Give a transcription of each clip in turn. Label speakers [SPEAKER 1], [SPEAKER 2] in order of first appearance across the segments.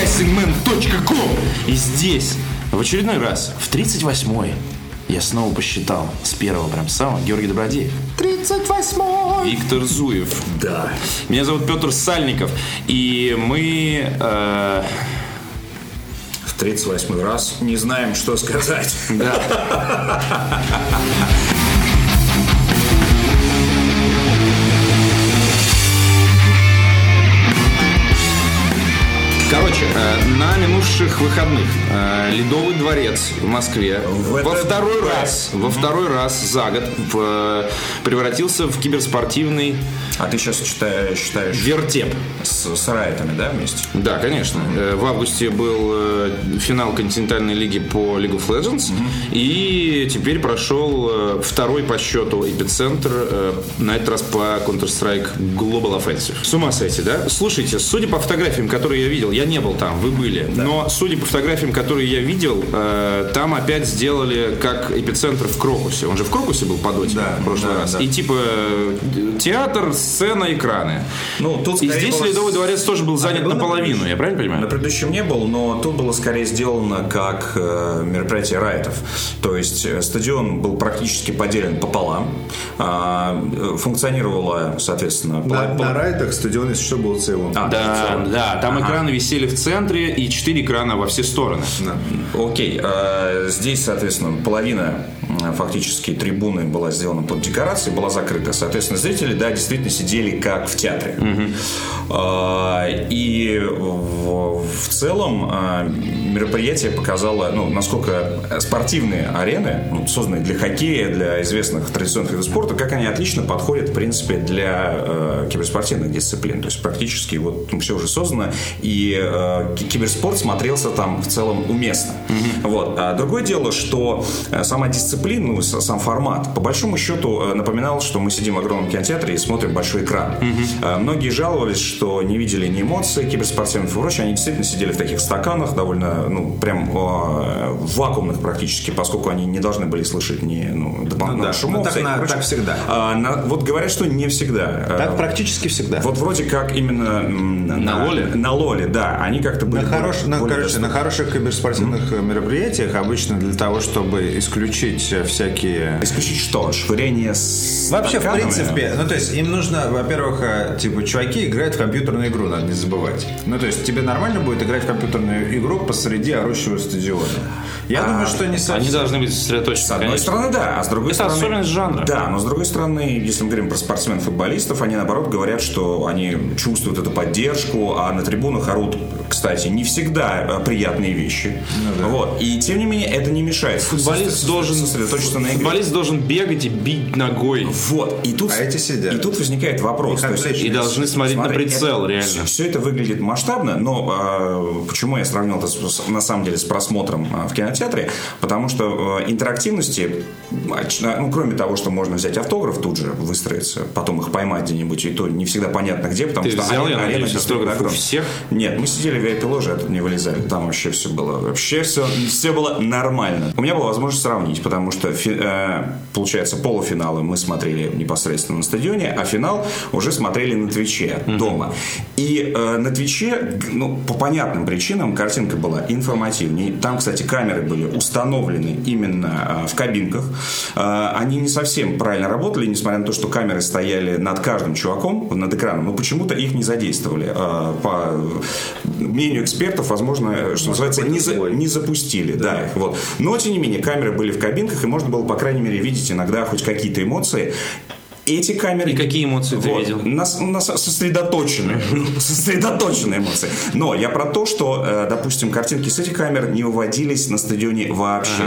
[SPEAKER 1] disgustingman.com
[SPEAKER 2] И здесь, в очередной раз, в 38-й, я снова посчитал с первого прям самого Георгий Добродеев.
[SPEAKER 1] 38
[SPEAKER 2] Виктор Зуев. Да. Меня зовут Петр Сальников. И мы... э,
[SPEAKER 3] В 38 раз не знаем, что сказать.
[SPEAKER 2] Короче, э, на минувших выходных э, Ледовый дворец в Москве
[SPEAKER 3] В
[SPEAKER 2] во
[SPEAKER 3] это-
[SPEAKER 2] второй раз, во второй раз за год в, э, превратился в киберспортивный
[SPEAKER 3] А ты сейчас читаешь, считаешь
[SPEAKER 2] вертеп.
[SPEAKER 3] с, с райтами, да, вместе?
[SPEAKER 2] Да, конечно. Э, В августе был э, финал континентальной лиги по League of Legends. И теперь прошел э, второй по счету эпицентр, э, на этот раз по Counter-Strike Global Offensive. С ума сойти, да? Слушайте, судя по фотографиям, которые я видел, я не был там, вы были, но судя по фотографиям, которые я видел, э, там опять сделали как эпицентр в Крокусе. Он же в Крокусе был по доте
[SPEAKER 3] Да,
[SPEAKER 2] в прошлый
[SPEAKER 3] да,
[SPEAKER 2] раз.
[SPEAKER 3] да.
[SPEAKER 2] И типа э, театр, сцена, экраны.
[SPEAKER 3] Ну, тут
[SPEAKER 2] И
[SPEAKER 3] скорее
[SPEAKER 2] здесь
[SPEAKER 3] было
[SPEAKER 2] Ледовый
[SPEAKER 3] с-
[SPEAKER 2] дворец тоже был занят
[SPEAKER 3] ты был на
[SPEAKER 2] наполовину,
[SPEAKER 3] предыдущем?
[SPEAKER 2] я правильно понимаю?
[SPEAKER 3] На предыдущем не был, но тут было скорее сделано как э, мероприятие райтов. То есть э, стадион был практически поделен пополам. А, э, функционировала, соответственно,
[SPEAKER 4] На,
[SPEAKER 3] пла- пла-
[SPEAKER 4] на райтах стадион, если что, был целым.
[SPEAKER 3] А,
[SPEAKER 2] Да,
[SPEAKER 3] всё.
[SPEAKER 2] да, там
[SPEAKER 3] Ага.
[SPEAKER 2] экраны висели в центре и четыре экрана во все стороны.
[SPEAKER 3] Окей, э, здесь, соответственно, половина э, фактически трибуны была сделана под декорации, была закрыта. Соответственно, зрители, да, действительно сидели как в театре. А, И в, в целом а, мероприятие показало, ну, насколько спортивные арены, ну, созданные для хоккея, для известных традиционных видов спорта, как они отлично подходят, в принципе, для э, киберспортивных дисциплин. То есть практически вот все уже создано, и э, ки- киберспорт смотрелся там в целом уместно. Вот. А другое дело, что э, сама дисциплина, ну, с- сам формат, по большому счету э, напоминал, что мы сидим в огромном кинотеатре и смотрим большой экран. Э, Многие жаловались, что не видели ни эмоций киберспортсменов и прочее. Они действительно сидели в таких стаканах, довольно, ну, прям э, вакуумных практически, поскольку они не должны были слышать ни ну, дополнительных
[SPEAKER 4] Ну да,
[SPEAKER 3] шумов.
[SPEAKER 4] ну так
[SPEAKER 3] всяких
[SPEAKER 4] на-
[SPEAKER 3] прочих.
[SPEAKER 4] так всегда.
[SPEAKER 3] А, на- вот говорят, что не всегда. Э,
[SPEAKER 4] Так практически всегда.
[SPEAKER 3] вот вроде как именно м, на,
[SPEAKER 2] Лоле?
[SPEAKER 3] На Лоле, да. Они как-то были
[SPEAKER 4] На,
[SPEAKER 3] более-
[SPEAKER 4] хорош- на,
[SPEAKER 3] более
[SPEAKER 4] короче, на хороших киберспортивных э, мероприятиях обычно для того, чтобы исключить э, всякие...
[SPEAKER 3] Исключить что? Швырение с
[SPEAKER 4] Вообще, в
[SPEAKER 3] стаканами?
[SPEAKER 4] принципе, ну то есть им нужно, во-первых, э, типа, чуваки играют в компьютерную игру, надо не забывать. Ну то есть тебе нормально будет играть в компьютерную игру посреди орущего стадиона? Я думаю, что не совсем.
[SPEAKER 2] Они должны быть сосредоточены.
[SPEAKER 3] С одной стороны, да, а с другой
[SPEAKER 2] Это
[SPEAKER 3] стороны...
[SPEAKER 2] особенность жанра.
[SPEAKER 3] Да, но с другой стороны, если мы говорим про спортсмен-футболистов, они, наоборот, говорят, что они чувствуют эту поддержку, а на трибунах орут, кстати, не всегда э, приятные вещи.
[SPEAKER 4] Ну
[SPEAKER 3] Вот. И, тем не менее, это не мешает.
[SPEAKER 2] Футболист
[SPEAKER 3] сосредо-
[SPEAKER 2] должен,
[SPEAKER 3] сосредоточиться на игре. Ну,
[SPEAKER 2] футболист должен бегать и бить ногой.
[SPEAKER 3] Вот, и тут,
[SPEAKER 4] А эти сидят.
[SPEAKER 3] и тут возникает вопрос.
[SPEAKER 4] Их отвлечь.
[SPEAKER 2] И должны смотреть на прицел, реально.
[SPEAKER 3] Все, это выглядит масштабно, но э, почему я сравнил это с- с- на самом деле с просмотром э, в кинотеатре? Потому что э, интерактивности, оч- ну, кроме того, что можно взять автограф, тут же выстроиться, потом их поймать где-нибудь, и то не всегда понятно где, потому
[SPEAKER 2] Ты
[SPEAKER 3] что
[SPEAKER 2] взял, я
[SPEAKER 3] арена- арена
[SPEAKER 2] надеюсь, автограф
[SPEAKER 3] действительно
[SPEAKER 2] у
[SPEAKER 3] огромная.
[SPEAKER 2] всех?
[SPEAKER 3] Нет, мы сидели в VIP-ложе, оттуда не вылезали. Там вообще все было, вообще все, все было нормально. У меня была возможность сравнить, потому что, фи- э, получается, полуфиналы мы смотрели непосредственно на стадионе, а финал уже смотрели на Твиче дома. И э, на Твиче, г- ну, по понятным причинам, картинка была информативнее. Там, кстати, камеры были установлены именно э, в кабинках. Э, они не совсем правильно работали, несмотря на то, что камеры стояли над каждым чуваком, над экраном, но почему-то их не задействовали. Э, По мнению экспертов, возможно, что называется, не, за- не запустили. Да. вот. Но, тем не менее, камеры были в кабинках, и можно было, по крайней мере, видеть иногда хоть какие-то эмоции. Эти камеры...
[SPEAKER 2] И какие эмоции ты
[SPEAKER 3] Вот.
[SPEAKER 2] видел?
[SPEAKER 3] Нас, нас сосредоточены. Сосредоточены эмоции. Но я про то, что, э, допустим, картинки с этих камер не выводились на стадионе вообще.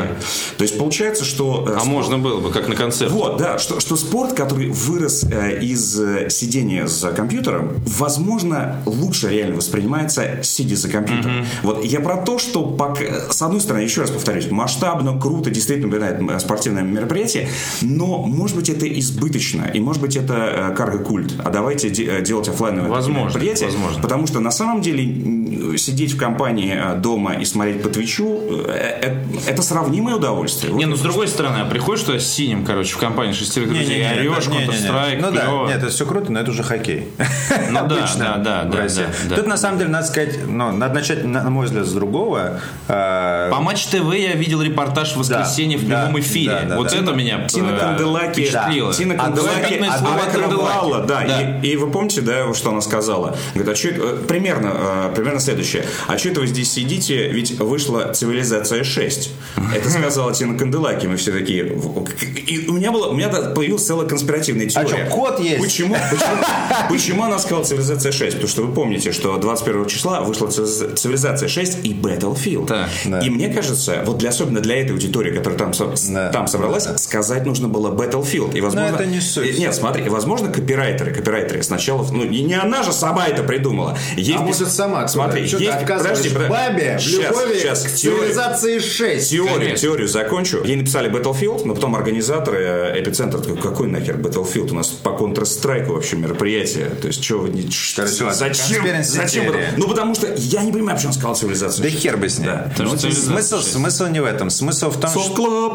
[SPEAKER 3] То есть получается, что... э,
[SPEAKER 2] А можно было бы, как на концерт.
[SPEAKER 3] вот, да, что, что спорт, который вырос э, из э, сидения за компьютером, возможно, лучше реально воспринимается сидя за компьютером. Вот я про то, что пока- с одной стороны, еще раз повторюсь, масштабно, круто, действительно напоминает м, спортивное мероприятие, но может быть это избыточно, и может быть это э, карго-культ. А давайте де- э, делать оффлайновое
[SPEAKER 2] Возможно,
[SPEAKER 3] мероприятие,
[SPEAKER 2] возможно.
[SPEAKER 3] потому что на самом деле м, э, сидеть в компании э, дома и смотреть по Твичу, э, э, это сравнимое удовольствие.
[SPEAKER 2] Не, ну с другой стороны, а приходишь туда с синим, короче, в компании шестерых
[SPEAKER 4] Не-не-не,
[SPEAKER 2] друзей,
[SPEAKER 4] это-
[SPEAKER 2] орешь,
[SPEAKER 4] не-не-не.
[SPEAKER 2] Counter-Strike,
[SPEAKER 4] Ну да,
[SPEAKER 2] клёво.
[SPEAKER 4] нет, это все круто, но это уже хоккей.
[SPEAKER 2] Ну да,
[SPEAKER 4] Обычно
[SPEAKER 2] да, да,
[SPEAKER 4] в
[SPEAKER 2] да,
[SPEAKER 4] России.
[SPEAKER 2] да, да.
[SPEAKER 4] Тут на самом деле надо сказать, ну, надо начать, на мой взгляд, с другого. А,
[SPEAKER 2] По Матч ТВ я видел репортаж в воскресенье в
[SPEAKER 4] да,
[SPEAKER 2] прямом
[SPEAKER 4] да,
[SPEAKER 2] эфире.
[SPEAKER 4] да,
[SPEAKER 2] вот
[SPEAKER 4] да.
[SPEAKER 2] это меня
[SPEAKER 3] Тина
[SPEAKER 2] э,
[SPEAKER 3] Канделаки,
[SPEAKER 2] впечатлило.
[SPEAKER 3] Тина
[SPEAKER 2] А
[SPEAKER 3] Канделаки,
[SPEAKER 2] запятное слово
[SPEAKER 3] она
[SPEAKER 2] Канделаки.
[SPEAKER 3] крывала, да.
[SPEAKER 2] Да.
[SPEAKER 3] И, и вы помните, да, что она сказала? Говорит, а чё это- э, примерно, э, примерно следующее. А что это вы здесь сидите? Ведь вышла цивилизация 6. Это сказала Тина Канделаки. Мы все такие. в- к- И у меня было, у меня да, появилась целая конспиративная теория.
[SPEAKER 4] А чё, кот есть?
[SPEAKER 3] Почему? Почему, почему она сказала цивилизация 6? Потому что вы помните, что 21 числа вышла «Цивилиза- цивилизация 6 и Battlefield.
[SPEAKER 2] Так.
[SPEAKER 4] Да.
[SPEAKER 3] И мне кажется, вот для особенно для этой аудитории, которая там, со-
[SPEAKER 4] Да.
[SPEAKER 3] там собралась, сказать нужно было Battlefield. И, возможно,
[SPEAKER 4] это не суть.
[SPEAKER 3] Э, Нет, смотри, возможно, копирайтеры, копирайтеры сначала... Ну, не не она же сама это придумала. Есть
[SPEAKER 4] А может, сама
[SPEAKER 3] Смотри,
[SPEAKER 4] Чё ты
[SPEAKER 3] есть...
[SPEAKER 4] отказываешь
[SPEAKER 3] подожди, подожди.
[SPEAKER 4] бабе в
[SPEAKER 3] Щас,
[SPEAKER 4] любови
[SPEAKER 3] щас,
[SPEAKER 4] к
[SPEAKER 3] к теории.
[SPEAKER 4] цивилизации 6.
[SPEAKER 3] Теорию,
[SPEAKER 2] Конечно.
[SPEAKER 3] теорию закончу. Ей написали Battlefield, но потом организаторы, э, эпицентр, такой, какой нахер Battlefield? У нас по Counter-Strike вообще мероприятие. То есть, что вы... не-
[SPEAKER 4] Короче, ладно,
[SPEAKER 3] зачем?
[SPEAKER 4] conspiracy
[SPEAKER 3] Зачем?
[SPEAKER 4] theory.
[SPEAKER 3] Ну, потому что я не понимаю, почему он сказал цивилизацию.
[SPEAKER 4] Да хер бы с ней.
[SPEAKER 3] Да.
[SPEAKER 4] Ну,
[SPEAKER 2] Потому что
[SPEAKER 4] смысл,
[SPEAKER 2] цивилизация
[SPEAKER 4] смысл не в этом. Смысл в том, что...
[SPEAKER 3] Сокла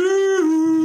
[SPEAKER 3] проплати.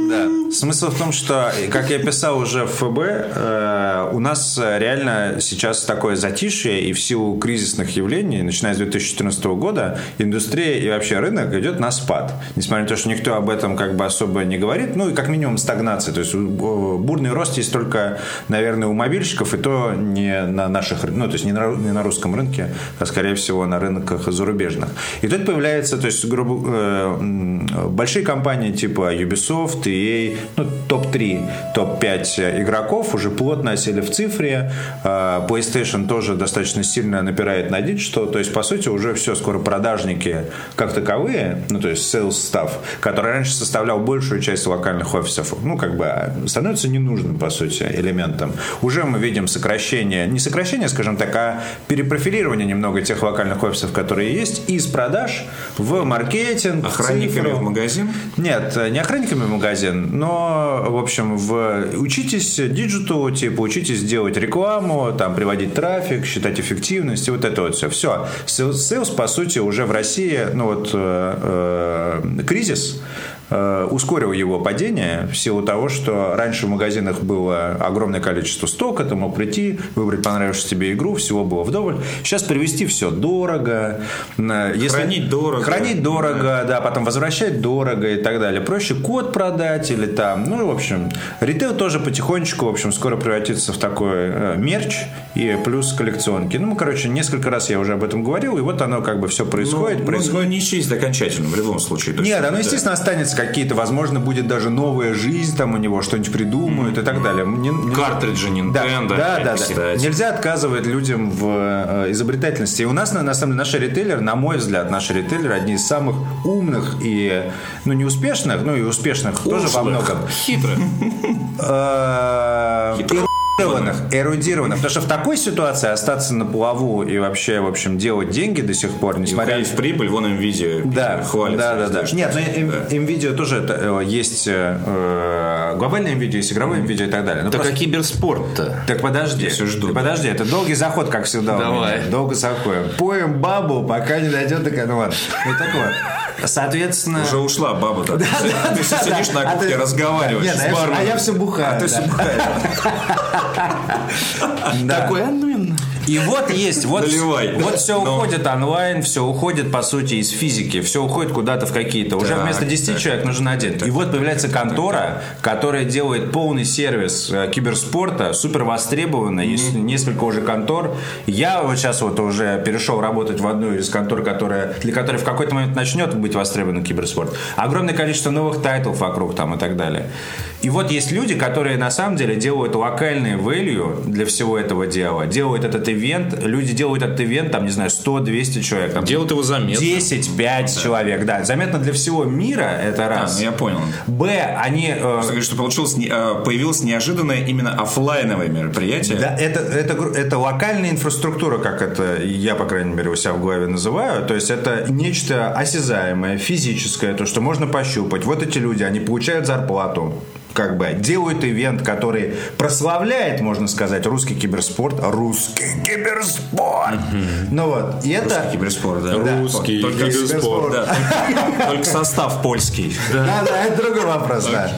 [SPEAKER 4] Да. Смысл в том, что, как я писал уже в ФБ, э, у нас э, реально сейчас такое затишье, и в силу кризисных явлений, начиная с 2014 года, индустрия и вообще рынок идет на спад. Несмотря на то, что никто об этом как бы особо не говорит, ну и как минимум стагнация. То есть э, бурный рост есть только, наверное, у мобильщиков, и то не на наших, ры- ну то есть не на, ру- не на русском рынке, а скорее всего на рынках зарубежных. И тут появляется, то есть грубо, э, м, большие компании типа Ubisoft, EA, ну, топ-3, топ-5 игроков уже плотно осели в цифре. Э, PlayStation тоже достаточно сильно напирает на что, То есть, по сути, уже все, скоро продажники как таковые, ну, то есть sales staff, который раньше составлял большую часть локальных офисов, ну, как бы а, становится ненужным, по сути, элементом. Уже мы видим сокращение, не сокращение, скажем так, а перепрофилирование немного тех локальных офисов, которые есть, из продаж в маркетинг, в
[SPEAKER 3] Охранниками
[SPEAKER 4] цифру.
[SPEAKER 3] в магазин?
[SPEAKER 4] Нет, не охранниками в магазин, но, в общем, в... учитесь диджиталу, типа, учитесь делать рекламу, там, приводить трафик, считать эффективность и вот это вот все. Все. Сейлс, по сути, уже в России, ну вот, э, э, кризис э, ускорил его падение в силу того, что раньше в магазинах было огромное количество стока, ты мог прийти, выбрать понравившуюся тебе игру, всего было вдоволь. Сейчас привезти все дорого. На- если-
[SPEAKER 3] Хранить дорого.
[SPEAKER 4] Хранить дорого, да. потом возвращать дорого и так далее. Проще код продать или там, ну, в общем, ритейл тоже потихонечку, в общем, скоро превратится в такой э, мерч и плюс коллекционки. Ну, короче, несколько раз я уже об этом говорил, и вот оно как бы все происходит,
[SPEAKER 3] Ну,
[SPEAKER 4] происходит.
[SPEAKER 3] ну, не честь окончательно, в любом случае. То есть,
[SPEAKER 4] Нет, оно,
[SPEAKER 3] да.
[SPEAKER 4] естественно, останется какие-то, возможно, будет даже новая жизнь там у него, что-нибудь придумают и так далее. Не- не-
[SPEAKER 2] Картриджи
[SPEAKER 4] да,
[SPEAKER 2] Nintendo.
[SPEAKER 4] да,
[SPEAKER 2] опять,
[SPEAKER 4] да, да.
[SPEAKER 2] кстати.
[SPEAKER 4] Нельзя отказывать людям в э, изобретательности. И у нас, на, на самом деле, наши ритейлеры, на мой взгляд, наши ритейлеры одни из самых умных и, ну, не успешных, ну, и успешных тоже во
[SPEAKER 2] Ушлых.
[SPEAKER 4] многом.
[SPEAKER 2] Хитро.
[SPEAKER 4] Э, эрудированных, эрудированных. Потому что в такой ситуации остаться на плаву и вообще, в общем, делать деньги до сих пор, несмотря
[SPEAKER 3] Смотря в прибыль, вон Nvidia
[SPEAKER 4] да,
[SPEAKER 3] хвалится.
[SPEAKER 4] Да, да, да.
[SPEAKER 3] Что-
[SPEAKER 4] Нет, ну, им- Nvidia тоже это, э, есть э, э, глобальная Nvidia, есть игровая Nvidia и так далее. Ну,
[SPEAKER 2] Так
[SPEAKER 4] просто-
[SPEAKER 2] а киберспорт-то?
[SPEAKER 4] так подожди,
[SPEAKER 3] всё жду.
[SPEAKER 4] Ты подожди, это долгий заход, как всегда. у
[SPEAKER 2] Давай.
[SPEAKER 4] меня. Долго заходим. Поем бабу, пока не дойдет до конца. Ну ладно. Ну так вот. Соответственно...
[SPEAKER 3] Уже ушла баба. Да,
[SPEAKER 4] да,
[SPEAKER 3] ты
[SPEAKER 4] да,
[SPEAKER 3] сидишь
[SPEAKER 4] да.
[SPEAKER 3] на
[SPEAKER 4] А
[SPEAKER 3] кухне,
[SPEAKER 4] ты-
[SPEAKER 3] разговариваешь
[SPEAKER 4] Нет, а
[SPEAKER 3] с
[SPEAKER 4] я всё-
[SPEAKER 3] барменом.
[SPEAKER 4] а я все бухаю.
[SPEAKER 3] А ты
[SPEAKER 4] да.
[SPEAKER 3] всё бухаешь.
[SPEAKER 4] Да.
[SPEAKER 2] Такой, а ну и на-
[SPEAKER 4] И вот есть, вот,
[SPEAKER 3] Наливай.
[SPEAKER 4] вот все
[SPEAKER 3] Ну.
[SPEAKER 4] уходит онлайн, все уходит, по сути, из физики, все уходит куда-то в какие-то. Уже
[SPEAKER 3] Так,
[SPEAKER 4] вместо 10 человек нужен один. и вот появляется контора, которая делает полный сервис э, киберспорта, супер востребованный, есть несколько уже контор. Я вот сейчас вот уже перешел работать в одну из контор, которая, для которой в какой-то момент начнет быть востребован киберспорт. Огромное количество новых тайтлов вокруг там и так далее. И вот есть люди, которые на самом деле делают локальные value для всего этого дела. Делают этот ивент, люди делают этот ивент, там, не знаю, 100-200 человек. Там,
[SPEAKER 2] Делают его заметно.
[SPEAKER 4] 10-5 человек, да. Заметно для всего мира, это
[SPEAKER 3] А,
[SPEAKER 4] раз.
[SPEAKER 3] ну Я понял.
[SPEAKER 4] Б, они... э,
[SPEAKER 3] Ты говоришь, что получилось, не- э, появилось неожиданное именно оффлайновое мероприятие.
[SPEAKER 4] Да, это, это, гру- это локальная инфраструктура, как это я, по крайней мере, у себя в голове называю. То есть это нечто осязаемое, физическое, то, что можно пощупать. Вот эти люди, они получают зарплату. как бы делают ивент, который прославляет, можно сказать, русский киберспорт. Русский киберспорт! Ну вот, и это...
[SPEAKER 3] Киберспорт, да.
[SPEAKER 4] Да.
[SPEAKER 2] Русский
[SPEAKER 3] Только
[SPEAKER 2] киберспорт.
[SPEAKER 3] Да, только- только состав польский.
[SPEAKER 4] Да, да, это другой вопрос, да.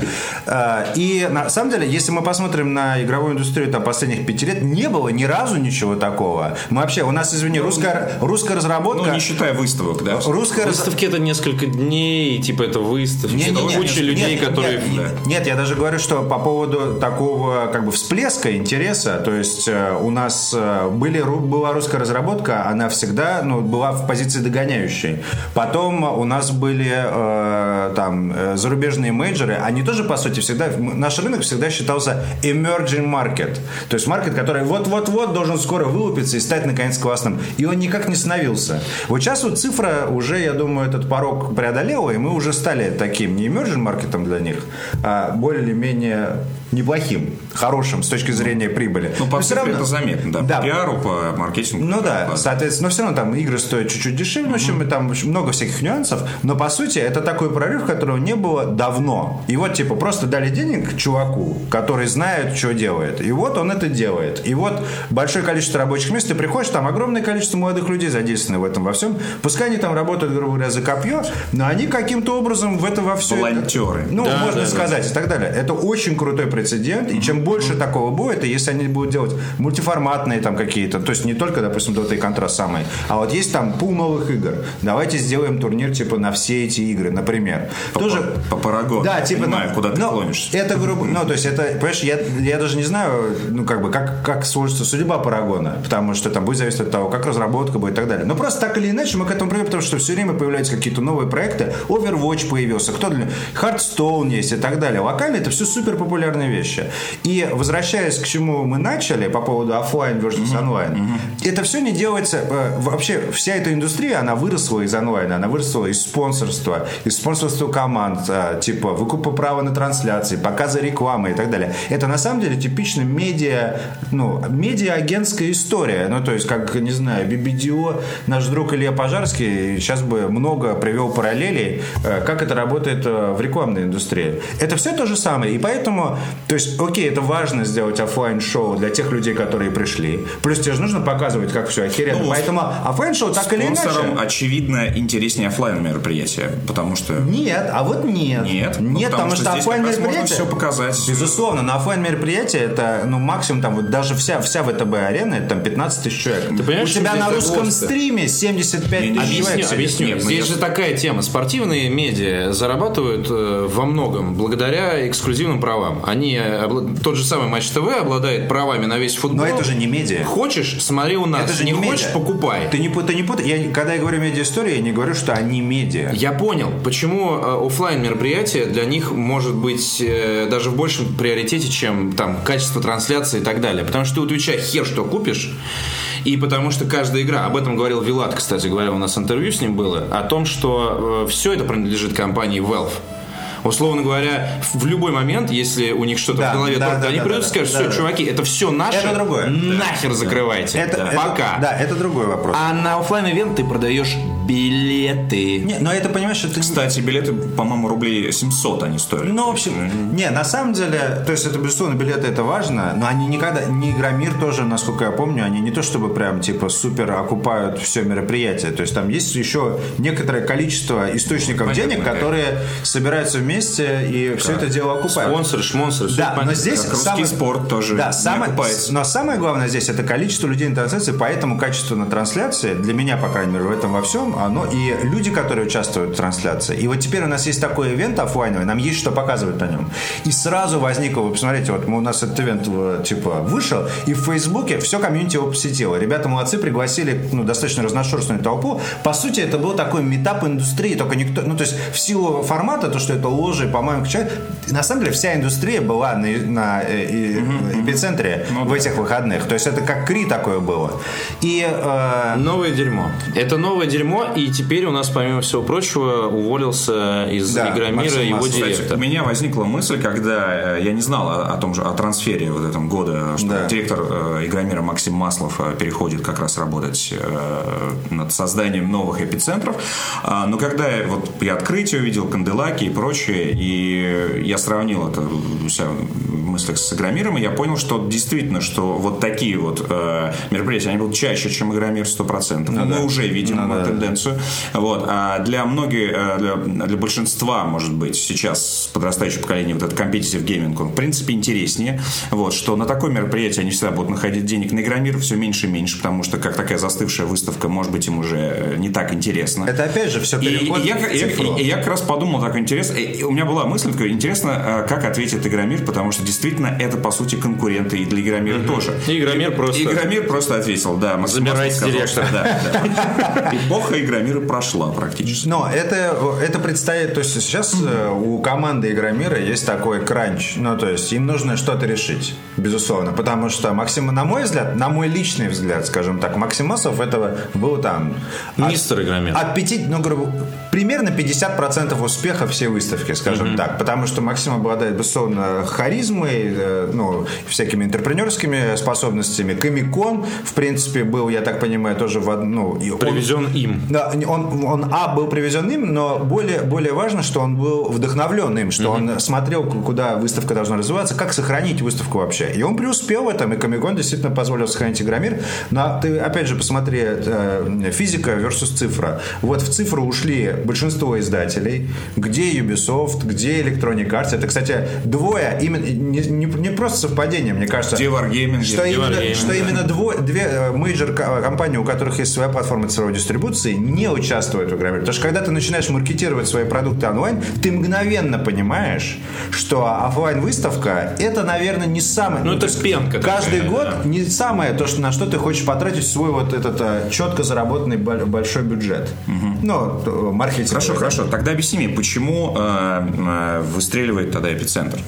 [SPEAKER 4] А, И на самом деле, если мы посмотрим на игровую индустрию там, последних пяти лет, не было ни разу ничего такого. Мы вообще, у нас, извини, русская, русская
[SPEAKER 3] Ну,
[SPEAKER 4] разработка...
[SPEAKER 3] не считая выставок, да.
[SPEAKER 4] Русская раз-
[SPEAKER 2] Выставки это несколько дней, типа это выставки,
[SPEAKER 4] Не, не, не,
[SPEAKER 2] куча
[SPEAKER 4] нет,
[SPEAKER 2] людей,
[SPEAKER 4] нет,
[SPEAKER 2] которые...
[SPEAKER 4] Нет, нет, я даже говорю, что по поводу такого как бы всплеска интереса, то есть э, у нас э, были, ру- была русская разработка, она всегда ну, была в позиции догоняющей. Потом у нас были э, там э, зарубежные менеджеры, они тоже, по сути, всегда... м- Наш рынок всегда считался emerging market, то есть маркет, который вот-вот-вот должен скоро вылупиться и стать, наконец, классным. И он никак не становился. Вот сейчас вот цифра уже, я думаю, этот порог преодолела, и мы уже стали таким не emerging маркетом для них, а более или менее неплохим, хорошим с точки зрения прибыли.
[SPEAKER 3] Ну,
[SPEAKER 4] Но
[SPEAKER 3] по
[SPEAKER 4] всё
[SPEAKER 3] цифре это заметно, да.
[SPEAKER 4] Да.
[SPEAKER 3] По пиару, по маркетингу.
[SPEAKER 4] Ну да,
[SPEAKER 3] Ладно.
[SPEAKER 4] соответственно, но все равно там игры стоят чуть-чуть дешевле, в общем, и там в общем, много всяких нюансов, но по сути это такой прорыв, которого не было давно. И вот типа просто дали денег чуваку, который знает, что делает, и вот он это делает. И вот большое количество рабочих мест, ты приходишь, там огромное количество молодых людей задействовано в этом во всем, пускай они там работают, грубо говоря, за копье, но они каким-то образом в это во все...
[SPEAKER 3] Волонтеры.
[SPEAKER 4] Ну, можно сказать и так далее. Это очень крутой прецедент, и чем больше такого будет, и если они будут делать мультиформатные там какие-то, то есть не только, допустим, Dota и Contra самые, а вот есть там пул новых игр. Давайте сделаем турнир типа на все эти игры, например. Тоже
[SPEAKER 3] По парагону.
[SPEAKER 4] да, типа,
[SPEAKER 3] Понимаю,
[SPEAKER 4] ну,
[SPEAKER 3] куда ты
[SPEAKER 4] ну,
[SPEAKER 3] клонишься.
[SPEAKER 4] Это грубо, ну то есть это, понимаешь, я, я даже не знаю, ну как бы как как сложится судьба Парагона, потому что там будет зависеть от того, как разработка будет и так далее. Но просто так или иначе мы к этому придем, потому что все время появляются какие-то новые проекты. Overwatch появился, кто для Hearthstone есть и так далее. Локально это все супер популярные вещи. И возвращаясь к чему мы начали по поводу оффлайн versus онлайн, это все не делается э, вообще вся эта индустрия, она выросла из онлайна, она выросла из спонсорства, из спонсорства команд, э, типа выкупа права на трансляции, показа рекламы и так далее. Это на самом деле типично медиа, ну, медиа-агентская история. Ну, то есть, как, не знаю, BBDO, наш друг Илья Пожарский сейчас бы много привел параллелей, э, как это работает э, в рекламной индустрии. Это все то же самое. И поэтому, то есть, окей, это важно сделать оффлайн шоу для тех людей, которые пришли. Плюс тебе же нужно показывать, как все охеренно.
[SPEAKER 3] Ну,
[SPEAKER 4] поэтому оффлайн шоу так или иначе...
[SPEAKER 3] Спонсорам, очевидно, интереснее оффлайн мероприятие, потому что
[SPEAKER 4] Нет, а вот нет.
[SPEAKER 3] нет. ну,
[SPEAKER 4] Нет, потому, что,
[SPEAKER 3] здесь как
[SPEAKER 4] оффлайн
[SPEAKER 3] раз можно
[SPEAKER 4] мероприятие...
[SPEAKER 3] все показать.
[SPEAKER 4] Безусловно, на оффлайн мероприятие это ну максимум там вот даже вся вся ВТБ арена это там 15 тысяч человек.
[SPEAKER 2] понимаешь,
[SPEAKER 4] У
[SPEAKER 2] что
[SPEAKER 4] тебя
[SPEAKER 2] здесь
[SPEAKER 4] на русском
[SPEAKER 2] загвоздка?
[SPEAKER 4] стриме 75
[SPEAKER 3] Не-не,
[SPEAKER 4] тысяч
[SPEAKER 2] Объясню,
[SPEAKER 4] человек. сидит.
[SPEAKER 2] объясню.
[SPEAKER 3] Нет, ну
[SPEAKER 2] Здесь
[SPEAKER 3] я-
[SPEAKER 2] же такая тема. Спортивные медиа зарабатывают э, во многом благодаря эксклюзивным правам. Они э, обла- тот же самый матч ТВ обладает правами на весь футбол.
[SPEAKER 4] Но это же не медиа.
[SPEAKER 2] Хочешь, смотри у нас.
[SPEAKER 4] Это же
[SPEAKER 2] не,
[SPEAKER 4] не, медиа.
[SPEAKER 2] хочешь, покупай.
[SPEAKER 4] Ты не пу- ты не путай. Я, когда я говорю медиа история, я не говорю, что они медиа.
[SPEAKER 2] Я понял, почему э, офлайн мероприятие для них может быть э, даже в большем приоритете, чем там качество трансляции и так далее. Потому что ты у Твича хер что купишь, и потому что каждая игра, об этом говорил Вилат, кстати говоря, у нас интервью с ним было, о том, что все это принадлежит компании Valve. Условно говоря, в любой момент, если у них что-то
[SPEAKER 4] Да,
[SPEAKER 2] в голове,
[SPEAKER 4] да,
[SPEAKER 2] торкнет,
[SPEAKER 4] да,
[SPEAKER 2] они
[SPEAKER 4] да,
[SPEAKER 2] придут и
[SPEAKER 4] да,
[SPEAKER 2] скажут,
[SPEAKER 4] да,
[SPEAKER 2] все,
[SPEAKER 4] да.
[SPEAKER 2] чуваки, это все наше,
[SPEAKER 4] Это другое.
[SPEAKER 2] нахер закрывайте,
[SPEAKER 4] Это, это-
[SPEAKER 2] пока.
[SPEAKER 4] да, это другой вопрос.
[SPEAKER 2] А на офлайн ивент ты продаешь билеты.
[SPEAKER 4] Не, но это понимаешь, это не-
[SPEAKER 3] Кстати, билеты, по-моему, рублей 700 они стоили.
[SPEAKER 4] Ну, в общем, не, на самом деле, то есть это, безусловно, билеты это важно, но они никогда, не Игромир тоже, насколько я помню, они не то чтобы прям, типа, супер окупают все мероприятие, то есть там есть еще некоторое количество источников
[SPEAKER 3] Понятно,
[SPEAKER 4] денег,
[SPEAKER 3] да.
[SPEAKER 4] которые собираются вместе и все это дело окупают.
[SPEAKER 2] Спонсоры, шмонсоры, всё
[SPEAKER 4] Да,
[SPEAKER 2] понятно.
[SPEAKER 4] но здесь
[SPEAKER 3] Как русский
[SPEAKER 4] самое-
[SPEAKER 3] спорт тоже
[SPEAKER 4] да,
[SPEAKER 3] не
[SPEAKER 4] самое,
[SPEAKER 3] окупается.
[SPEAKER 4] но самое главное здесь это количество людей на трансляции, поэтому качество на трансляции для меня, по крайней мере, в этом во всем, оно и люди, которые участвуют в трансляции. И вот теперь у нас есть такой ивент офлайновый, нам есть что показывать на нем. И сразу возникло, вы посмотрите, вот мы- у нас этот ивент э, типа вышел, и в Фейсбуке все комьюнити его посетило. Ребята молодцы, пригласили ну, достаточно разношерстную толпу. По сути, это был такой метап индустрии, только никто, ну то есть в силу формата, то, что это ложи, по-моему, человек, на самом деле вся индустрия была на, на, э, и- эпицентре
[SPEAKER 3] Ну
[SPEAKER 4] в этих выходных. То есть это как Кри такое было. И э,
[SPEAKER 2] Новое дерьмо. Это новое дерьмо, кино, и теперь у нас, помимо всего прочего, уволился из
[SPEAKER 4] Да,
[SPEAKER 2] Игромира
[SPEAKER 4] Максим
[SPEAKER 2] его
[SPEAKER 4] Маслов.
[SPEAKER 3] Кстати,
[SPEAKER 2] директор.
[SPEAKER 3] у меня возникла мысль, когда э, я не знал о, о том же о трансфере вот этом года, что
[SPEAKER 4] Да.
[SPEAKER 3] директор э, Игромира Максим Маслов э, переходит как раз работать э, над созданием новых эпицентров. А, но когда я, вот я открытие увидел, Канделаки и прочее, и я сравнил это у себя в мыслях с Игромиром, и я понял, что действительно, что вот такие вот э, мероприятия, они будут чаще, чем Игромир 100%. Мы уже видим
[SPEAKER 4] Ну
[SPEAKER 3] эту
[SPEAKER 4] да.
[SPEAKER 3] тенденцию. Вот. А для многих, э, для, для большинства, может быть, сейчас подрастающее поколение, вот этот компетитив гейминг, он, в принципе, интереснее. Вот, что на такое мероприятие они всегда будут находить денег. На Игромир все меньше и меньше, потому что как такая застывшая выставка, может быть, им уже э, не так интересно.
[SPEAKER 4] Это опять же все
[SPEAKER 3] И- И,
[SPEAKER 4] переход
[SPEAKER 3] я,
[SPEAKER 4] к
[SPEAKER 3] и-
[SPEAKER 4] цифру.
[SPEAKER 3] и- и я как раз подумал так интересно. и- и у меня была мысль такая, интересно, э, как ответит Игромир, потому что действительно это по сути конкуренты и для Игромира тоже.
[SPEAKER 2] И Игромир просто-
[SPEAKER 3] Игромир просто ответил, да. Максим
[SPEAKER 2] Забирайте
[SPEAKER 3] Маслов
[SPEAKER 2] директора.
[SPEAKER 3] что да, да. Эпоха Игромира прошла практически.
[SPEAKER 4] Но это, это представит, то есть сейчас э, у команды Игромира есть такой кранч, ну то есть им нужно что-то решить, безусловно, потому что Максим, на мой взгляд, на мой личный взгляд, скажем так, Максим Маслов этого был там от-
[SPEAKER 2] Мистер Игромир.
[SPEAKER 4] от 5, ну, грубо, примерно 50% успеха всей выставки, скажем так. Потому что Максим обладает, безусловно, харизмой, э, ну, всякими интерпренерскими способностями. Комикон, в принципе, был, я так понимаю, тоже в одну... и он-
[SPEAKER 2] Привезен им.
[SPEAKER 4] да, не- он, он, а, был привезен им, но более, более важно, что он был вдохновлен им, что он смотрел, к- куда выставка должна развиваться, как сохранить выставку вообще. И он преуспел в этом, и Комикон действительно позволил сохранить Игромир. Но ты, опять же, посмотри, э, физика versus цифра. Вот в цифру ушли большинство издателей, где Ubisoft, где Electronic Arts. Это, кстати, двое, именно, не, не- не просто совпадение, мне кажется.
[SPEAKER 3] Где Wargaming? где-
[SPEAKER 4] Что
[SPEAKER 3] где
[SPEAKER 4] именно,
[SPEAKER 2] Wargaming,
[SPEAKER 4] что
[SPEAKER 2] да.
[SPEAKER 4] именно дво- две э, мейджор компании, у которых есть своя платформа цифровой дистрибуции, не участвуют в игромире. Потому что когда ты начинаешь маркетировать свои продукты онлайн, ты мгновенно понимаешь, что оффлайн выставка это, наверное, не самое.
[SPEAKER 2] Ну, это
[SPEAKER 4] то есть
[SPEAKER 2] пенка такая,
[SPEAKER 4] Каждый
[SPEAKER 2] да.
[SPEAKER 4] год не самое то, что, на что ты хочешь потратить свой вот этот а, четко заработанный бо- большой бюджет. Ну, т- маркетинг.
[SPEAKER 3] Хорошо, хорошо. Тогда объясни мне, почему э, э, выстреливает тогда эпицентр?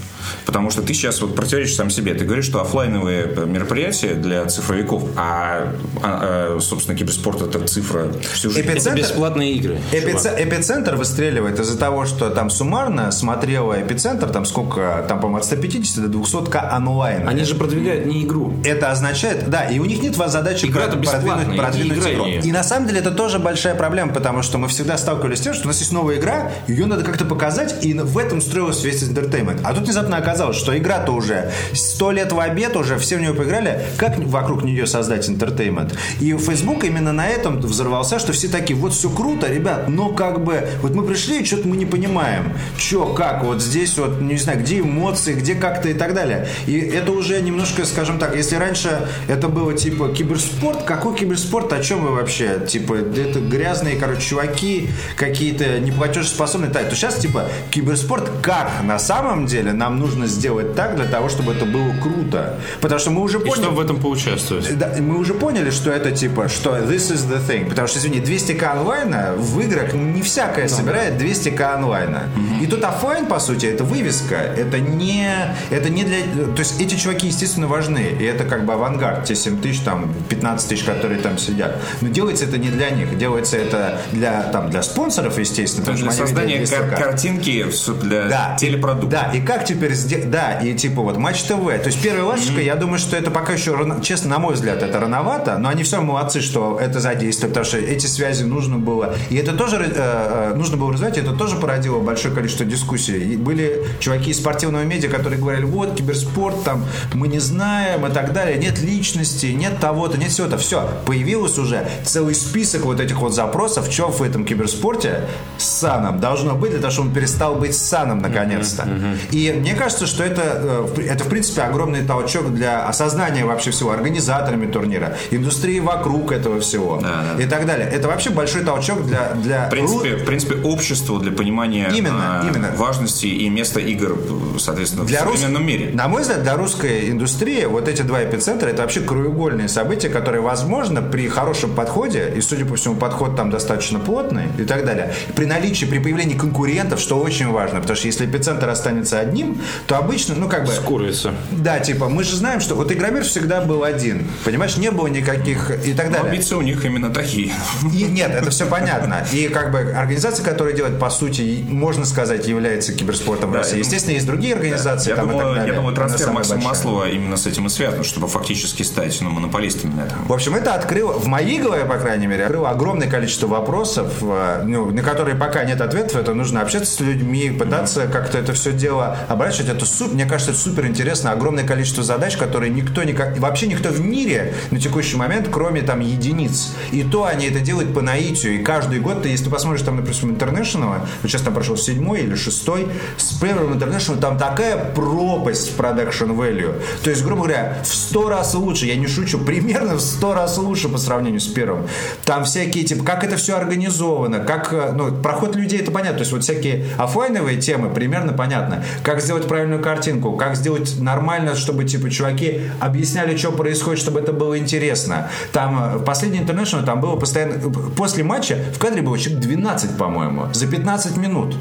[SPEAKER 3] Потому что ты сейчас вот противоречишь сам себе. Ты говоришь, что оффлайновые э, мероприятия для цифровиков, а, а, э, собственно, киберспорт это цифра всю жизнь.
[SPEAKER 2] Это
[SPEAKER 4] Эпицентр-
[SPEAKER 2] бесплатные игры.
[SPEAKER 4] Эпице- эпицентр выстреливает из-за того, что там суммарно смотрела эпицентр, там сколько, там, по-моему, от 150 до 200к онлайн.
[SPEAKER 2] Они же продвигают не игру.
[SPEAKER 4] Это означает, да, и у них нет вас задачи
[SPEAKER 2] Игра-то
[SPEAKER 4] про-
[SPEAKER 2] бесплатная,
[SPEAKER 4] продвинуть,
[SPEAKER 2] и
[SPEAKER 4] продвинуть
[SPEAKER 2] играй
[SPEAKER 4] игру.
[SPEAKER 2] в неё.
[SPEAKER 4] И на самом деле это тоже большая проблема, потому что мы всегда сталкивались с тем, что у нас есть новая игра, ее надо как-то показать, и в этом строилась весь интертеймент. А тут внезапно оказалось, что игра-то уже сто лет в обед, уже все в нее поиграли, как вокруг нее создать интертеймент? И Facebook именно на этом взорвался, что все такие, вот все круто, ребят, но как бы, вот мы пришли, и что-то мы не понимаем, что, как, вот здесь вот, не знаю, где эмоции, где как-то и так далее. И это уже немножко, скажем так, если раньше это было типа киберспорт, какой киберспорт, о чем вы вообще? Типа, это грязные, короче, чуваки, какие-то неплатежеспособные. Так, то сейчас типа киберспорт как на самом деле нам нужно сделать так для того, чтобы это было круто. Потому что мы уже
[SPEAKER 2] И
[SPEAKER 4] поняли...
[SPEAKER 2] чтобы в этом поучаствовать.
[SPEAKER 4] Да, мы уже поняли, что это типа, что this is the thing. Потому что, извини, 200к онлайна в играх не
[SPEAKER 3] Ну
[SPEAKER 4] всякое собирает 200к онлайна. И тут оффлайн, по сути, это вывеска. Это не, это не для... То есть эти чуваки, естественно, важны. И это как бы авангард. Те 7 тысяч, там, 15 тысяч, которые там сидят. Но делается это не для них. Делается это для, там, для спонсоров, естественно. потому
[SPEAKER 3] Для
[SPEAKER 4] что они
[SPEAKER 3] создания
[SPEAKER 4] видят 200К.
[SPEAKER 3] кар- картинки с- для
[SPEAKER 4] Да.
[SPEAKER 3] телепродукта.
[SPEAKER 4] Да, и как теперь сделать... Да, и типа вот Матч ТВ. То есть первая ласточка, я думаю, что это пока еще, рано- честно, на мой взгляд, это рановато, но они все молодцы, что это задействовали, потому что эти связи нужно было. И это тоже э, э, нужно было развивать, и это тоже породило большое количество дискуссий. И были чуваки из спортивного медиа, которые говорили, вот, киберспорт, там, мы не знаем и так далее, нет личности, нет того-то, нет всего-то. Все, появилось уже целый список вот этих вот запросов, что в этом киберспорте с саном должно быть, для того, чтобы он перестал быть с саном наконец-то. И мне кажется, что это, э, в при- это, в принципе, огромный толчок для осознания вообще всего, организаторами турнира, индустрии вокруг этого всего
[SPEAKER 3] Да, да.
[SPEAKER 4] и так далее. Это вообще большой толчок для... для
[SPEAKER 3] В принципе, в принципе, обществу для понимания
[SPEAKER 4] Именно,
[SPEAKER 3] э,
[SPEAKER 4] именно.
[SPEAKER 3] важности и места игр, соответственно,
[SPEAKER 4] для
[SPEAKER 3] в
[SPEAKER 4] рус-
[SPEAKER 3] современном мире.
[SPEAKER 4] На мой взгляд, для русской индустрии вот эти два эпицентра это вообще краеугольные события, которые, возможно, при хорошем подходе, и, судя по всему, подход там достаточно плотный и так далее. При наличии, при появлении конкурентов, что очень важно, потому что если эпицентр останется одним, то обычно, ну как бы...
[SPEAKER 2] Скурится.
[SPEAKER 4] Да, типа, мы же знаем, что вот Игромир всегда был один, понимаешь, не было никаких и так далее.
[SPEAKER 3] Амбиции у них именно такие.
[SPEAKER 4] И нет, это все понятно. И как бы организация, которая делает, по сути, можно сказать, является киберспортом в
[SPEAKER 3] Да,
[SPEAKER 4] России.
[SPEAKER 3] я
[SPEAKER 4] Естественно, есть другие организации
[SPEAKER 3] Я
[SPEAKER 4] там и так
[SPEAKER 3] думаю,
[SPEAKER 4] далее.
[SPEAKER 3] я думаю,
[SPEAKER 4] но
[SPEAKER 3] трансфер
[SPEAKER 4] самая
[SPEAKER 3] Максима
[SPEAKER 4] большая.
[SPEAKER 3] Маслова именно с этим и связан, чтобы фактически стать ну, монополистами на этом.
[SPEAKER 4] В общем, это открыло, в моей голове, по крайней мере, открыло огромное количество вопросов, э, ну, на которые пока нет ответов. Это нужно общаться с людьми, пытаться как-то это все дело обращать. Это суп, мне кажется, это супер интересно. Огромное количество задач, которые никто никак, вообще никто в мире на текущий момент, кроме там единиц. И то они это делают по наитию. И каждый год, ты, если ты посмотришь там, например, International, вот сейчас там прошел седьмой или шестой, с первым International там такая пропасть в production value. То есть, грубо говоря, в сто раз лучше, я не шучу, примерно в сто раз лучше по сравнению с первым. Там всякие, типа, как это все организовано, как, э, ну, проход людей, это понятно. То есть вот всякие оффлайновые темы примерно понятно. Как сделать правильную картинку, как сделать нормально, чтобы, типа, чуваки объясняли, что происходит, чтобы это было интересно. Там, э, последний интернешнл, там было постоянно... э, После матча в кадре было человек 12, по-моему, за 15 минут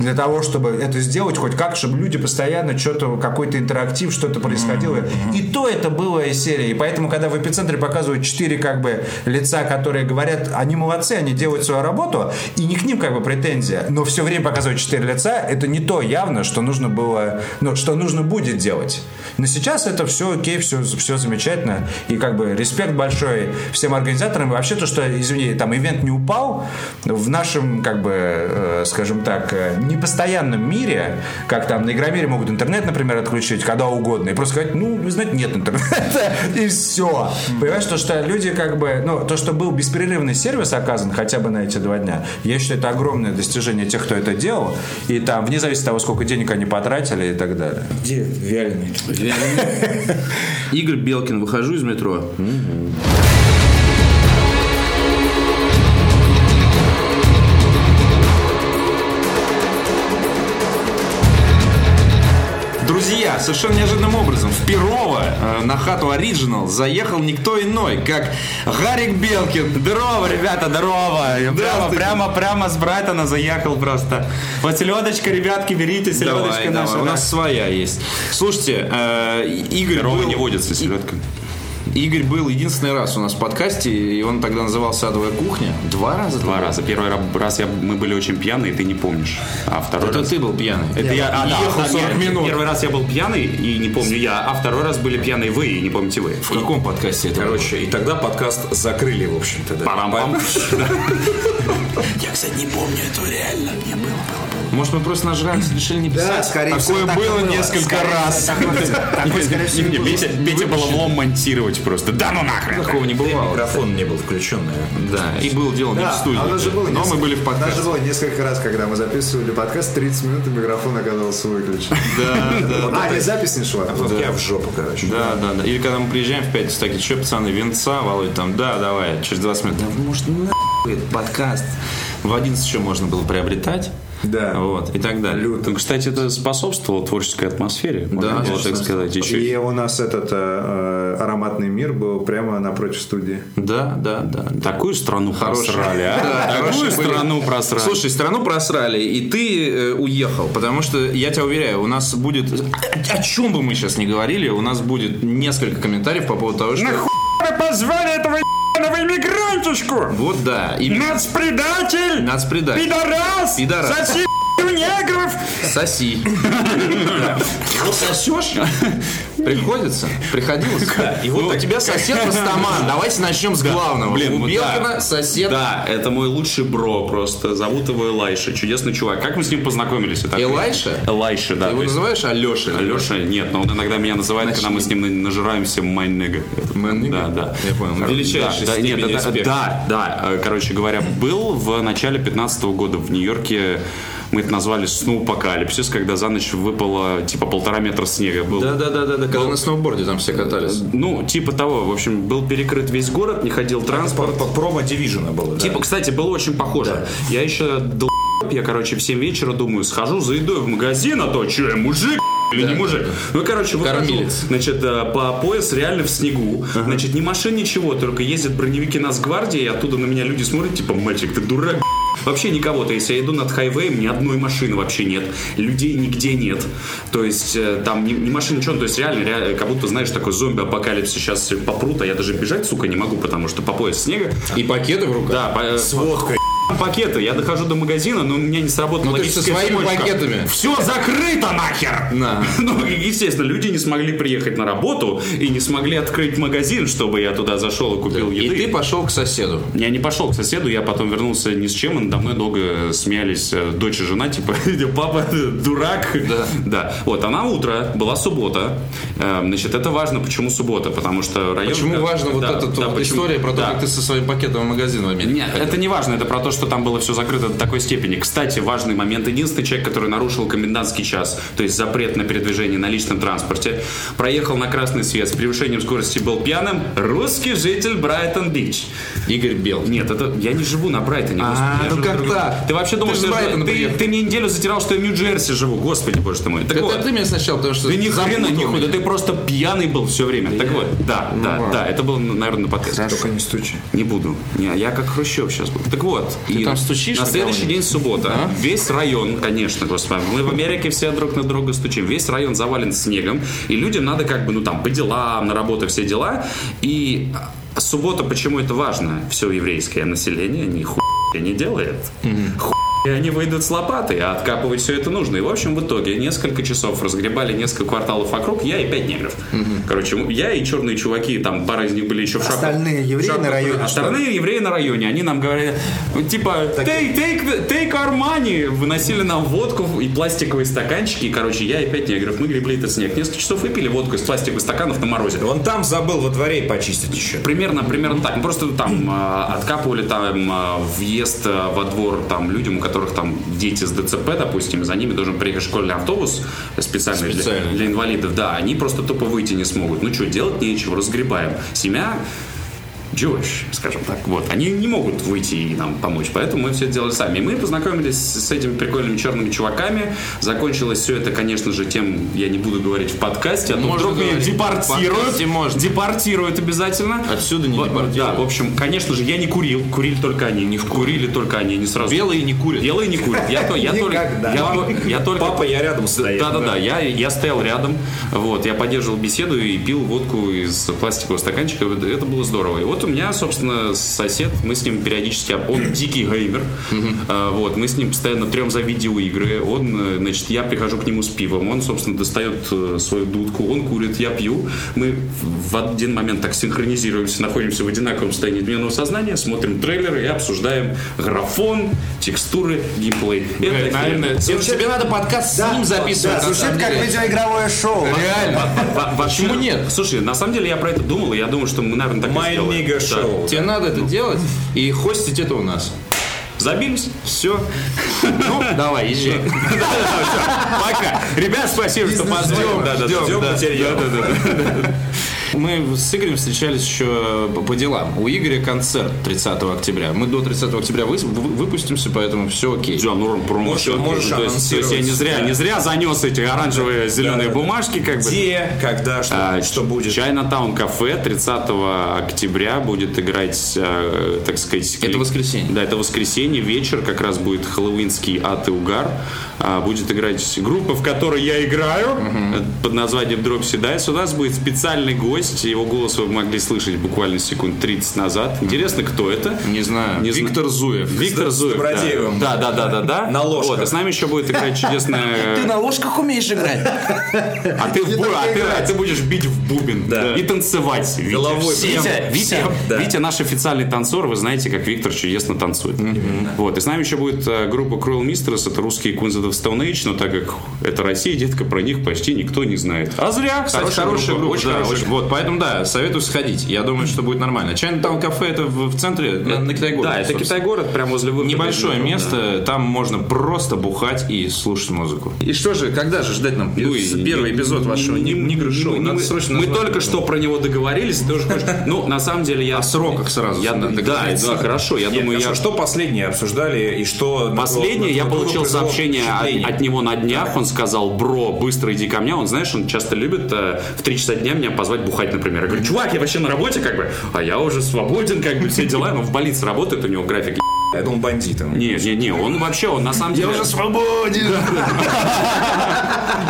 [SPEAKER 4] для того, чтобы это сделать хоть как, чтобы люди постоянно что-то, какой-то интерактив, что-то происходило. И то это было из серии. И поэтому, когда в эпицентре показывают четыре как бы лица, которые говорят, они молодцы, они делают свою работу, и не к ним как бы претензия, но все время показывают четыре лица, это не то явно, что нужно было, ну, что нужно будет делать. Но сейчас это все окей, все, все замечательно, и как бы респект большой всем организаторам. И вообще то, что, извини, там ивент не упал, в нашем, как бы, э, скажем так, э, непостоянном мире, как там на Игромире могут интернет, например, отключить когда угодно, и просто сказать, ну, вы знаете, нет интернета, и все. Понимаешь, то, что люди как бы, ну, то, что был беспрерывный сервис оказан хотя бы на эти два дня, я считаю, это огромное достижение тех, кто это делал, и там, вне зависимости от того, сколько денег они потратили и так далее.
[SPEAKER 5] Где вяленый?
[SPEAKER 2] Игорь Белкин, выхожу из метро. Друзья, совершенно неожиданным образом в Перово э, на хату Original заехал никто иной, как Гарик Белкин. Здорово, ребята, здорово. Я Прямо, прямо, прямо с Брайтона заехал просто. Вот селедочка, ребятки, берите,
[SPEAKER 5] селедочка наша,
[SPEAKER 2] У
[SPEAKER 5] да.
[SPEAKER 2] нас своя есть. Слушайте, э, Игорь...
[SPEAKER 3] Перово
[SPEAKER 2] был-
[SPEAKER 3] не водится, селедка.
[SPEAKER 2] Игорь был единственный раз у нас в подкасте, и он тогда назывался «Адовая кухня». Два раза?
[SPEAKER 6] Два раза. Первый ра- раз я, мы были очень пьяные, и ты не помнишь. А второй
[SPEAKER 2] Это
[SPEAKER 6] раз...
[SPEAKER 2] ты был пьяный.
[SPEAKER 6] Это я, а, да,
[SPEAKER 2] ехал
[SPEAKER 6] да,
[SPEAKER 2] 40
[SPEAKER 6] нет,
[SPEAKER 2] минут.
[SPEAKER 6] Первый раз я был пьяный и не помню я, а второй раз были пьяные вы и не помните вы.
[SPEAKER 2] В каком подкасте это было?
[SPEAKER 5] Короче, и тогда подкаст закрыли, в общем-то. да.
[SPEAKER 6] Парам-пам. Да.
[SPEAKER 2] Может, мы просто нажрались, решили не писать?
[SPEAKER 4] Да, скорее
[SPEAKER 2] Такое
[SPEAKER 4] всего, так и
[SPEAKER 2] было
[SPEAKER 4] было.
[SPEAKER 2] несколько раз.
[SPEAKER 6] Не, Петя Петя было влом монтировать просто. Да ну нахрен.
[SPEAKER 2] Такого не бывало.
[SPEAKER 3] Микрофон не был включен, наверное.
[SPEAKER 2] Да, и было дело не в студии. Но мы были в
[SPEAKER 4] Даже
[SPEAKER 2] подкасте.
[SPEAKER 4] было несколько раз, когда мы записывали подкаст, 30 минут, и микрофон оказался выключен.
[SPEAKER 2] Да, да.
[SPEAKER 4] А, не запись не шла.
[SPEAKER 3] Я в жопу, короче.
[SPEAKER 2] Да, да, да. Или когда мы приезжаем в пятницу, такие, что, пацаны, венца, Володь, там, да, давай, через 20 минут. Да, может, нахуй этот подкаст. В 11 еще можно было приобретать.
[SPEAKER 4] Да.
[SPEAKER 2] Вот, и так далее.
[SPEAKER 6] Ну, Кстати, это способствовало творческой атмосфере.
[SPEAKER 2] Да,
[SPEAKER 6] Можно было
[SPEAKER 2] конечно.
[SPEAKER 6] так сказать. еще
[SPEAKER 4] И у нас этот э, э, ароматный мир был прямо напротив студии.
[SPEAKER 2] Да, да, да.
[SPEAKER 6] Такую страну просрали,
[SPEAKER 2] Да,
[SPEAKER 6] а? Такую
[SPEAKER 2] хорошие были.
[SPEAKER 6] страну просрали.
[SPEAKER 2] Слушай, страну просрали, и ты э, уехал, потому что, я тебя уверяю, у нас будет... О чем бы мы сейчас не говорили, у нас будет несколько комментариев по поводу того, что...
[SPEAKER 5] Вы позвали этого ебаного иммигрантишку!
[SPEAKER 2] Вот да, именно
[SPEAKER 5] Нацпредатель!
[SPEAKER 2] нас предать.
[SPEAKER 5] Пидорас!
[SPEAKER 2] Пидорас.
[SPEAKER 5] Соси у негров!
[SPEAKER 2] Соси. Ну, сосешь? Приходится. Приходилось. И вот у тебя сосед Растаман. Давайте начнем с главного.
[SPEAKER 6] Блин,
[SPEAKER 2] У
[SPEAKER 6] вот да.
[SPEAKER 2] Белкина сосед
[SPEAKER 6] Да, это мой лучший бро просто. Зовут его Элайша. Чудесный чувак. Как мы с ним познакомились? Это
[SPEAKER 2] Элайша?
[SPEAKER 6] Элайша,
[SPEAKER 2] Ты
[SPEAKER 6] да. то
[SPEAKER 2] его
[SPEAKER 6] есть-
[SPEAKER 2] называешь Алешей?
[SPEAKER 6] Леша, нет, но он иногда меня называет, когда мы с ним на- нажираемся майнега. Да, да. Я понял.
[SPEAKER 3] Величайшей
[SPEAKER 6] да,
[SPEAKER 3] степени
[SPEAKER 6] нет, это-
[SPEAKER 3] респекта.
[SPEAKER 6] да, да. Э, Короче говоря, был в начале 15 года в Нью-Йорке. Мы это назвали сноупокалипсис, когда за ночь выпало типа полтора метра снега. Был
[SPEAKER 2] Да, да, да, да, да. Когда на сноуборде там все катались.
[SPEAKER 6] ну, типа того, в общем, был перекрыт весь город, не ходил транспорт.
[SPEAKER 3] Промо Дивижена было, да.
[SPEAKER 6] Типа, кстати, было очень похоже. Я еще долб, я, короче, в 7 вечера думаю, схожу за едой в магазин, а то че, я мужик или не мужик? Ну, и, короче, выхожу,
[SPEAKER 2] Кормилец.
[SPEAKER 6] значит, э, по пояс реально в снегу. Значит, ни машин, ничего, только ездят броневики Насгвардии, и оттуда на меня люди смотрят, типа, мальчик, ты дурак, Вообще никого. То есть я иду над хайвеем, ни одной машины вообще нет. Людей нигде нет. То есть э, там ни, ни машин, ничего. Ну, То есть реально, ре- как будто, знаешь, такой зомби-апокалипсис сейчас попрут, а я даже бежать, сука, не могу, потому что по пояс снега.
[SPEAKER 2] И пакеты в руках.
[SPEAKER 6] Да, по-
[SPEAKER 2] С водкой.
[SPEAKER 6] пакеты. Я дохожу до магазина, но у меня не сработало
[SPEAKER 2] Ну, ты же со своими пакетами.
[SPEAKER 6] Все закрыто нахер!
[SPEAKER 2] На.
[SPEAKER 6] Ну, и, естественно, люди не смогли приехать на работу и не смогли открыть магазин, чтобы я туда зашел и купил
[SPEAKER 2] И
[SPEAKER 6] еды.
[SPEAKER 2] ты пошел к соседу.
[SPEAKER 6] Я не пошел к соседу, я потом вернулся ни с чем, и надо мной долго смеялись э, дочь и жена, типа, папа э, дурак.
[SPEAKER 2] Да.
[SPEAKER 6] Да. Вот, а на утро была суббота. Э, Значит, это важно, почему суббота, потому что район...
[SPEAKER 2] Почему
[SPEAKER 6] как-
[SPEAKER 2] важна вот
[SPEAKER 6] да,
[SPEAKER 2] эта
[SPEAKER 6] да,
[SPEAKER 2] вот
[SPEAKER 6] почему-
[SPEAKER 2] история про то,
[SPEAKER 6] да.
[SPEAKER 2] как ты со своим пакетом в магазин в Америке?
[SPEAKER 6] Нет, это не важно, это про то, что там было все закрыто до такой степени. Кстати, важный момент. Единственный человек, который нарушил комендантский час, то есть запрет на передвижение на личном транспорте, проехал на красный свет с превышением скорости и был пьяным, русский житель Брайтон-Бич.
[SPEAKER 2] Игорь Бел.
[SPEAKER 6] Нет, это я не живу на Брайтоне.
[SPEAKER 2] А,
[SPEAKER 6] господи,
[SPEAKER 2] ну
[SPEAKER 6] я живу
[SPEAKER 2] как
[SPEAKER 6] в другом-
[SPEAKER 2] так?
[SPEAKER 6] Ты вообще думал,
[SPEAKER 2] Ты
[SPEAKER 6] что
[SPEAKER 2] же с
[SPEAKER 6] я живу-
[SPEAKER 2] Брайтона
[SPEAKER 6] ты,
[SPEAKER 2] приехал.
[SPEAKER 6] ты мне неделю затирал, что я в Нью-Джерси живу, господи боже ты мой. Так
[SPEAKER 2] Это
[SPEAKER 6] вот.
[SPEAKER 2] ты меня сначала, потому что...
[SPEAKER 6] Да ни хрена
[SPEAKER 2] запутал
[SPEAKER 6] нихуя, да
[SPEAKER 2] меня.
[SPEAKER 6] ты просто пьяный был все время. Так вот, да, да, да, это было, наверное, на подкасте.
[SPEAKER 7] Только не стучи.
[SPEAKER 6] Не буду. Не, я как Хрущев сейчас был. Так вот, и
[SPEAKER 2] там стучишь
[SPEAKER 6] на
[SPEAKER 2] на
[SPEAKER 6] следующий день суббота. Весь район, конечно, господи, мы в Америке все друг на друга стучим. Весь район завален снегом, и людям надо как бы, ну там, по делам, на работу, все дела. И а, суббота, почему это важно? Все еврейское население нихуя не делает. Хуй и они выйдут с лопатой, а откапывать все это нужно. И, в общем, в итоге несколько часов разгребали несколько кварталов вокруг, я и пять негров. Короче, м- я и черные чуваки, там пара из них были еще в шапках.
[SPEAKER 7] Остальные евреи
[SPEAKER 6] в шапках.
[SPEAKER 7] на районе,
[SPEAKER 6] Остальные евреи на районе. Они нам говорили, типа, take, take, take our money. Выносили нам водку и пластиковые стаканчики. И, короче, я и пять негров, мы гребли этот снег. Несколько часов выпили водку из пластиковых стаканов на морозе.
[SPEAKER 3] Он там забыл во дворе и почистить еще.
[SPEAKER 6] Примерно, примерно так. Ну, Просто там э, откапывали там э, въезд э, во двор там людям, у которых там дети с ДЦП, допустим, и за ними должен приехать школьный автобус специальный, для-
[SPEAKER 2] Специальный.
[SPEAKER 6] Для, инвалидов. Да, они просто тупо выйти не смогут. Ну что, делать нечего, разгребаем. Семья Jewish, скажем так. Вот. Они не могут выйти и нам помочь, поэтому мы все это делали сами. И мы познакомились с этими прикольными черными чуваками. Закончилось все это, конечно же, тем, я не буду говорить в подкасте, а то
[SPEAKER 2] Можно
[SPEAKER 6] вдруг меня
[SPEAKER 2] говорить. В
[SPEAKER 6] депортируют.
[SPEAKER 2] подкасте можно.
[SPEAKER 6] Депортируют обязательно.
[SPEAKER 2] Отсюда не
[SPEAKER 6] Вот,
[SPEAKER 2] депортируют.
[SPEAKER 6] Да, в общем, конечно же, я не курил. Курили только они. Не курили только они, не сразу.
[SPEAKER 2] Белые не курят.
[SPEAKER 6] Белые не курят. Я, то- я только...
[SPEAKER 7] Никогда.
[SPEAKER 6] Я, то- я только...
[SPEAKER 3] Папа, я рядом стою.
[SPEAKER 6] Да-да-да, я, я стоял рядом, вот, я поддерживал беседу и пил водку из пластикового стаканчика, это это было здорово. И вот у меня, собственно, сосед, мы с ним периодически, об- он дикий геймер, а, вот, мы с ним постоянно трем за видеоигры, он, э, значит, я прихожу к нему с пивом, он, собственно, достает э, свою дудку, он курит, я пью, мы в- в один момент так синхронизируемся, находимся в одинаковом состоянии дневного сознания, смотрим трейлеры и обсуждаем графон, текстуры, геймплей. Это
[SPEAKER 2] Наверное,
[SPEAKER 6] охеренно.
[SPEAKER 2] Слушай, тебе надо подкаст с ним записывать. на самом
[SPEAKER 7] Звучит как
[SPEAKER 2] деле.
[SPEAKER 7] видеоигровое шоу.
[SPEAKER 6] Э,
[SPEAKER 2] Реально.
[SPEAKER 6] Почему
[SPEAKER 2] нет?
[SPEAKER 6] Слушай, на самом деле я про это думал, и я думаю, что мы, наверное, так и
[SPEAKER 3] My
[SPEAKER 6] сделаем.
[SPEAKER 3] nigga
[SPEAKER 6] Да.
[SPEAKER 3] show.
[SPEAKER 2] Тебе надо это делать и хостить это у нас.
[SPEAKER 6] Забились? Все.
[SPEAKER 2] Ну, давай, езжай.
[SPEAKER 6] Пока. Ребят, спасибо, что позвонили. Да, да,
[SPEAKER 3] ждем
[SPEAKER 6] да.
[SPEAKER 3] материал.
[SPEAKER 6] Да, да, да.
[SPEAKER 2] Мы с Игорем встречались еще э, по делам. У Игоря концерт 30 октября. Мы до 30 октября выс- вы- выпустимся, поэтому все окей.
[SPEAKER 6] Дём, ну, ром, ром,
[SPEAKER 3] Можешь-
[SPEAKER 6] всё, окей.
[SPEAKER 3] можешь
[SPEAKER 6] То есть то есть я не зря, не зря занес эти оранжевые, зеленые бумажки, как бы.
[SPEAKER 3] Где, когда, что,
[SPEAKER 6] А,
[SPEAKER 3] что будет.
[SPEAKER 6] Чайнатаун кафе 30 октября будет играть, э, так сказать...
[SPEAKER 2] Это воскресенье.
[SPEAKER 6] Да, это воскресенье, вечер, как раз будет хэллоуинский ад и угар. А, будет играть группа, в которой я играю, э, под названием Dropsy Dice. У нас будет специальный гость, его голос вы могли слышать буквально секунд 30 назад. Интересно, кто это?
[SPEAKER 2] Не знаю.
[SPEAKER 6] Не зна-
[SPEAKER 2] Виктор Зуев.
[SPEAKER 6] Виктор
[SPEAKER 3] С
[SPEAKER 6] Зуев. да.
[SPEAKER 3] Добродеевым.
[SPEAKER 6] Да, да, да, да, да.
[SPEAKER 3] На ложках.
[SPEAKER 6] Вот, а с нами еще будет играть чудесная...
[SPEAKER 8] Ты на ложках умеешь играть?
[SPEAKER 6] А ты, в бу- а ты- а ты будешь бить в бубен
[SPEAKER 3] Да.
[SPEAKER 6] и танцевать. Витя.
[SPEAKER 3] Головой
[SPEAKER 6] Всем.
[SPEAKER 3] прям.
[SPEAKER 6] Витя,
[SPEAKER 8] Всем.
[SPEAKER 6] Да. Витя наш официальный танцор, вы знаете, как Виктор чудесно танцует. Вот. И с нами еще будет э, группа Cruel Mistress, это русские Queens of the Stone Age, но так как это Россия, детка, про них почти никто не знает.
[SPEAKER 2] А зря, кстати,
[SPEAKER 6] Хорошая
[SPEAKER 2] хорошая,
[SPEAKER 6] группа,
[SPEAKER 2] группа.
[SPEAKER 6] очень
[SPEAKER 2] да,
[SPEAKER 6] хорошая.
[SPEAKER 2] очень- вот, поэтому да, советую сходить. Я думаю, что будет нормально. Чайнатаун кафе это в, в центре, на, на Китай-городе,
[SPEAKER 6] Да, это
[SPEAKER 2] собственно.
[SPEAKER 6] Китай-город, прям возле выхода.
[SPEAKER 2] Небольшое
[SPEAKER 6] Да.
[SPEAKER 2] место, там можно просто бухать и слушать музыку.
[SPEAKER 3] И что же, когда же ждать нам
[SPEAKER 6] Ну, и- не- не- не- не- не- не-
[SPEAKER 2] Надо
[SPEAKER 6] мы-
[SPEAKER 2] срочно
[SPEAKER 6] Мы
[SPEAKER 2] назвать
[SPEAKER 6] только что про него договорились, ты уже хочешь- Ну, на самом деле я... О
[SPEAKER 2] сроках сразу
[SPEAKER 6] Я,
[SPEAKER 2] надо
[SPEAKER 6] да,
[SPEAKER 2] договориться.
[SPEAKER 6] да, хорошо, я думаю, я...
[SPEAKER 3] Что последнее обсуждали и что...
[SPEAKER 6] Последнее, я получил сообщение от, от
[SPEAKER 3] от
[SPEAKER 6] него на днях. Он сказал, бро, быстро иди ко мне. Он, знаешь, он часто любит э, в 3 часа дня меня позвать бухать, например. Я говорю, чувак, я вообще на работе, как бы, а я уже свободен, как бы, все дела. Он в больнице работает, у него график ебаный.
[SPEAKER 3] Я думал, бандитом.
[SPEAKER 6] Не, не, не, он вообще, он на самом деле...
[SPEAKER 2] свободен.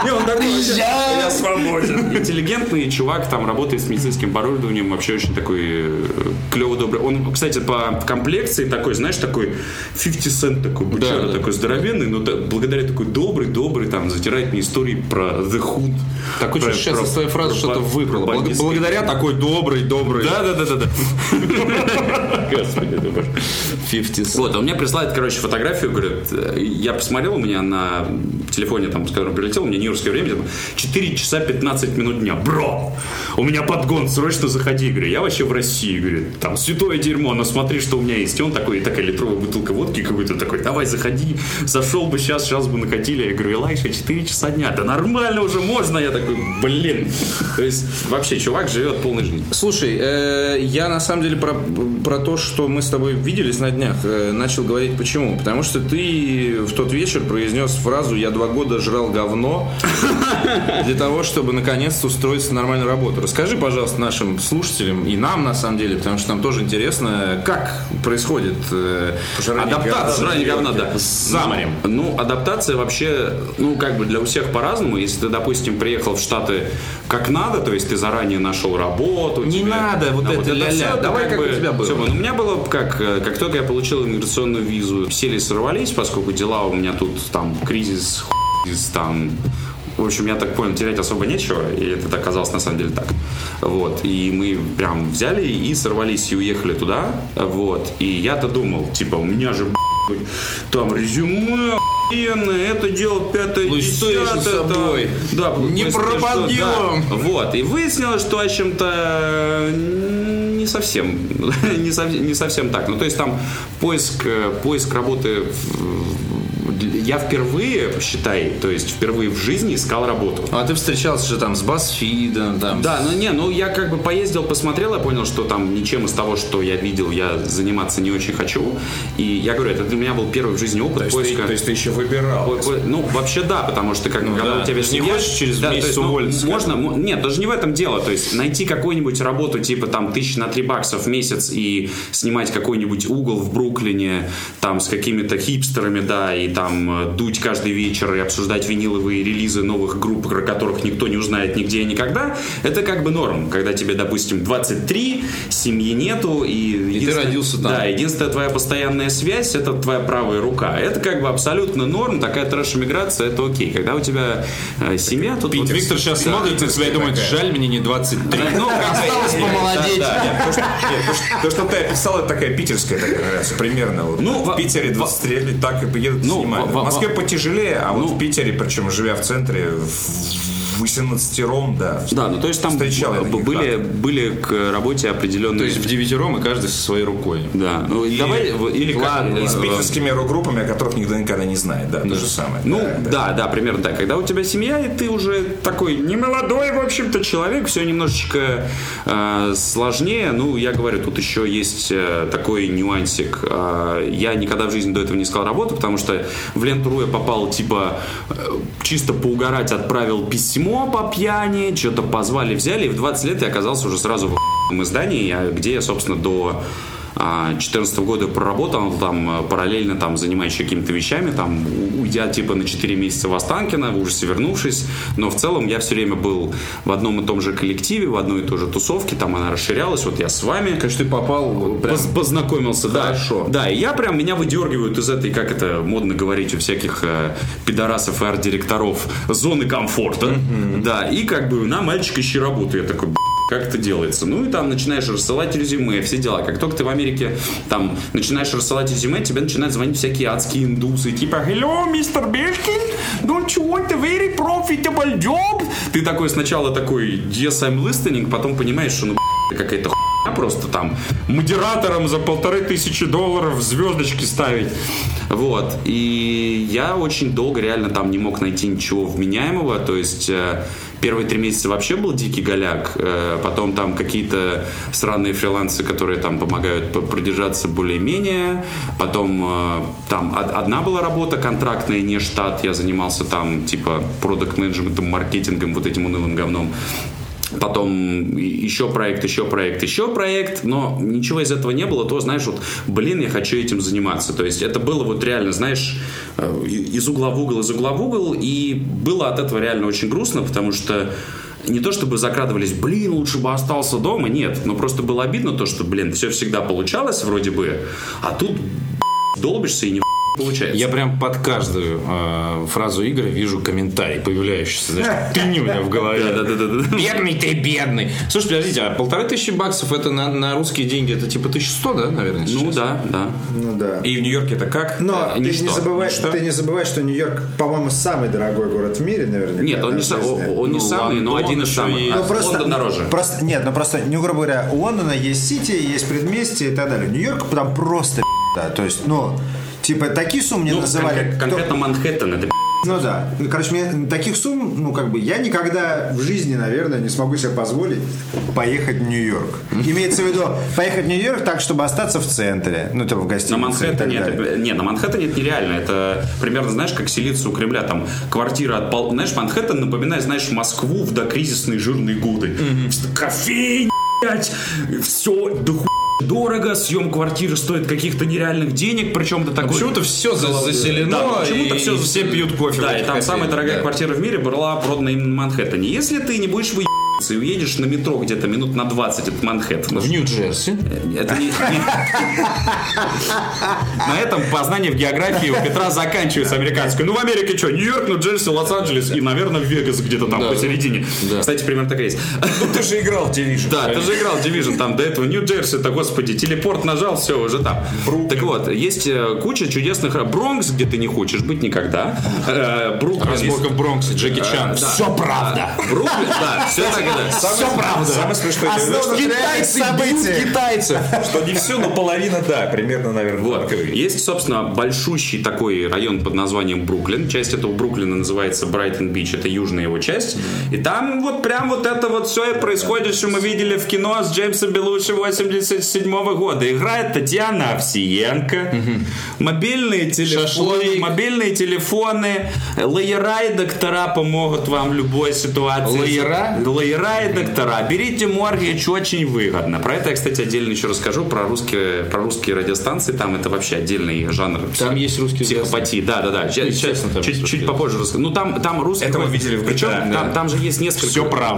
[SPEAKER 3] Не, он такой, я свободен.
[SPEAKER 6] Интеллигентный чувак, там работает с медицинским оборудованием, вообще очень такой клево добрый. Он, кстати, по комплекции такой, знаешь, такой 50 Cent такой, бычара
[SPEAKER 2] да.
[SPEAKER 6] такой здоровенный, но да- благодаря такой добрый, добрый, там, затирает мне истории про The Hood.
[SPEAKER 2] Такое
[SPEAKER 6] про-
[SPEAKER 2] ощущение,
[SPEAKER 6] про-
[SPEAKER 2] что из твоей фразы
[SPEAKER 6] про
[SPEAKER 2] что-то
[SPEAKER 6] бан-
[SPEAKER 2] выбрало.
[SPEAKER 6] про
[SPEAKER 2] Благ-
[SPEAKER 6] бандитские-
[SPEAKER 2] Благодаря такой добрый, добрый.
[SPEAKER 6] Да, да, да, да, да. Господи, ты боже.
[SPEAKER 2] 50 Cent.
[SPEAKER 6] Вот, он мне присылает, короче, фотографию, говорит, э, я посмотрел, у меня на телефоне, там, с которым прилетел, у меня нью-йоркское время, там, 4 часа 15 минут дня. Бро, у меня подгон, срочно заходи, говорю, я вообще в России, говорит, там, святое дерьмо, но смотри, что у меня есть. И он такой, такая литровая бутылка водки какой-то такой, давай, заходи, зашел бы сейчас, сейчас бы накатили. Я говорю, Элайша, 4 часа дня, да нормально уже, можно? Я такой, блин. То есть, вообще, чувак живет полной жизнью.
[SPEAKER 8] Слушай, э, я на самом деле про, про то, что мы с тобой виделись на днях, э, начал говорить почему. Потому что ты в тот вечер произнес фразу «Я два года жрал говно» для того, чтобы наконец-то устроиться на нормальную работу. Расскажи, пожалуйста, нашим слушателям и нам, на самом деле, потому что нам тоже интересно, как происходит э,
[SPEAKER 6] Адаптация.
[SPEAKER 8] адаптация.
[SPEAKER 6] Жрание говна, да.
[SPEAKER 8] За морем.
[SPEAKER 6] Ну, адаптация вообще, ну, как бы для у всех по-разному. Если ты, допустим, приехал в Штаты как надо, то есть ты заранее нашел работу.
[SPEAKER 8] Не
[SPEAKER 6] тебе- А
[SPEAKER 8] надо вот это
[SPEAKER 6] всё,
[SPEAKER 8] ля-ля.
[SPEAKER 6] ты
[SPEAKER 8] Давай, как у тебя было.
[SPEAKER 6] всё, ну, у меня было как, э, как только я получил иммиграционную визу, сели и сорвались, поскольку дела у меня тут там кризис, хуизис, там в общем, я так понял, терять особо нечего, и это оказалось на самом деле так. Вот, и мы прям взяли и сорвались и уехали туда, вот, и я-то думал, типа, у меня же, блядь, там резюме, охуенное, это дело пятое,
[SPEAKER 8] Ну Лысеешь
[SPEAKER 6] десятое, там.
[SPEAKER 8] собой.
[SPEAKER 6] Да,
[SPEAKER 8] Не
[SPEAKER 6] быстро,
[SPEAKER 8] пропадило.
[SPEAKER 6] что, да. Вот, и выяснилось, что, в общем-то, не совсем, не, сов- не совсем так. Ну, то есть там поиск, э, поиск работы в- я впервые, считай, то есть впервые в жизни искал работу.
[SPEAKER 8] А ты встречался же там с Басфидом, там,
[SPEAKER 6] Да, ну не, ну я как бы поездил, посмотрел, я понял, что там ничем из того, что я видел, я заниматься не очень хочу. И я говорю, это для меня был первый в жизни опыт
[SPEAKER 3] То есть,
[SPEAKER 6] поиска.
[SPEAKER 3] ты, то есть ты еще выбирал.
[SPEAKER 6] Ой, ой, Ну, вообще да, потому что как бы, когда
[SPEAKER 8] да.
[SPEAKER 6] у тебя
[SPEAKER 8] Ты
[SPEAKER 6] есть
[SPEAKER 8] же не
[SPEAKER 6] семья-
[SPEAKER 8] хочешь через
[SPEAKER 6] то
[SPEAKER 8] месяц
[SPEAKER 6] есть, ну,
[SPEAKER 8] уволиться,
[SPEAKER 6] Можно, м- нет, даже не в этом дело. То есть найти какую-нибудь работу типа там тысячи на три баксов в месяц и снимать какой-нибудь угол в Бруклине там с какими-то хипстерами, да, и там э, дуть каждый вечер и обсуждать виниловые релизы новых групп, про которых никто не узнает нигде и никогда, это как бы норм. Когда тебе, допустим, 23, семьи нету, и, единственное-
[SPEAKER 8] родился там.
[SPEAKER 6] Да, а единственная твоя постоянная связь это твоя правая рука. Это как бы абсолютно норм, такая трэш-эмиграция, это окей. Когда у тебя э, семья, тут вот-
[SPEAKER 9] Вот Виктор сейчас
[SPEAKER 6] Да.
[SPEAKER 9] смотрит на тебя и думает, жаль, мне не 23.
[SPEAKER 6] Ну, как бы,
[SPEAKER 8] помолодеть.
[SPEAKER 3] То, что, нет, то, что- то, что ты описал, это такая питерская такая вариация, примерно. Вот.
[SPEAKER 6] Ну, во-
[SPEAKER 3] в Питере 23 лет так и поедут
[SPEAKER 6] Ну,
[SPEAKER 3] снимать.
[SPEAKER 6] во- во-
[SPEAKER 3] в Москве
[SPEAKER 6] во- ну-
[SPEAKER 3] потяжелее, а вот в Питере, причем живя в центре, в 18 ром, да.
[SPEAKER 6] Да, ну то есть там
[SPEAKER 3] Встречал я
[SPEAKER 6] б-
[SPEAKER 3] таких,
[SPEAKER 6] были, были к работе определенные...
[SPEAKER 9] То есть в девятером и каждый со своей рукой.
[SPEAKER 6] Да. Ну, давай, в- или как-
[SPEAKER 3] И
[SPEAKER 6] э,
[SPEAKER 3] с питерскими рок-группами, о которых никто никогда не знает, да, то же самое.
[SPEAKER 6] Ну, да, да, примерно так. Когда у тебя семья, и ты уже такой немолодой, в общем-то, человек, все немножечко э, сложнее. Ну, я говорю, тут еще есть э, такой нюансик. Э, я никогда в жизни до этого не искал работу, потому что в ленту.ру я попал, типа, э, чисто поугарать, отправил письмо по пьяни, что-то позвали, взяли, и в 20 лет я оказался уже сразу в охуенном издании, а где я, собственно, до 2014 года проработал там э, параллельно там занимаясь еще какими-то вещами, там у- уйдя типа на 4 месяца в Останкино, в ужасе вернувшись, но в целом я все время был в одном и том же коллективе, в одной и той же тусовке, там она расширялась, вот я с вами.
[SPEAKER 8] Конечно, ты попал прям...
[SPEAKER 6] Поз- познакомился, да.
[SPEAKER 8] Хорошо.
[SPEAKER 6] Да, и я прям, меня выдергивают из этой, как это модно говорить у всяких э, пидорасов и арт-директоров, зоны комфорта. Да, и как бы на мальчик ищи работу. Я такой, «Б***ь, как это делается? Ну и там начинаешь рассылать резюме, все дела. Как только ты в Америке там начинаешь рассылать резюме, тебе начинают звонить всякие адские индусы, типа «Hello, мистер Бешкин, don't you want a very profitable job?» Ты такой сначала такой «Yes, I'm listening», потом понимаешь, что ну «Б***ь, какая-то хуйня я просто там модератором за полторы тысячи долларов звездочки ставить. Вот. И я очень долго реально там не мог найти ничего вменяемого. То есть э, первые три месяца вообще был дикий голяк. Э, потом там какие-то сраные фрилансы, которые там помогают п- продержаться более-менее. Потом э, там од- одна была работа контрактная, не штат. Я занимался там типа продукт-менеджментом, маркетингом, вот этим унылым говном. Потом еще проект, еще проект, еще проект, но ничего из этого не было, то, знаешь, вот, блин, я хочу этим заниматься. То есть это было вот реально, знаешь, э, из угла в угол, из угла в угол, и было от этого реально очень грустно, потому что не то чтобы закрадывались, блин, лучше бы остался дома, нет, но просто было обидно то, что, блин, все всегда получалось вроде бы, а тут долбишься и не получается.
[SPEAKER 2] Я прям под каждую э, фразу Игоря вижу комментарий, появляющийся. Знаешь, ты не у меня в голове.
[SPEAKER 6] Да-да-да-да.
[SPEAKER 2] Бедный ты, бедный. Слушай, подождите, а полторы тысячи баксов это на, на русские деньги, это типа 1100, да, наверное?
[SPEAKER 6] Ну
[SPEAKER 2] сейчас? Ну,
[SPEAKER 6] да, да.
[SPEAKER 7] Ну да.
[SPEAKER 3] И в Нью-Йорке это как?
[SPEAKER 7] Но
[SPEAKER 6] э,
[SPEAKER 7] ты,
[SPEAKER 6] ничто.
[SPEAKER 7] не забывай, ты не забывай, что Нью-Йорк, по-моему, самый дорогой город в мире, наверняка.
[SPEAKER 6] Нет, он
[SPEAKER 7] да,
[SPEAKER 6] не, са-
[SPEAKER 7] то есть,
[SPEAKER 6] о- он не
[SPEAKER 9] Ну,
[SPEAKER 6] самый, но
[SPEAKER 9] Лондон
[SPEAKER 6] один из
[SPEAKER 9] еще
[SPEAKER 6] самых.
[SPEAKER 9] и-
[SPEAKER 6] А
[SPEAKER 7] Ну, просто,
[SPEAKER 6] Лондон дороже.
[SPEAKER 7] Просто, нет, ну просто, не грубо говоря, у Лондона есть сити, есть предместье и так далее. Нью-Йорк там просто да, то есть, ну, типа, такие суммы не
[SPEAKER 6] Ну,
[SPEAKER 7] называли.
[SPEAKER 6] конкрет- конкретно Манхэттен это
[SPEAKER 7] Ну да. Ну, короче, мне таких сумм, ну, как бы, я никогда в жизни, наверное, не смогу себе позволить поехать в Нью-Йорк. Имеется в виду, поехать в Нью-Йорк так, чтобы остаться в центре. Ну, там, в
[SPEAKER 6] На
[SPEAKER 7] гостинице и так
[SPEAKER 6] Манхэттене
[SPEAKER 7] далее.
[SPEAKER 6] это, не, на Манхэттене это нереально. Это примерно, знаешь, как селиться у Кремля. Там квартира от пол... Знаешь, Манхэттен напоминает, знаешь, Москву в докризисные жирные годы. Просто Кофей, блядь, все до ху- дорого, съем квартиры стоит каких-то нереальных денег, причем это такой...
[SPEAKER 9] Почему-то все за- заселено,
[SPEAKER 6] Да, ну, почему-то
[SPEAKER 9] и
[SPEAKER 6] все,
[SPEAKER 9] все пьют кофе. в
[SPEAKER 6] Да, и
[SPEAKER 9] этих
[SPEAKER 6] там самая
[SPEAKER 9] кофейнях,
[SPEAKER 6] дорогая
[SPEAKER 9] да.
[SPEAKER 6] квартира в мире была продана именно на Манхэттене. Если ты не будешь выебаться и уедешь на метро где-то минут на 20 от Манхэттена, э,
[SPEAKER 9] В Нью-Джерси.
[SPEAKER 6] это не- не- На этом познание в географии у Петра заканчивается американское. Ну, в Америке что? Нью-Йорк, Нью-Джерси, Лос-Анджелес и, наверное, Вегас где-то там посередине. Кстати, примерно так и есть.
[SPEAKER 3] Ты же играл в Division.
[SPEAKER 6] Да, ты же играл в Division, там до этого Нью-Джерси, то господи, телепорт нажал, все, уже там. Так вот, есть э, куча чудесных... ра- Бронкс, где ты не хочешь быть никогда. Э, Бруклин.
[SPEAKER 2] Разборка в Бронксе, Джеки Чан.
[SPEAKER 6] Все правда. Бруклин, да, все так, да.
[SPEAKER 3] Все правда. Самое смешное,
[SPEAKER 6] А
[SPEAKER 3] я знаю,
[SPEAKER 7] Основано на реальных событиях.
[SPEAKER 3] что не все, но половина, да, примерно, наверное.
[SPEAKER 6] Вот.
[SPEAKER 3] так и выглядит.
[SPEAKER 6] Есть, собственно, большущий такой район под названием Бруклин. Часть этого Бруклина называется Брайтон-Бич, это южная его часть. И там вот прям вот это вот все и происходит, что мы видели в кино с Джеймсом Белуши 87 года. Играет Татьяна Овсиенко. Мобильные телефоны,
[SPEAKER 9] Шашлык.
[SPEAKER 6] мобильные телефоны, лайера и доктора помогут вам в любой ситуации.
[SPEAKER 9] Лайера?
[SPEAKER 6] Лайера и доктора. Берите Моргич очень выгодно. Про это я, кстати, отдельно еще расскажу. Про русские, про русские радиостанции. Там это вообще отдельный жанр.
[SPEAKER 9] Там есть русские
[SPEAKER 6] Психопатии, да, да, да. Сейчас,
[SPEAKER 9] честно, там
[SPEAKER 6] чуть,
[SPEAKER 9] есть
[SPEAKER 6] чуть попозже расскажу. Ну там, там русский.
[SPEAKER 3] Это мы
[SPEAKER 6] какой-
[SPEAKER 3] видели в GTA,
[SPEAKER 6] Причем
[SPEAKER 3] да.
[SPEAKER 6] там, там же есть несколько,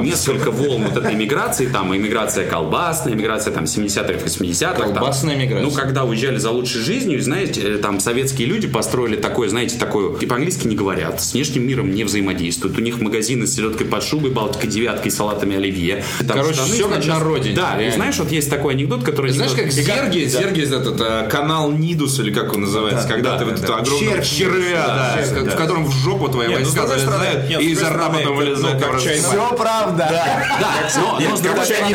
[SPEAKER 6] несколько волн вот этой миграции. Там иммиграция колбасная, иммиграция там 70-х, 80-х. там.
[SPEAKER 9] Колбасная миграция.
[SPEAKER 6] Ну, когда уезжали за лучшей жизнью, знаете, э, там советские люди построили такое, знаете, такое, и по-английски не говорят, с внешним миром не взаимодействуют. У них магазины с селедкой под шубой, балтикой девяткой, салатами оливье. Там
[SPEAKER 9] Короче,
[SPEAKER 6] штаны,
[SPEAKER 9] всё как
[SPEAKER 6] значит,
[SPEAKER 9] на родине,
[SPEAKER 6] Да, и
[SPEAKER 9] реально.
[SPEAKER 6] знаешь, вот есть такой анекдот, который...
[SPEAKER 9] Знаешь,
[SPEAKER 6] анекдот-
[SPEAKER 9] как
[SPEAKER 6] И
[SPEAKER 9] Зергис,
[SPEAKER 6] да.
[SPEAKER 9] Зергис этот э, канал Нидус, или как он называется, когда ты вот это огромного
[SPEAKER 7] Червь
[SPEAKER 9] червя, да,
[SPEAKER 7] Червь,
[SPEAKER 9] как- в котором в жопу твои
[SPEAKER 3] Нет, ну, с
[SPEAKER 9] войска
[SPEAKER 3] другой стороны,
[SPEAKER 9] залезают,
[SPEAKER 3] нет,
[SPEAKER 9] и
[SPEAKER 3] с
[SPEAKER 9] изо
[SPEAKER 3] другой
[SPEAKER 9] рта
[SPEAKER 3] стороны,
[SPEAKER 9] потом
[SPEAKER 3] это, ну,
[SPEAKER 9] вылезает
[SPEAKER 3] как
[SPEAKER 9] образцы.
[SPEAKER 3] чай
[SPEAKER 7] Все правда.
[SPEAKER 6] Да, но, но с другой
[SPEAKER 3] короче, они
[SPEAKER 6] стороны,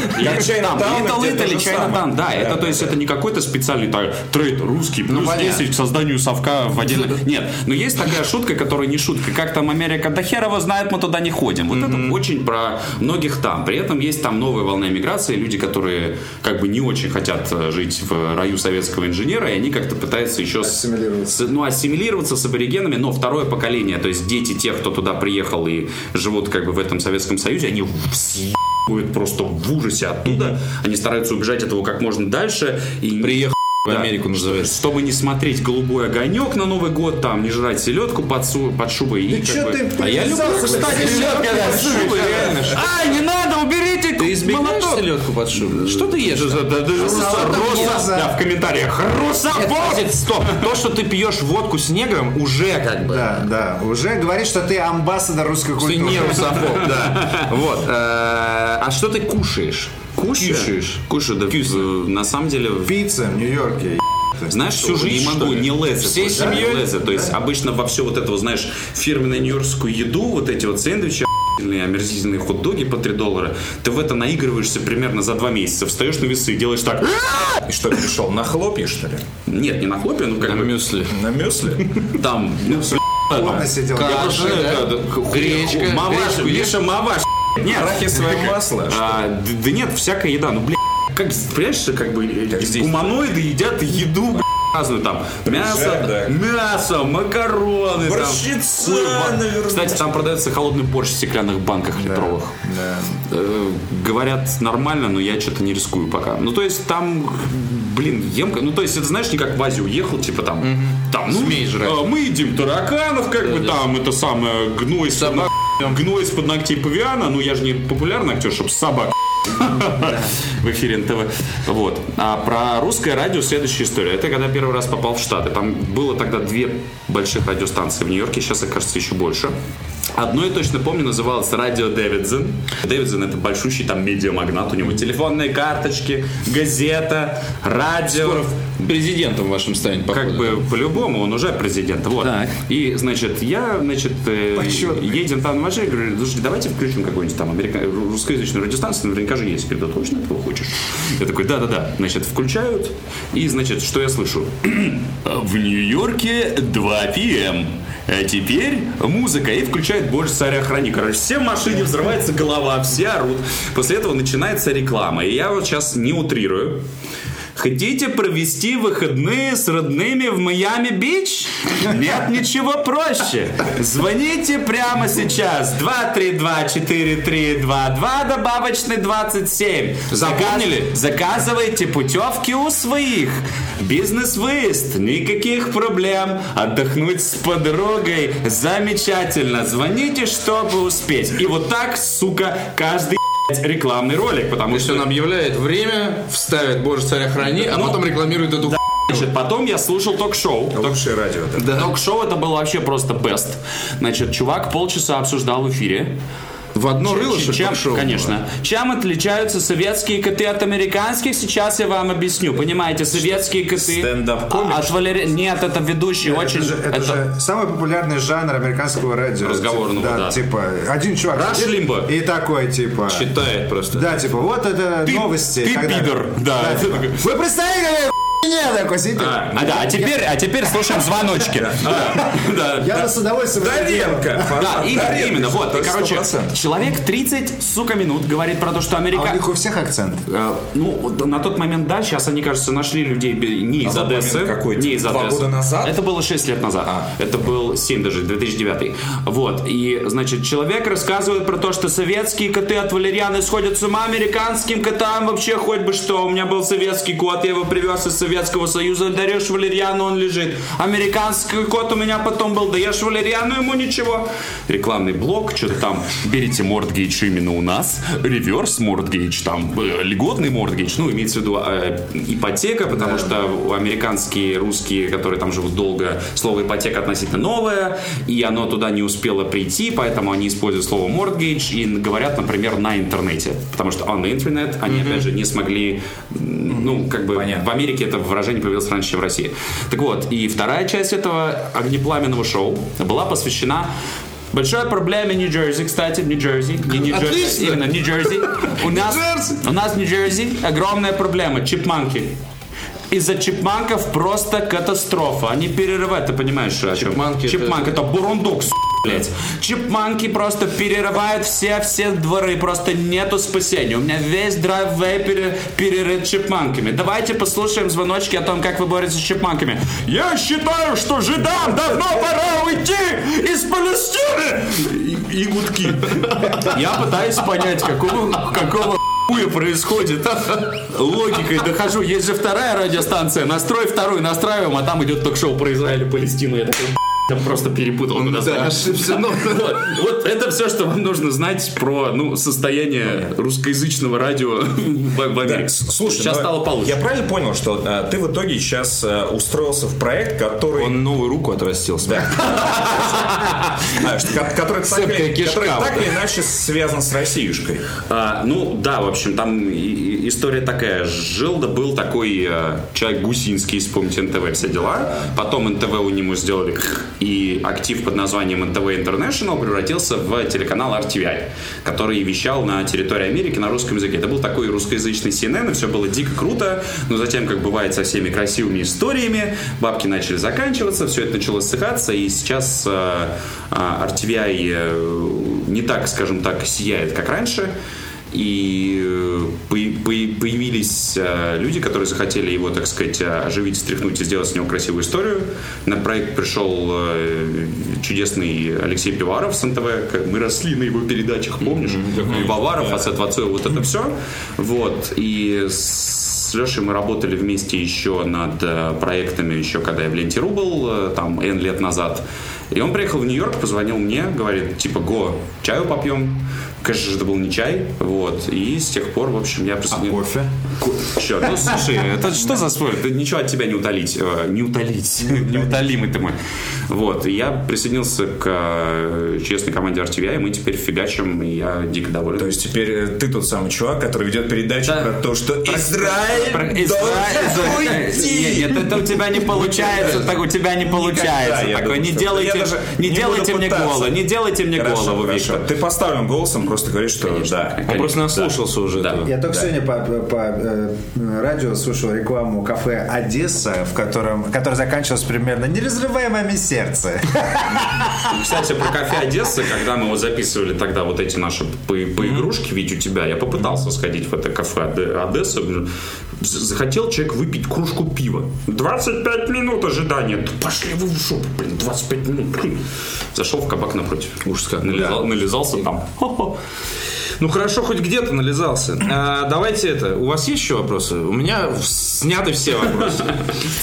[SPEAKER 6] поступили.
[SPEAKER 3] Чайнатаун,
[SPEAKER 6] Little
[SPEAKER 3] где то
[SPEAKER 6] Italy,
[SPEAKER 3] же самое.
[SPEAKER 6] Чайнатаун, да, Ну, это то есть это не какой-то специальный та- трейд русский, плюс
[SPEAKER 9] понятно.
[SPEAKER 6] 10 к созданию совка в отдельно. Нет, но есть такая шутка, которая не шутка. Как там Америка, да хер его знает, мы туда не ходим. Вот это очень про многих там. При этом есть там новая волна миграции, люди, которые как бы не очень хотят э, жить в раю советского инженера, и они как-то пытаются еще с-
[SPEAKER 7] Ассимилироваться.
[SPEAKER 6] с- ну, ассимилироваться с аборигенами, но второе поколение, то есть дети тех, кто туда приехал и живут как бы в этом Советском Союзе, они съебывают просто в ужасе оттуда. Они стараются убежать этого как можно дальше. И
[SPEAKER 9] Приехал в
[SPEAKER 6] Да.
[SPEAKER 9] Америку называется.
[SPEAKER 6] чтобы не смотреть голубой огонек на Новый год, там не жрать селедку под, су- под шубой. и как
[SPEAKER 7] чё
[SPEAKER 6] бы-
[SPEAKER 7] ты
[SPEAKER 6] а я люблю,
[SPEAKER 7] привязался к
[SPEAKER 6] кстати,
[SPEAKER 7] этой
[SPEAKER 6] селедку
[SPEAKER 7] селёдке
[SPEAKER 6] под
[SPEAKER 7] под
[SPEAKER 6] шубой, реально. А, не надо, уберите
[SPEAKER 9] Ты избегаешь
[SPEAKER 6] молоток.
[SPEAKER 9] селедку под шубу?
[SPEAKER 6] Что ты ешь? Да, да, да, руса- руса- да, в комментариях. Русофоб!
[SPEAKER 9] Хватит, стоп. То, что ты пьешь водку с негром, уже как бы.
[SPEAKER 7] Да, да. Уже говорит, что ты амбассадор русской
[SPEAKER 9] Ты
[SPEAKER 7] культуры.
[SPEAKER 9] не русофоб, да. Вот. э, А что ты кушаешь?
[SPEAKER 6] Кушаю.
[SPEAKER 9] Кушаешь.
[SPEAKER 6] Кушаю, да, э, на самом деле... в-
[SPEAKER 7] Пицца в Нью-Йорке.
[SPEAKER 6] Знаешь, всю жизнь не могу, не лезет.
[SPEAKER 9] Всей
[SPEAKER 6] вот, да, не
[SPEAKER 9] семьей?
[SPEAKER 6] лезет. То есть обычно во все вот это, вот, знаешь, фирменную нью-йоркскую еду, вот эти вот сэндвичи охуительные, омерзительные хот-доги по 3 доллара, ты в это наигрываешься примерно за 2 месяца. Встаешь на весы и делаешь так.
[SPEAKER 3] И что, пришел на хлопья, что ли?
[SPEAKER 6] Нет, не на хлопья, ну как бы
[SPEAKER 9] Мюсли.
[SPEAKER 3] На мюсли?
[SPEAKER 6] там. ну,
[SPEAKER 7] Плотно сидел.
[SPEAKER 9] Каша, да? Гречка.
[SPEAKER 6] Маваш,
[SPEAKER 9] гречку ешь.
[SPEAKER 6] Миша, маваш. Нет,
[SPEAKER 3] Арахисовое масло.
[SPEAKER 6] А, д- да, нет, всякая еда, ну, блядь, как, понимаешь, как бы э,
[SPEAKER 3] здесь.
[SPEAKER 6] гуманоиды едят еду, блядь, разную там мясо, мясо, макароны, там.
[SPEAKER 3] Борщица,
[SPEAKER 6] Ой, ба-
[SPEAKER 3] наверное.
[SPEAKER 6] Кстати, там продается холодный борщ в стеклянных банках литровых. Э, Говорят нормально, но я что-то не рискую пока. Ну то есть там, блин, емко. Ну то есть это знаешь, не как в Азию уехал, типа там, там, ну,
[SPEAKER 9] Змей жрать.
[SPEAKER 6] э, мы едим тараканов, как бы там это самое гной с
[SPEAKER 9] Собак.
[SPEAKER 6] гной из-под ногтей павиана, ну я же не популярный актер, чтобы собак в эфире НТВ. Вот. А про русское радио следующая история. Это когда первый раз попал в Штаты. Там было тогда две больших радиостанции в Нью-Йорке, сейчас их кажется еще больше. Одно я точно помню, называлось Радио Дэвидсон. Дэвидсон это большущий там медиамагнат, у него телефонные карточки, газета, радио.
[SPEAKER 9] Президентом вашим станет, походу.
[SPEAKER 6] Как бы по-любому, он уже президент. Вот.
[SPEAKER 9] Так.
[SPEAKER 6] И, значит, я, значит, э, едем там на машине, говорю, слушай, давайте включим какую-нибудь там америка- русскоязычную радиостанцию, наверняка же есть. Говорю, да точно этого хочешь? Я такой, да-да-да. Значит, включают, и, значит, что я слышу? В Нью-Йорке 2 p.m. А теперь музыка. И включает больше царя храни. Короче, все в машине взрывается голова, все орут. После этого начинается реклама. И я вот сейчас не утрирую. Хотите провести выходные с родными в Майами-Бич? Нет ничего проще. Звоните прямо сейчас. 232-4322, добавочный 27. Запомнили? заказывайте путевки у своих. Бизнес-выезд, никаких проблем. Отдохнуть с подругой, замечательно. Звоните, чтобы успеть. И вот так, сука, каждый рекламный ролик, потому
[SPEAKER 9] То есть
[SPEAKER 6] что...
[SPEAKER 9] он объявляет время, вставит «Боже, царя храни», а
[SPEAKER 6] Ну,
[SPEAKER 9] потом рекламирует эту
[SPEAKER 6] Значит, потом я слушал ток-шоу.
[SPEAKER 3] Лучшее радио. да.
[SPEAKER 6] Ток-шоу это было вообще просто best. Значит, чувак полчаса обсуждал в эфире.
[SPEAKER 9] в одно рыло,
[SPEAKER 6] Чем-
[SPEAKER 9] что
[SPEAKER 6] чем,
[SPEAKER 9] шоу.
[SPEAKER 6] конечно. Чем отличаются советские коты от американских? Сейчас я вам объясню. Понимаете, советские коты
[SPEAKER 3] стендап-комик,
[SPEAKER 6] а- от Валери- Нет, это ведущий очень.
[SPEAKER 7] Это, же, это же самый популярный жанр американского радио.
[SPEAKER 6] Разговорного,
[SPEAKER 7] Типа,
[SPEAKER 6] да.
[SPEAKER 7] Типа, один чувак
[SPEAKER 6] Rush
[SPEAKER 7] сидит
[SPEAKER 6] Limbaugh.
[SPEAKER 7] и такой, типа...
[SPEAKER 6] считает просто.
[SPEAKER 7] Да, типа, вот это
[SPEAKER 6] Ты-
[SPEAKER 7] новости. и
[SPEAKER 6] ты
[SPEAKER 7] так далее.
[SPEAKER 6] пидор. Да, это такой.
[SPEAKER 7] Вы представили, какая хуйня такой сидит?
[SPEAKER 6] А, а, да, а теперь, а теперь слушаем звоночки. Да, да,
[SPEAKER 7] Я
[SPEAKER 6] да.
[SPEAKER 7] бы с удовольствием... это делал.
[SPEAKER 6] Да, и-
[SPEAKER 3] Даренко,
[SPEAKER 6] именно, вот. И,
[SPEAKER 3] сто
[SPEAKER 6] короче,
[SPEAKER 3] процентов.
[SPEAKER 6] человек 30, сука, минут говорит про то, что
[SPEAKER 7] А у
[SPEAKER 6] американцы...
[SPEAKER 7] них у всех акцент.
[SPEAKER 6] Э, Ну, вот на тот момент, да, сейчас они, кажется, нашли людей бе- не из
[SPEAKER 3] А тот момент
[SPEAKER 6] Одессы.
[SPEAKER 3] какой?
[SPEAKER 6] Не из
[SPEAKER 3] Два
[SPEAKER 6] Одессы.
[SPEAKER 3] года назад?
[SPEAKER 6] Это было 6 лет назад. Это был 7 даже, 2009. Вот, и, значит, человек рассказывает про то, что советские коты от валерьяны сходят с ума, американским котам вообще хоть бы что. У меня был советский кот, я его привез из Советского Союза, даешь валерьяну, он лежит. Американский кот у меня потом был, даешь валерьяну, ему ничего. Рекламный блок, что-то там, берите мордгейдж именно у нас, реверс мордгейдж, там, э, льготный мордгейдж, ну, имеется в виду э, ипотека, потому что американские, русские, которые там живут долго, слово ипотека относительно новое, и оно туда не успело прийти, поэтому они используют слово мордгейдж и говорят, например, на интернете, потому что on the internet они, опять же, не смогли, м, ну, как бы, в Америке это выражение появилось раньше, чем в России. Так вот, и вторая часть этого огнепламенного шоу была посвящена Большая проблема Нью-Джерси, кстати, Нью-Джерси. Не Нью-Джерси,
[SPEAKER 9] Отлично.
[SPEAKER 6] именно Нью-Джерси. У нас, у нас в Нью-Джерси огромная проблема. Чипманки. Из-за чипманков просто катастрофа. Они перерывают, ты понимаешь, о чем?
[SPEAKER 9] Чипманки это-
[SPEAKER 6] Чипманк это бурундук, с***, блядь. Чипманки просто перерывают все-все дворы. Просто нету спасения. У меня весь драйввей пере- перерыт чипманками. Давайте послушаем звоночки о том, как вы боретесь с чипманками. Я считаю, что жидам давно пора уйти из Палестины! И, и гудки. Я пытаюсь понять, какого, какого хуя происходит. Логикой дохожу. Есть же вторая радиостанция. Настрой вторую, настраиваем, а там идет ток-шоу про Израиль и Палестину. Я такой, я просто перепутал. куда
[SPEAKER 9] Да,
[SPEAKER 6] ставить.
[SPEAKER 9] ошибся. Ну,
[SPEAKER 6] Вот, вот это все, что вам нужно знать про ну, состояние русскоязычного радио в, в Америке.
[SPEAKER 3] Слушай,
[SPEAKER 6] сейчас
[SPEAKER 3] ну,
[SPEAKER 6] стало получше.
[SPEAKER 3] Я правильно понял, что э, ты в итоге сейчас э, устроился в проект, который...
[SPEAKER 8] Он новую руку отрастил.
[SPEAKER 3] Да. А, что- ко- Который так
[SPEAKER 9] Цепкая
[SPEAKER 3] или-
[SPEAKER 9] кишка
[SPEAKER 3] который
[SPEAKER 9] вот
[SPEAKER 3] так или иначе связан с Россиюшкой.
[SPEAKER 6] А, ну да, в общем, там и- и- история такая. Жил да был такой э, человек Гусинский, вспомните НТВ, все дела. Потом НТВ у него сделали кх, и актив под названием НТВ International превратился в телеканал RTVI, который вещал на территории Америки на русском языке. Это был такой русскоязычный CNN, и все было дико круто. Но затем, как бывает со всеми красивыми историями, бабки начали заканчиваться, все это начало ссыхаться, и сейчас э, э, RTVI э, не так, скажем так, сияет, как раньше. и э, пои- пои- появились э, люди, которые захотели его, так сказать, э, оживить, стряхнуть и сделать с него красивую историю. На проект пришел э, чудесный Алексей Пиваров с НТВ, как мы росли на его передачах, помнишь? Пивоваров, Асет Вацуев, вот это все. Вот, и с Лешей мы работали вместе еще над э, проектами, еще когда я в Ленте.ру был, э, там, N лет назад. И он приехал в Нью-Йорк, позвонил мне, говорит, типа, го, чаю попьем. Конечно же, это был не чай, вот. И с тех пор, в общем, я присоединился.
[SPEAKER 3] А
[SPEAKER 4] Кофе.
[SPEAKER 6] Черт, ну слушай, это что за спорт? Ты ничего от тебя не утолить. Э, Не утолить. Неутолимый ты мой. Вот, и я присоединился к э, честной команде RTVI, и мы теперь фигачим, и я дико доволен.
[SPEAKER 3] То есть теперь э, ты тот самый чувак, который ведет передачу про то, что Израиль
[SPEAKER 10] Про- из-
[SPEAKER 3] должен
[SPEAKER 10] из- Нет,
[SPEAKER 3] уйти.
[SPEAKER 10] нет, это у тебя не получается, так у тебя не получается.
[SPEAKER 3] я
[SPEAKER 10] Такое
[SPEAKER 3] думаю,
[SPEAKER 10] не
[SPEAKER 3] что- Я
[SPEAKER 10] делайте,
[SPEAKER 3] даже
[SPEAKER 10] не
[SPEAKER 3] не
[SPEAKER 10] делайте
[SPEAKER 3] буду
[SPEAKER 10] мне
[SPEAKER 3] пытаться.
[SPEAKER 10] голову, не делайте мне голову,
[SPEAKER 3] хорошо.
[SPEAKER 10] Виктор.
[SPEAKER 3] Ты поставленным голосом просто говоришь, что да.
[SPEAKER 11] Он просто наслушался уже. этого.
[SPEAKER 4] Я только сегодня по, по- по, э, радио слушал рекламу кафе Одесса, в котором, которое заканчивалось примерно «Не разрывай маме сердце».
[SPEAKER 6] Кстати, про кофе Одессы, когда мы вот записывали тогда вот эти наши по, по игрушке, ведь у тебя, я попытался сходить в это кафе Оде- Одесса, З- захотел человек выпить кружку пива. 25 минут ожидания. Да пошли вы в жопу, блин, 25 минут. блин. Зашел в кабак напротив. Ужас как. Нализался там. Хо-хо.
[SPEAKER 2] Ну хорошо, хоть где-то нализался. А, давайте это. У вас есть еще вопросы? У меня в- сняты все вопросы.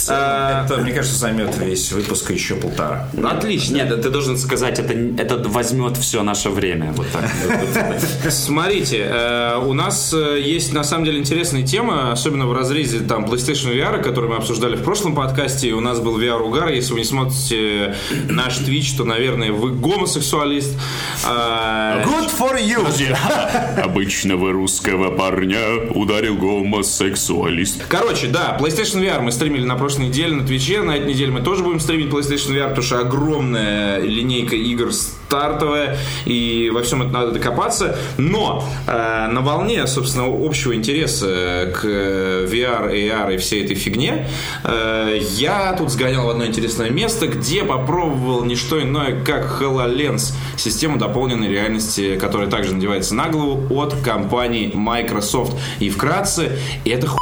[SPEAKER 2] А,
[SPEAKER 3] Это, мне кажется, займет весь выпуск и еще полтора.
[SPEAKER 10] Отлично. Нет, ты должен сказать, это, это возьмет все наше время. Вот так.
[SPEAKER 2] Смотрите, э, у нас э, есть на самом деле интересные темы, особенно в разрезе там PlayStation VR, который мы обсуждали в прошлом подкасте. и У нас был VR угар. Если вы не смотрите наш Twitch, то, наверное, вы гомосексуалист. А,
[SPEAKER 4] Good for you.
[SPEAKER 6] Обычного русского парня ударил гомосексуалист.
[SPEAKER 2] Короче, да, PlayStation VR мы стримили на прошлой неделе на Твиче. На этой неделе мы тоже будем стримить PlayStation VR, потому что огромная линейка игр стартовая, и во всем это надо докопаться. Но э, на волне, собственно, общего интереса к э, VR, AR и всей этой фигне, э, я тут сгонял в одно интересное место, где попробовал не что иное, как HoloLens, систему дополненной реальности, которая также надевается на голову от компании Microsoft. И вкратце, это ху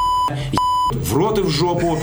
[SPEAKER 2] в рот и в жопу,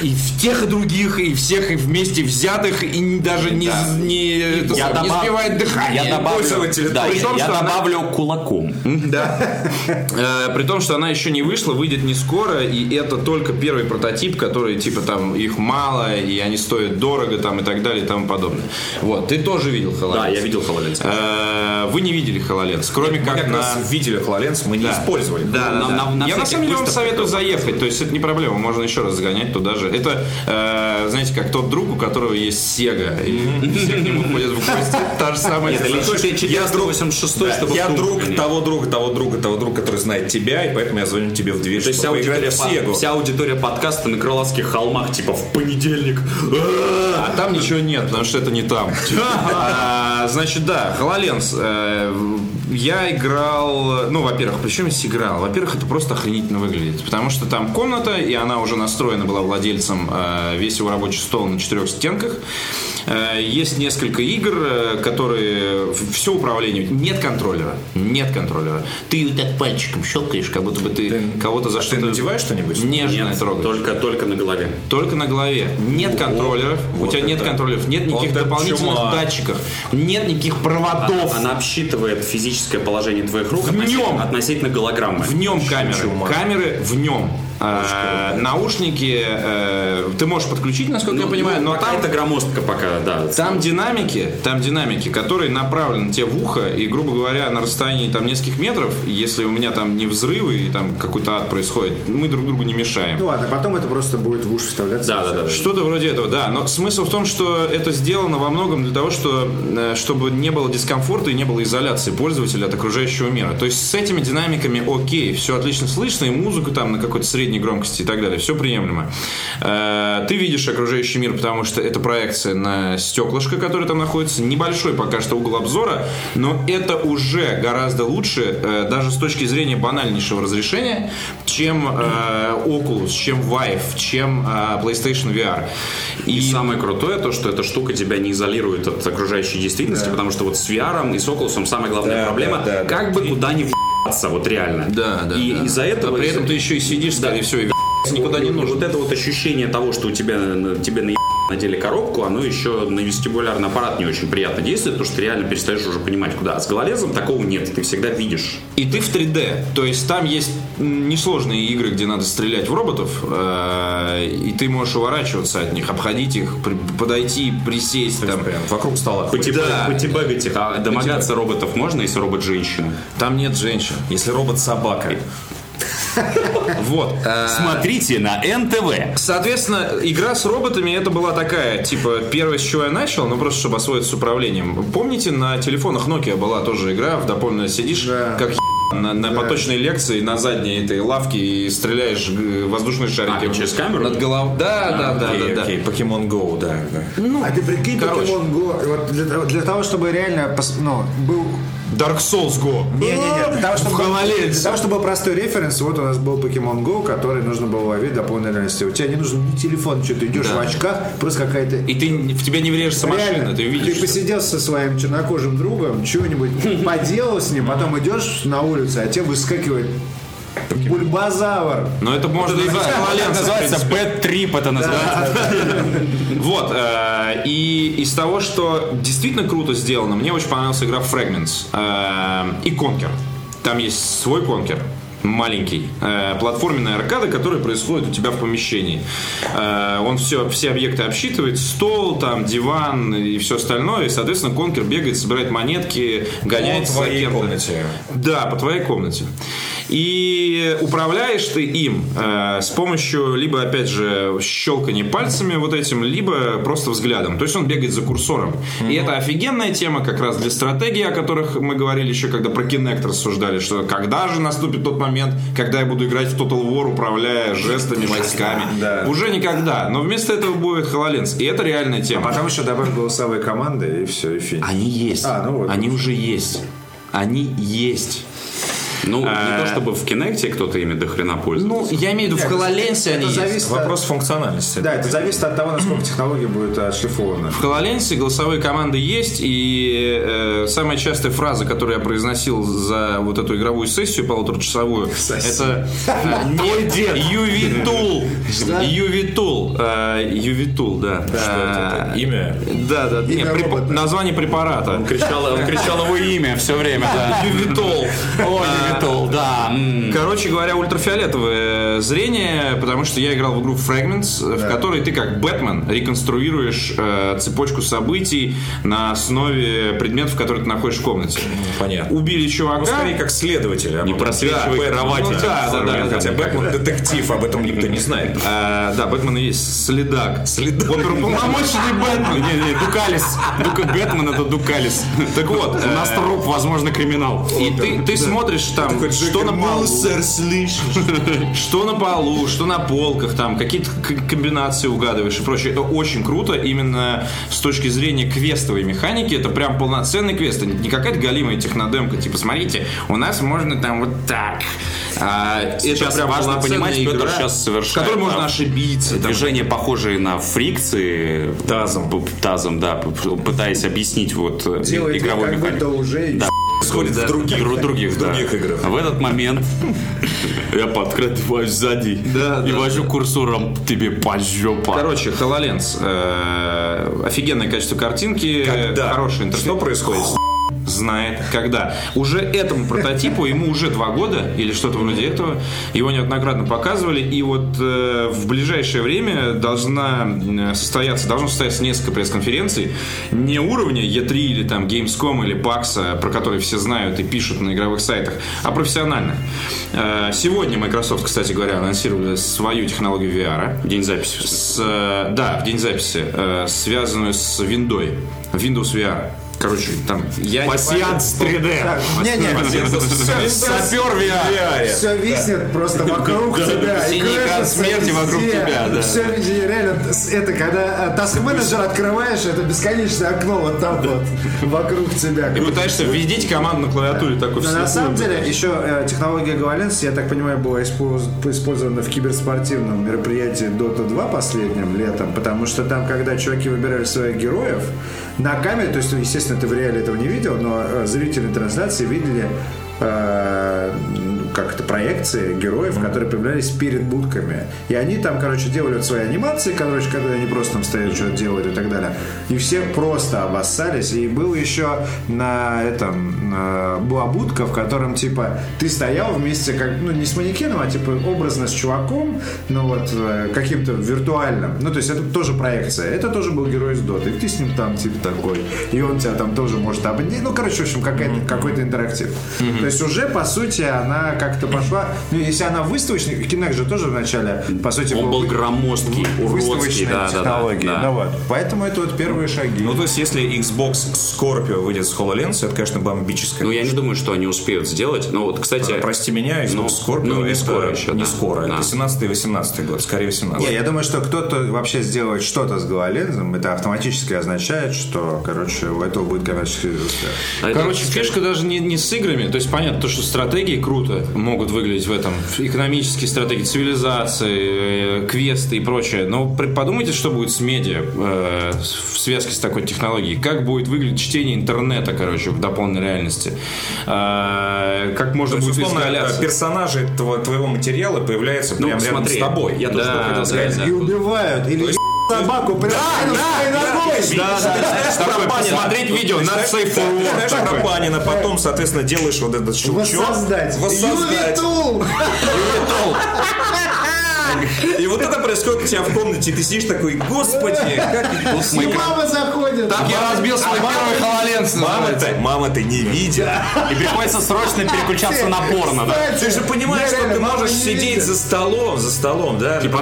[SPEAKER 2] и в тех и других, и всех и вместе взятых, и не- даже не, з- не, это
[SPEAKER 10] Я
[SPEAKER 2] самое, не
[SPEAKER 10] добав-
[SPEAKER 2] сбивает дыхание.
[SPEAKER 10] Я добавлю, да,
[SPEAKER 2] При
[SPEAKER 10] я
[SPEAKER 2] том,
[SPEAKER 10] я
[SPEAKER 2] что она-
[SPEAKER 10] добавлю кулаком.
[SPEAKER 2] Да. Э, При том, что она еще не вышла, выйдет не скоро, и это только первый прототип, который, типа, там, их мало, и они стоят дорого, там, и так далее, и тому подобное. Вот, ты тоже видел HoloLens?
[SPEAKER 6] Да, я видел HoloLens.
[SPEAKER 2] Э, Вы не видели HoloLens, кроме как,
[SPEAKER 3] Как
[SPEAKER 2] на...
[SPEAKER 3] раз видели HoloLens, мы не использовали.
[SPEAKER 2] Да, да,
[SPEAKER 10] на-
[SPEAKER 2] да.
[SPEAKER 10] на- на
[SPEAKER 2] Я на
[SPEAKER 10] всяких
[SPEAKER 2] самом деле вам
[SPEAKER 10] выставках
[SPEAKER 2] советую заехать, то есть это не проблема, можно еще раз загонять туда же. Это, э, знаете, как тот друг, у которого есть Сега, и все к нему ходят в гости, та же самая ситуация.
[SPEAKER 6] Я 86
[SPEAKER 3] Да,
[SPEAKER 6] чтобы
[SPEAKER 3] я
[SPEAKER 6] в трубку
[SPEAKER 3] друг
[SPEAKER 6] не-
[SPEAKER 3] того друга, того друга, того друга, который знает тебя, и поэтому я звоню тебе в дверь,
[SPEAKER 6] То есть вся
[SPEAKER 3] чтобы поиграли
[SPEAKER 6] аудитория,
[SPEAKER 3] в Сегу.
[SPEAKER 6] по- вся аудитория подкаста на Крылатских холмах, типа в понедельник.
[SPEAKER 2] А там ничего нет, потому что это не там. А, Значит, да, Хололенс. э, Я играл, ну, во-первых, причем я сыграл. Во-первых, это просто охренительно выглядит, потому что там комната, и она уже настроена была владельцем э, весь его рабочий стол на четырех стенках. Э, Есть несколько игр, э, которые все управление. Нет контроллера, нет контроллера. Ты вот так пальчиком щелкаешь, как будто бы ты кого-то за что-то
[SPEAKER 3] надеваешь что-нибудь?
[SPEAKER 2] нежно
[SPEAKER 6] Нет,
[SPEAKER 2] трогаешь.
[SPEAKER 6] только, только на голове.
[SPEAKER 2] Только на голове. Нет контроллеров. у
[SPEAKER 3] вот
[SPEAKER 2] тебя нет
[SPEAKER 3] это.
[SPEAKER 2] контроллеров. Нет
[SPEAKER 3] Вот
[SPEAKER 2] никаких
[SPEAKER 3] это
[SPEAKER 2] дополнительных
[SPEAKER 3] чума.
[SPEAKER 2] датчиков. Нет никаких проводов.
[SPEAKER 6] Она обсчитывает физическое положение твоих рук
[SPEAKER 2] В нем.
[SPEAKER 6] относительно, относительно голограммы.
[SPEAKER 2] В нем камеры. Камеры в нем. А, наушники э, ты можешь подключить, насколько я понимаю, но там
[SPEAKER 6] Ну, это громоздко пока, да.
[SPEAKER 2] Там динамики, там динамики, которые направлены тебе в ухо, и, грубо говоря, на расстоянии там нескольких метров, если у меня там не взрывы и там какой-то ад происходит, мы друг другу не мешаем.
[SPEAKER 4] Ну ладно, потом это просто будет в уши вставляться.
[SPEAKER 6] Да, да, да.
[SPEAKER 2] Что-то вроде этого, да. Но смысл в том, что это сделано во многом для того, что, э, чтобы не было дискомфорта и не было изоляции пользователя от окружающего мира. То есть с этими динамиками окей, все отлично слышно, и музыку там на какой-то средней громкости и так далее, все приемлемо. Э, Ты видишь окружающий мир, потому что это проекция на стеклышко, которое там находится. Небольшой пока что угол обзора, но это уже гораздо лучше, э, даже с точки зрения банальнейшего разрешения, чем э, Oculus, чем Vive, чем э, PlayStation VR.
[SPEAKER 6] И самое крутое то, что эта штука тебя не изолирует от окружающей действительности, потому что вот с VR и с Oculus самая главная
[SPEAKER 3] Да,
[SPEAKER 6] проблема,
[SPEAKER 3] да, да,
[SPEAKER 6] как бы куда ни в ебаться, вот реально.
[SPEAKER 9] Да, да,
[SPEAKER 6] И
[SPEAKER 9] да. А
[SPEAKER 6] из-за
[SPEAKER 3] А
[SPEAKER 6] этого...
[SPEAKER 9] При этом ты еще и сидишь, скорее всего, и
[SPEAKER 6] никуда не нужно. Ну, Вот это вот ощущение того, что у тебя на- тебе на надели коробку, оно еще на вестибулярный аппарат не очень приятно действует, потому что ты реально перестаешь уже понимать, куда. А с гололезом такого нет, ты всегда видишь.
[SPEAKER 9] И ты в 3D. То есть там есть м, несложные игры, где надо стрелять в роботов, э, и ты можешь уворачиваться от них, обходить их, при- подойти, присесть там.
[SPEAKER 3] Прям вокруг стола.
[SPEAKER 6] Потеп-
[SPEAKER 9] Да.
[SPEAKER 6] Потебагать их. А домогаться роботов можно, если робот женщина?
[SPEAKER 9] Там нет женщин.
[SPEAKER 3] Если робот собака.
[SPEAKER 9] Вот. Э,
[SPEAKER 2] Смотрите на НТВ.
[SPEAKER 9] Соответственно, игра с роботами это была такая, типа, первое, с чего я начал, ну просто чтобы освоиться с управлением. Помните, на телефонах Nokia была тоже игра, в дополнительно сидишь, как е- на, на поточной лекции на задней этой лавке и стреляешь э, воздушные шарики.
[SPEAKER 6] А, через камеру?
[SPEAKER 9] Над головой. Да, да, да, да,
[SPEAKER 3] Окей,
[SPEAKER 9] да.
[SPEAKER 3] окей, Pokemon Go, да. да.
[SPEAKER 4] а ты прикинь,
[SPEAKER 9] Ну, короче.
[SPEAKER 4] Pokemon Go, вот для, того- для того, чтобы реально пос- ну, был...
[SPEAKER 9] Dark Souls Go.
[SPEAKER 4] Не-не-не, для того, чтобы,
[SPEAKER 9] В гололедце.
[SPEAKER 4] для того, чтобы был простой референс, вот у нас был Pokemon Go, который нужно было ловить до полной реальности. У тебя не нужен ни телефон, что ты идешь в очках, просто какая-то...
[SPEAKER 9] И ты, не- в тебя не врежется машина,
[SPEAKER 4] Реально,
[SPEAKER 9] ты видишь. что-
[SPEAKER 4] посидел со своим чернокожим другом, чего-нибудь поделал с ним, потом идешь на улицу, а тебе выскакивает бульбазавр.
[SPEAKER 9] Но это можно и за эквивалент.
[SPEAKER 2] Называется Bad Trip это называется.
[SPEAKER 9] Вот. э, И из того, что действительно круто сделано, мне очень понравилась игра Fragments э, и Конкер. Там есть свой конкер маленький, э, платформенная аркада, которая происходит у тебя в помещении. Э, он все, все объекты обсчитывает, стол, там, диван и все остальное, и, соответственно, конкер бегает, собирает монетки, гоняет
[SPEAKER 3] По твоей комнате.
[SPEAKER 9] да, по твоей комнате. И управляешь ты им э, с помощью либо, опять же, щелкания пальцами вот этим, либо просто взглядом. То есть он бегает за курсором. И это офигенная тема как раз для стратегии, о которых мы говорили еще, когда про Kinect рассуждали, что когда же наступит тот момент, когда я буду играть в Total War, управляя жестами, войсками. Уже никогда. Но вместо этого будет HoloLens. И это реальная тема.
[SPEAKER 12] Потом еще добавь голосовые команды, и все, и финиш.
[SPEAKER 9] Они есть.
[SPEAKER 12] А, ну вот.
[SPEAKER 9] Они уже есть. Они есть.
[SPEAKER 6] Ну, не то чтобы в Кинекте кто-то ими до хрена пользуется.
[SPEAKER 9] Ну, я имею в виду, в HoloLens они
[SPEAKER 12] Это
[SPEAKER 9] есть.
[SPEAKER 12] зависит от-
[SPEAKER 3] Вопрос функциональности.
[SPEAKER 12] Да, это зависит от того, насколько технология будет э, отшлифована.
[SPEAKER 9] В HoloLens голосовые команды есть, и э, самая частая фраза, которую я произносил за вот эту игровую сессию полуторачасовую, это э, «Мой дед! Ювитул! Ювитул! Э, Ювитул, да. Э,
[SPEAKER 3] Имя.
[SPEAKER 9] Да, да, нет, препа- название препарата.
[SPEAKER 2] Кричал, он кричал его имя все время, да.
[SPEAKER 9] Ювитол.
[SPEAKER 2] О,
[SPEAKER 6] Э.
[SPEAKER 2] Ювитол, да. м.
[SPEAKER 9] Короче говоря, ультрафиолетовое зрение, потому что я играл в игру Fragments, э, в которой ты как Бэтмен реконструируешь э, цепочку событий на основе предметов, которые ты находишь в комнате.
[SPEAKER 3] Понятно.
[SPEAKER 9] Убили чувака.
[SPEAKER 3] Ну, скорее, как следователь. Не
[SPEAKER 6] просвечивай
[SPEAKER 3] Ну
[SPEAKER 6] кровати.
[SPEAKER 9] Да, да, да, да,
[SPEAKER 3] Хотя
[SPEAKER 9] да.
[SPEAKER 3] Бэтмен детектив, об этом никто не знает.
[SPEAKER 9] Э, да, Бэтмен и есть следак. Следак. Он уполномоченный Бэтмен.
[SPEAKER 2] Не, не, Дукалис. Дука Бэтмен это Дукалис.
[SPEAKER 9] Так вот, э,
[SPEAKER 2] У нас труп, возможно, криминал.
[SPEAKER 9] И ты, ты смотришь там, что на полу, что на полу, что на полках, там какие-то к- комбинации угадываешь и прочее. Это очень круто именно с точки зрения квестовой механики. Это прям полноценный квест, а не не какая-то галимая технодемка. Типа, смотрите, у нас можно там вот так. А,
[SPEAKER 6] Сейчас важно
[SPEAKER 9] полноценная
[SPEAKER 6] понимать, Пётр
[SPEAKER 9] игра,
[SPEAKER 6] сейчас совершает,
[SPEAKER 9] в которой можно
[SPEAKER 6] да,
[SPEAKER 9] ошибиться. там,
[SPEAKER 2] Движения, похожие на фрикции. Тазом. Тазом, да. п- Пытаясь объяснить вот э,
[SPEAKER 4] Делает вид,
[SPEAKER 2] игровой
[SPEAKER 4] как
[SPEAKER 2] механику.
[SPEAKER 4] будто уже...
[SPEAKER 2] Да.
[SPEAKER 3] Происходит в других,
[SPEAKER 2] Друг- других, да.
[SPEAKER 3] других играх.
[SPEAKER 2] В этот момент я подкрадываюсь сзади и вожу курсором тебе по жопа.
[SPEAKER 9] Короче, HoloLens. э, офигенное качество картинки,
[SPEAKER 3] Когда?
[SPEAKER 9] хороший интерфейс.
[SPEAKER 3] Что происходит?
[SPEAKER 9] знает когда. Уже этому прототипу ему уже два года или что-то вроде этого. Его неоднократно показывали. И вот э, в ближайшее время должна э, состояться, должно состояться несколько пресс-конференций не уровня E3 или там Gamescom или PAX, э, про которые все знают и пишут на игровых сайтах, а профессиональных. Э, сегодня Microsoft, кстати говоря, анонсировали свою технологию VR.
[SPEAKER 6] День записи.
[SPEAKER 9] С, э, да, в день записи, э, связанную с Windows, Windows VR. Короче, там я не
[SPEAKER 2] Пассианс 3D.
[SPEAKER 4] Не-не,
[SPEAKER 2] Сапер VR.
[SPEAKER 4] все виснет просто вокруг тебя. и
[SPEAKER 2] Синий
[SPEAKER 4] крышится
[SPEAKER 2] экран смерти вокруг
[SPEAKER 4] везде.
[SPEAKER 2] тебя, да.
[SPEAKER 4] Все, везде, реально, это когда э, таск-менеджер открываешь, это бесконечное окно вот там вот вокруг тебя.
[SPEAKER 9] И пытаешься введить команду на клавиатуре такой
[SPEAKER 4] Но на
[SPEAKER 9] вслепую.
[SPEAKER 4] самом деле, еще э, технология Говаленс, я так понимаю, была использ- использована в киберспортивном мероприятии Dota 2 последним летом, потому что там, когда чуваки выбирали своих героев, на камере, то есть, ну, естественно, ты в реале этого не видел, но э, зрители трансляции видели
[SPEAKER 12] э, как это, проекции героев, которые появлялись перед будками. И они там, короче, делали вот свои анимации, короче, когда они просто там стоят, что-то делают и так далее. И все просто обоссались. И был еще на этом э, была будка, в котором, типа, ты стоял вместе, как, ну, не с манекеном, а, типа, образно с чуваком, ну, вот, э, каким-то виртуальным. Ну, то есть это тоже проекция. Это тоже был герой из Доты. И ты с ним там, типа, такой. И он тебя там тоже может обнять. Ну, короче, в общем, какая-то, какой-то интерактив. То есть уже, по сути, она как-то пошла... Ну, если она выставочник, Кинек же тоже вначале, по сути,
[SPEAKER 6] Он был громоздкий, уродский,
[SPEAKER 12] выставочной
[SPEAKER 6] да, да, да,
[SPEAKER 12] технологии.
[SPEAKER 6] да.
[SPEAKER 12] Ну вот. Поэтому это вот первые шаги.
[SPEAKER 3] Ну, то есть, если Xbox Scorpio выйдет с HoloLens, это, конечно, бомбическое.
[SPEAKER 6] Ну, я не думаю, что они успеют сделать. Но вот, кстати,
[SPEAKER 3] Прости меня, Xbox
[SPEAKER 6] Ну,
[SPEAKER 3] Scorpio
[SPEAKER 6] ну, не
[SPEAKER 3] это
[SPEAKER 6] скоро еще,
[SPEAKER 3] Не
[SPEAKER 6] да.
[SPEAKER 3] скоро.
[SPEAKER 6] Да.
[SPEAKER 3] Это 17 18 год, скорее 18
[SPEAKER 12] Не,
[SPEAKER 3] Нет,
[SPEAKER 12] я думаю, что кто-то вообще сделает что-то с гололензом, это автоматически означает, что, короче, у этого будет коммерческий успех.
[SPEAKER 6] а это-
[SPEAKER 9] Короче, фишка даже не, не с играми. То есть понятно, то, что стратегии круто могут выглядеть в этом. Экономические стратегии, цивилизации, э, квесты и прочее. Но при- подумайте, что будет с медиа э, в связке с такой технологией. Как будет выглядеть чтение интернета, короче, в дополненной реальности. Э, Как можно
[SPEAKER 3] То есть,
[SPEAKER 9] будет
[SPEAKER 3] условно, э,
[SPEAKER 9] изгаляться.
[SPEAKER 3] персонажи тво- твоего материала появляются
[SPEAKER 6] Ну,
[SPEAKER 3] прямо рядом
[SPEAKER 6] смотри,
[SPEAKER 3] с тобой.
[SPEAKER 6] Я тоже
[SPEAKER 9] Да,
[SPEAKER 6] что хотел
[SPEAKER 9] да,
[SPEAKER 6] сказать.
[SPEAKER 9] да.
[SPEAKER 6] да.
[SPEAKER 12] И убивают, или ебут собаку прям своей ногой.
[SPEAKER 3] Да, да, да.
[SPEAKER 9] Такой, посмотреть видео на Safe for Work.
[SPEAKER 3] Знаешь, про Панина, потом, соответственно, делаешь вот этот щелчок.
[SPEAKER 12] Воссоздать.
[SPEAKER 3] Воссоздать.
[SPEAKER 12] Ювитул.
[SPEAKER 3] И вот это происходит у тебя в комнате, и ты сидишь такой, господи, как я
[SPEAKER 12] И мама заходит.
[SPEAKER 9] Так я разбил свой первый хололенс.
[SPEAKER 3] Мама-то, мама-то не видела.
[SPEAKER 9] И приходится срочно переключаться на порно, да?
[SPEAKER 3] Ты же понимаешь, что ты можешь сидеть за столом, за столом, да? Типа,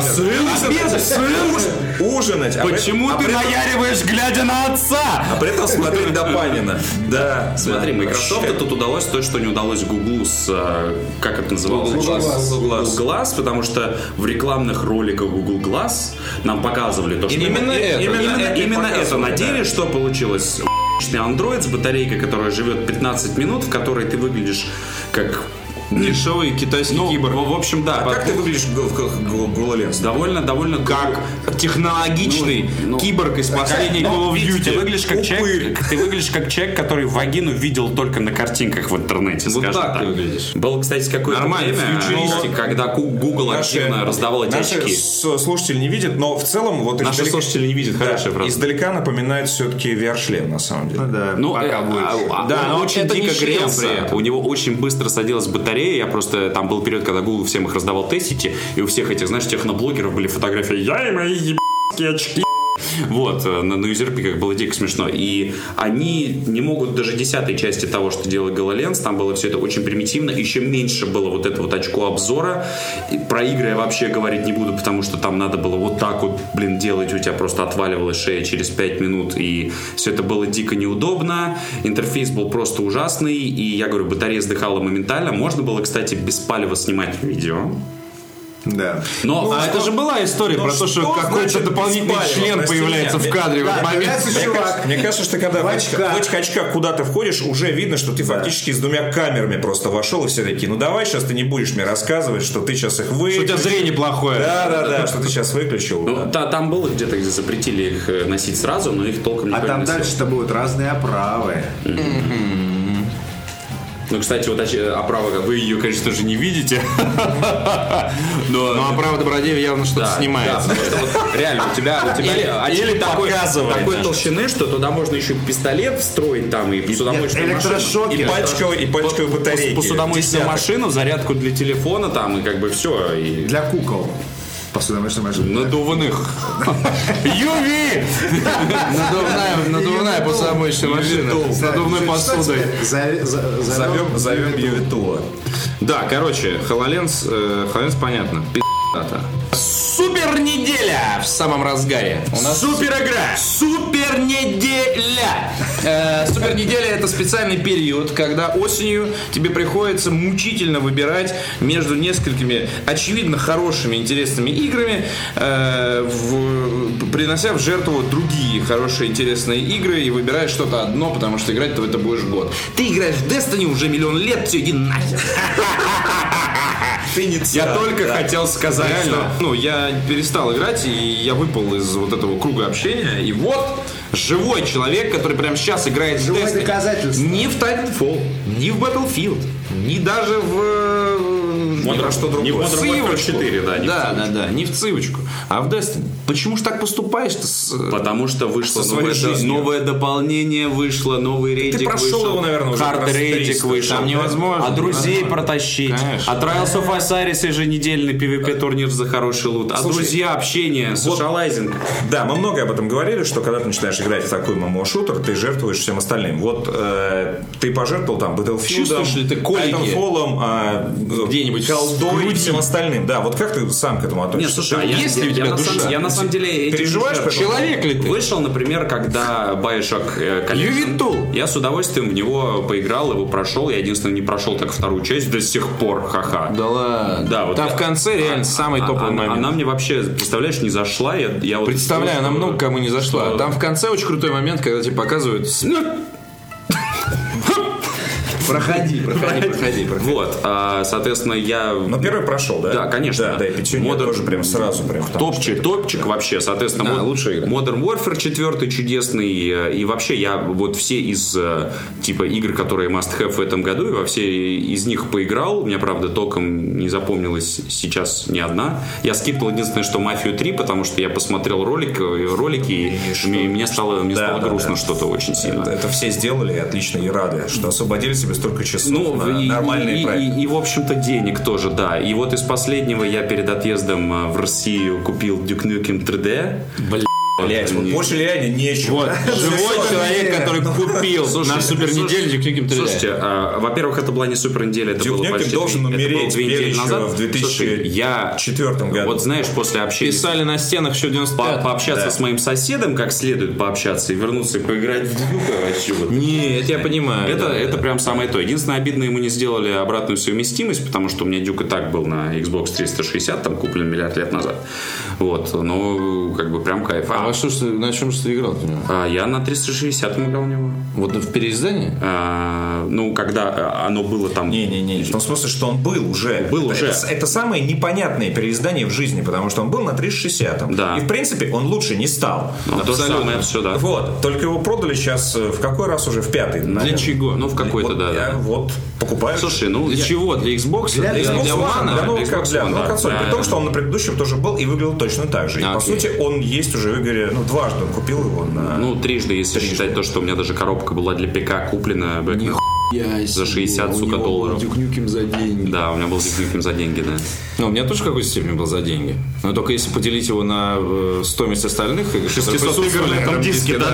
[SPEAKER 3] Ужинать. а при-
[SPEAKER 9] Почему ты наяриваешь, глядя на отца?
[SPEAKER 3] а при этом смотреть до Панина. Да.
[SPEAKER 6] Смотри,
[SPEAKER 3] да.
[SPEAKER 6] Microsoft тут удалось то, что не удалось Гуглу с, э, как это называлось? Google Glass. потому что в рекламных роликах Google Glass нам показывали то, что...
[SPEAKER 9] Именно это.
[SPEAKER 6] Именно,
[SPEAKER 3] Именно
[SPEAKER 6] именно
[SPEAKER 3] это и
[SPEAKER 6] это. На
[SPEAKER 3] показывали,
[SPEAKER 6] деле
[SPEAKER 3] да.
[SPEAKER 6] что получилось? Обычный Android с батарейкой, которая живет 15 минут, в которой ты выглядишь как...
[SPEAKER 9] Дешевый китайский
[SPEAKER 6] Ну,
[SPEAKER 9] кибер.
[SPEAKER 6] в общем, да.
[SPEAKER 3] А
[SPEAKER 6] по-
[SPEAKER 3] как ты выглядишь в гол- в гололенс?
[SPEAKER 6] Довольно, довольно... Как?
[SPEAKER 9] Технологичный
[SPEAKER 6] Ну, ну.
[SPEAKER 9] киборг из последней Call of Duty.
[SPEAKER 6] Ты выглядишь, как человек, ты выглядишь как человек, который вагину видел только на картинках в интернете.
[SPEAKER 9] Вот
[SPEAKER 6] скажем
[SPEAKER 9] так ты выглядишь.
[SPEAKER 6] Было, кстати, какое-то
[SPEAKER 9] Нормально, а,
[SPEAKER 6] время,
[SPEAKER 9] фьючеристик.
[SPEAKER 6] когда Ку- Google активно раздавал эти
[SPEAKER 3] наши
[SPEAKER 6] очки.
[SPEAKER 3] с- слушатели не видят, но в целом вот
[SPEAKER 6] Наши слушатели не видят, хорошая фраза.
[SPEAKER 3] Издалека напоминает все-таки VR-шлем, на самом деле.
[SPEAKER 12] Да,
[SPEAKER 6] Ну,
[SPEAKER 12] пока
[SPEAKER 6] э,
[SPEAKER 12] будет.
[SPEAKER 6] а- а
[SPEAKER 9] Да,
[SPEAKER 6] он
[SPEAKER 9] но
[SPEAKER 6] очень
[SPEAKER 9] это не
[SPEAKER 6] дико
[SPEAKER 9] шлем
[SPEAKER 6] грелся.
[SPEAKER 9] при этом.
[SPEAKER 6] У него очень быстро садилась батарея. Я просто там был период, когда Google всем их раздавал тестики, и у всех этих, знаешь, техноблогеров были фотографии. Я и мои ебаные очки. Вот, э, на, на юзерпиках было дико смешно. И они не могут даже десятой части того, что делал GoloLens, там было все это очень примитивно, еще меньше было вот это вот очко обзора. И про игры я вообще говорить не буду, потому что там надо было вот так вот, блин, делать, у тебя просто отваливалась шея через 5 минут, и все это было дико неудобно. Интерфейс был просто ужасный, и я говорю, батарея сдыхала моментально. Можно было, кстати, без палева снимать видео.
[SPEAKER 12] Да.
[SPEAKER 6] Но
[SPEAKER 9] А это же была история про то, что
[SPEAKER 3] Ну что
[SPEAKER 9] какой-то
[SPEAKER 3] значит
[SPEAKER 9] дополнительный
[SPEAKER 3] беспалево?
[SPEAKER 9] член
[SPEAKER 3] Прости
[SPEAKER 9] появляется
[SPEAKER 3] меня.
[SPEAKER 9] в кадре в этот момент.
[SPEAKER 12] Появляется
[SPEAKER 3] Мне
[SPEAKER 12] чувак.
[SPEAKER 3] кажется, мне кажется, что ты когда в очках, в этих очках куда ты входишь, уже видно, что ты фактически с двумя камерами просто вошел, и все такие, ну давай сейчас ты не будешь мне рассказывать, что ты сейчас их
[SPEAKER 9] Что У тебя
[SPEAKER 3] выключил.
[SPEAKER 9] зрение плохое.
[SPEAKER 3] Да, да, да, что ты сейчас выключил.
[SPEAKER 6] Ну,
[SPEAKER 3] да.
[SPEAKER 6] та- там было где-то, где запретили их э, носить сразу, но их толком никто
[SPEAKER 12] А
[SPEAKER 6] не
[SPEAKER 12] там
[SPEAKER 6] носил.
[SPEAKER 12] дальше-то будут разные оправы.
[SPEAKER 6] Ну, кстати, вот оч- оправа, как вы ее, конечно же, не видите. Но...
[SPEAKER 9] Ну а правда, Бродеев явно что-то
[SPEAKER 6] да,
[SPEAKER 9] снимается.
[SPEAKER 6] да, потому что вот реально у тебя, у тебя
[SPEAKER 9] Или-
[SPEAKER 6] очки
[SPEAKER 9] или
[SPEAKER 6] такой,
[SPEAKER 9] показывает,
[SPEAKER 6] такой
[SPEAKER 9] да.
[SPEAKER 6] толщины, что туда можно еще пистолет встроить там и посудомоечную машину.
[SPEAKER 3] И пачку, и пачку батарейки.
[SPEAKER 6] Посудомоечную
[SPEAKER 3] Десяток.
[SPEAKER 6] машину, зарядку для телефона там и как бы все. И...
[SPEAKER 12] Для кукол. Посудомоечная машина.
[SPEAKER 9] Надувных. Юви! Надувная, надувная посудомоечная машина. С надувной посудой.
[SPEAKER 3] Зовем,
[SPEAKER 12] Зовем.
[SPEAKER 3] зовем Ювитула.
[SPEAKER 2] Да, короче, HoloLens, э, HoloLens понятно. Пи***та.
[SPEAKER 9] Супер неделя в самом разгаре. У нас супер игра. Супер неделя. Э, супер неделя это специальный период, когда осенью тебе приходится мучительно выбирать между несколькими очевидно хорошими интересными играми, э, в- принося в жертву другие хорошие интересные игры и выбираешь что-то одно, потому что играть ты в это будешь год. Ты играешь в Destiny уже миллион лет, все иди нахер. Я только хотел сказать, что ну, я перестал играть, и я выпал из вот этого круга общения, и вот Живой человек, который прямо сейчас играет в
[SPEAKER 12] Живое
[SPEAKER 9] Destiny.
[SPEAKER 12] доказательство.
[SPEAKER 9] Ни в Titanfall, ни в Battlefield, ни даже в... э, ни во что
[SPEAKER 6] не в
[SPEAKER 9] другое.
[SPEAKER 6] Modern Warfare 4, да, не в
[SPEAKER 9] да, да, да, не в цивочку, а в Destiny. Почему ж так поступаешь-то с... э,
[SPEAKER 6] Потому что вышло
[SPEAKER 9] Со
[SPEAKER 6] новое,
[SPEAKER 9] своей
[SPEAKER 6] до-
[SPEAKER 9] жизнью.
[SPEAKER 6] новое дополнение, вышло новый рейдик.
[SPEAKER 9] прошел
[SPEAKER 6] вышел,
[SPEAKER 9] его, наверное, уже
[SPEAKER 6] Hard
[SPEAKER 9] раз
[SPEAKER 6] рейдик
[SPEAKER 9] 300,
[SPEAKER 6] вышел.
[SPEAKER 9] там невозможно.
[SPEAKER 6] А друзей
[SPEAKER 9] Невозможно.
[SPEAKER 6] протащить.
[SPEAKER 9] Конечно.
[SPEAKER 6] А Trials of Osiris еженедельный PvP турнир за хороший лут. А друзья общение, а социалайзинг.
[SPEAKER 3] Да, мы много об этом говорили, что когда ты начинаешь играть в такой ММО-шутер, ты жертвуешь всем остальным. Вот э, ты пожертвовал там Battlefield,
[SPEAKER 9] Чувствуешь ли ты колики?
[SPEAKER 3] Titanfall, э,
[SPEAKER 9] Где-нибудь в
[SPEAKER 3] колдой и
[SPEAKER 9] груди?
[SPEAKER 3] всем остальным. Да, вот как ты сам к этому
[SPEAKER 6] Нет,
[SPEAKER 3] относишься?
[SPEAKER 6] слушай, а я,
[SPEAKER 9] Есть ли у
[SPEAKER 6] я-
[SPEAKER 9] тебя
[SPEAKER 6] я на
[SPEAKER 9] душа?
[SPEAKER 6] самом- я на самом деле... этим
[SPEAKER 3] Переживаешь
[SPEAKER 6] не
[SPEAKER 3] по этому?
[SPEAKER 9] Человек ли ты?
[SPEAKER 6] Вышел, например, когда Байшак Ювентул. Я с удовольствием в него поиграл, его прошел. Я единственное не прошел так вторую часть до сих пор, ха-ха.
[SPEAKER 9] Да ладно.
[SPEAKER 6] Да, вот
[SPEAKER 9] Там
[SPEAKER 6] я-
[SPEAKER 9] в конце реально самый
[SPEAKER 6] А-
[SPEAKER 9] топовый
[SPEAKER 6] она,
[SPEAKER 9] момент.
[SPEAKER 6] она мне вообще, представляешь, не зашла. Я, я вот
[SPEAKER 9] Представляю, она
[SPEAKER 6] слушал,
[SPEAKER 9] много кому не зашла.
[SPEAKER 6] что-
[SPEAKER 9] Там в конце очень крутой момент, когда тебе показывают... с- Проходи, проходи, проходи, проходи.
[SPEAKER 6] Вот, а, соответственно, я...
[SPEAKER 3] Но ну, первый прошел, да?
[SPEAKER 6] Да, конечно.
[SPEAKER 3] Да, да, и пятью
[SPEAKER 6] Modern-
[SPEAKER 3] тоже прям сразу прям. там.
[SPEAKER 6] Топчик, топчик вообще, соответственно,
[SPEAKER 9] Да,
[SPEAKER 6] мод-
[SPEAKER 9] лучшая игра.
[SPEAKER 6] Modern Warfare 4 чудесный, э, и вообще я вот все из э, типа игр, которые must have в этом году, и во все из них поиграл, мне, правда, толком не запомнилась сейчас ни одна. Я скипнул единственное, что Мафию 3, потому что я посмотрел ролик, э, ролики, и, мне, мне стало, мне
[SPEAKER 3] Да,
[SPEAKER 6] стало
[SPEAKER 3] да,
[SPEAKER 6] грустно
[SPEAKER 3] да.
[SPEAKER 6] что-то очень сильно.
[SPEAKER 3] Это, это все сделали и отлично и рады, что освободили себе столько часов на
[SPEAKER 6] Ну, и,
[SPEAKER 3] нормальные
[SPEAKER 6] и- и-
[SPEAKER 3] проекты.
[SPEAKER 6] и, в общем-то, денег тоже, да. И вот из последнего я перед отъездом э, в Россию купил Duke Nukem 3D.
[SPEAKER 3] Блять, вот
[SPEAKER 6] Блин.
[SPEAKER 3] больше реально нечего.
[SPEAKER 9] Вот, живой человек, который купил на супернедельник каким-то
[SPEAKER 6] Слушайте, а, во-первых, это была не супер неделя, это
[SPEAKER 3] Duke
[SPEAKER 6] было
[SPEAKER 3] Nukem
[SPEAKER 6] почти...
[SPEAKER 3] должен
[SPEAKER 6] это было
[SPEAKER 3] умереть
[SPEAKER 6] две недели
[SPEAKER 3] Величева
[SPEAKER 6] назад.
[SPEAKER 3] в 2004
[SPEAKER 6] Слушай, я...
[SPEAKER 3] году.
[SPEAKER 6] Вот знаешь, после общения... с-
[SPEAKER 9] Писали на стенах еще в
[SPEAKER 6] по-
[SPEAKER 9] 95
[SPEAKER 6] пообщаться с моим соседом, как следует пообщаться, и вернуться и поиграть в а Дюка вообще вот.
[SPEAKER 9] Не, это я понимаю.
[SPEAKER 6] Это,
[SPEAKER 9] да.
[SPEAKER 6] это прям самое то. Единственное, обидно, ему не сделали обратную совместимость, потому что у меня Дюк и так был на Xbox 360, там куплен миллиард лет назад. Вот, ну, как бы прям кайф.
[SPEAKER 9] А
[SPEAKER 6] А,
[SPEAKER 9] во что ж ты, на чем же ты играл? ты понимаешь?
[SPEAKER 6] а я на 360 играл у него.
[SPEAKER 9] Вот в переиздании?
[SPEAKER 6] А, ну, когда а, оно было там...
[SPEAKER 3] Не-не-не, в том смысле, что он был уже.
[SPEAKER 6] Был
[SPEAKER 3] это,
[SPEAKER 6] уже.
[SPEAKER 3] Это, это самое непонятное переиздание в жизни, потому что он был на 360
[SPEAKER 6] Да.
[SPEAKER 3] И, в принципе, он лучше не стал.
[SPEAKER 6] Ну, то самое все, да.
[SPEAKER 3] Вот, только его продали сейчас э, в какой раз уже? В пятый. наверное.
[SPEAKER 9] чего?
[SPEAKER 6] Ну, в какой-то,
[SPEAKER 3] Вот
[SPEAKER 6] да,
[SPEAKER 3] я
[SPEAKER 6] да.
[SPEAKER 3] Вот, покупаю.
[SPEAKER 6] Слушай, ну,
[SPEAKER 9] Для
[SPEAKER 6] я-
[SPEAKER 9] чего? Для Xbox? Для,
[SPEAKER 3] Для Xbox One,
[SPEAKER 9] One? ну,
[SPEAKER 3] для новых-
[SPEAKER 6] для Xbox
[SPEAKER 3] ну, для
[SPEAKER 6] One,
[SPEAKER 3] новых
[SPEAKER 6] да.
[SPEAKER 3] консолей. При
[SPEAKER 6] Да.
[SPEAKER 3] том, что он на предыдущем тоже был и выглядел точно так же. И,
[SPEAKER 9] А,
[SPEAKER 3] по
[SPEAKER 9] окей.
[SPEAKER 3] сути, он есть уже в игре. Ну, дважды он купил его на...
[SPEAKER 6] Ну, трижды, если считать то, что у меня даже коробка была для ПК куплена Back in за 60, сука, долларов.
[SPEAKER 9] Дюкнюким за деньги.
[SPEAKER 6] Да, у меня был Duke Nukem за деньги, да.
[SPEAKER 9] Ну, у меня тоже в какой-то степени был за деньги. Но только если поделить его на э, стоимость остальных... игр, которые присутствовали на этом диске, да.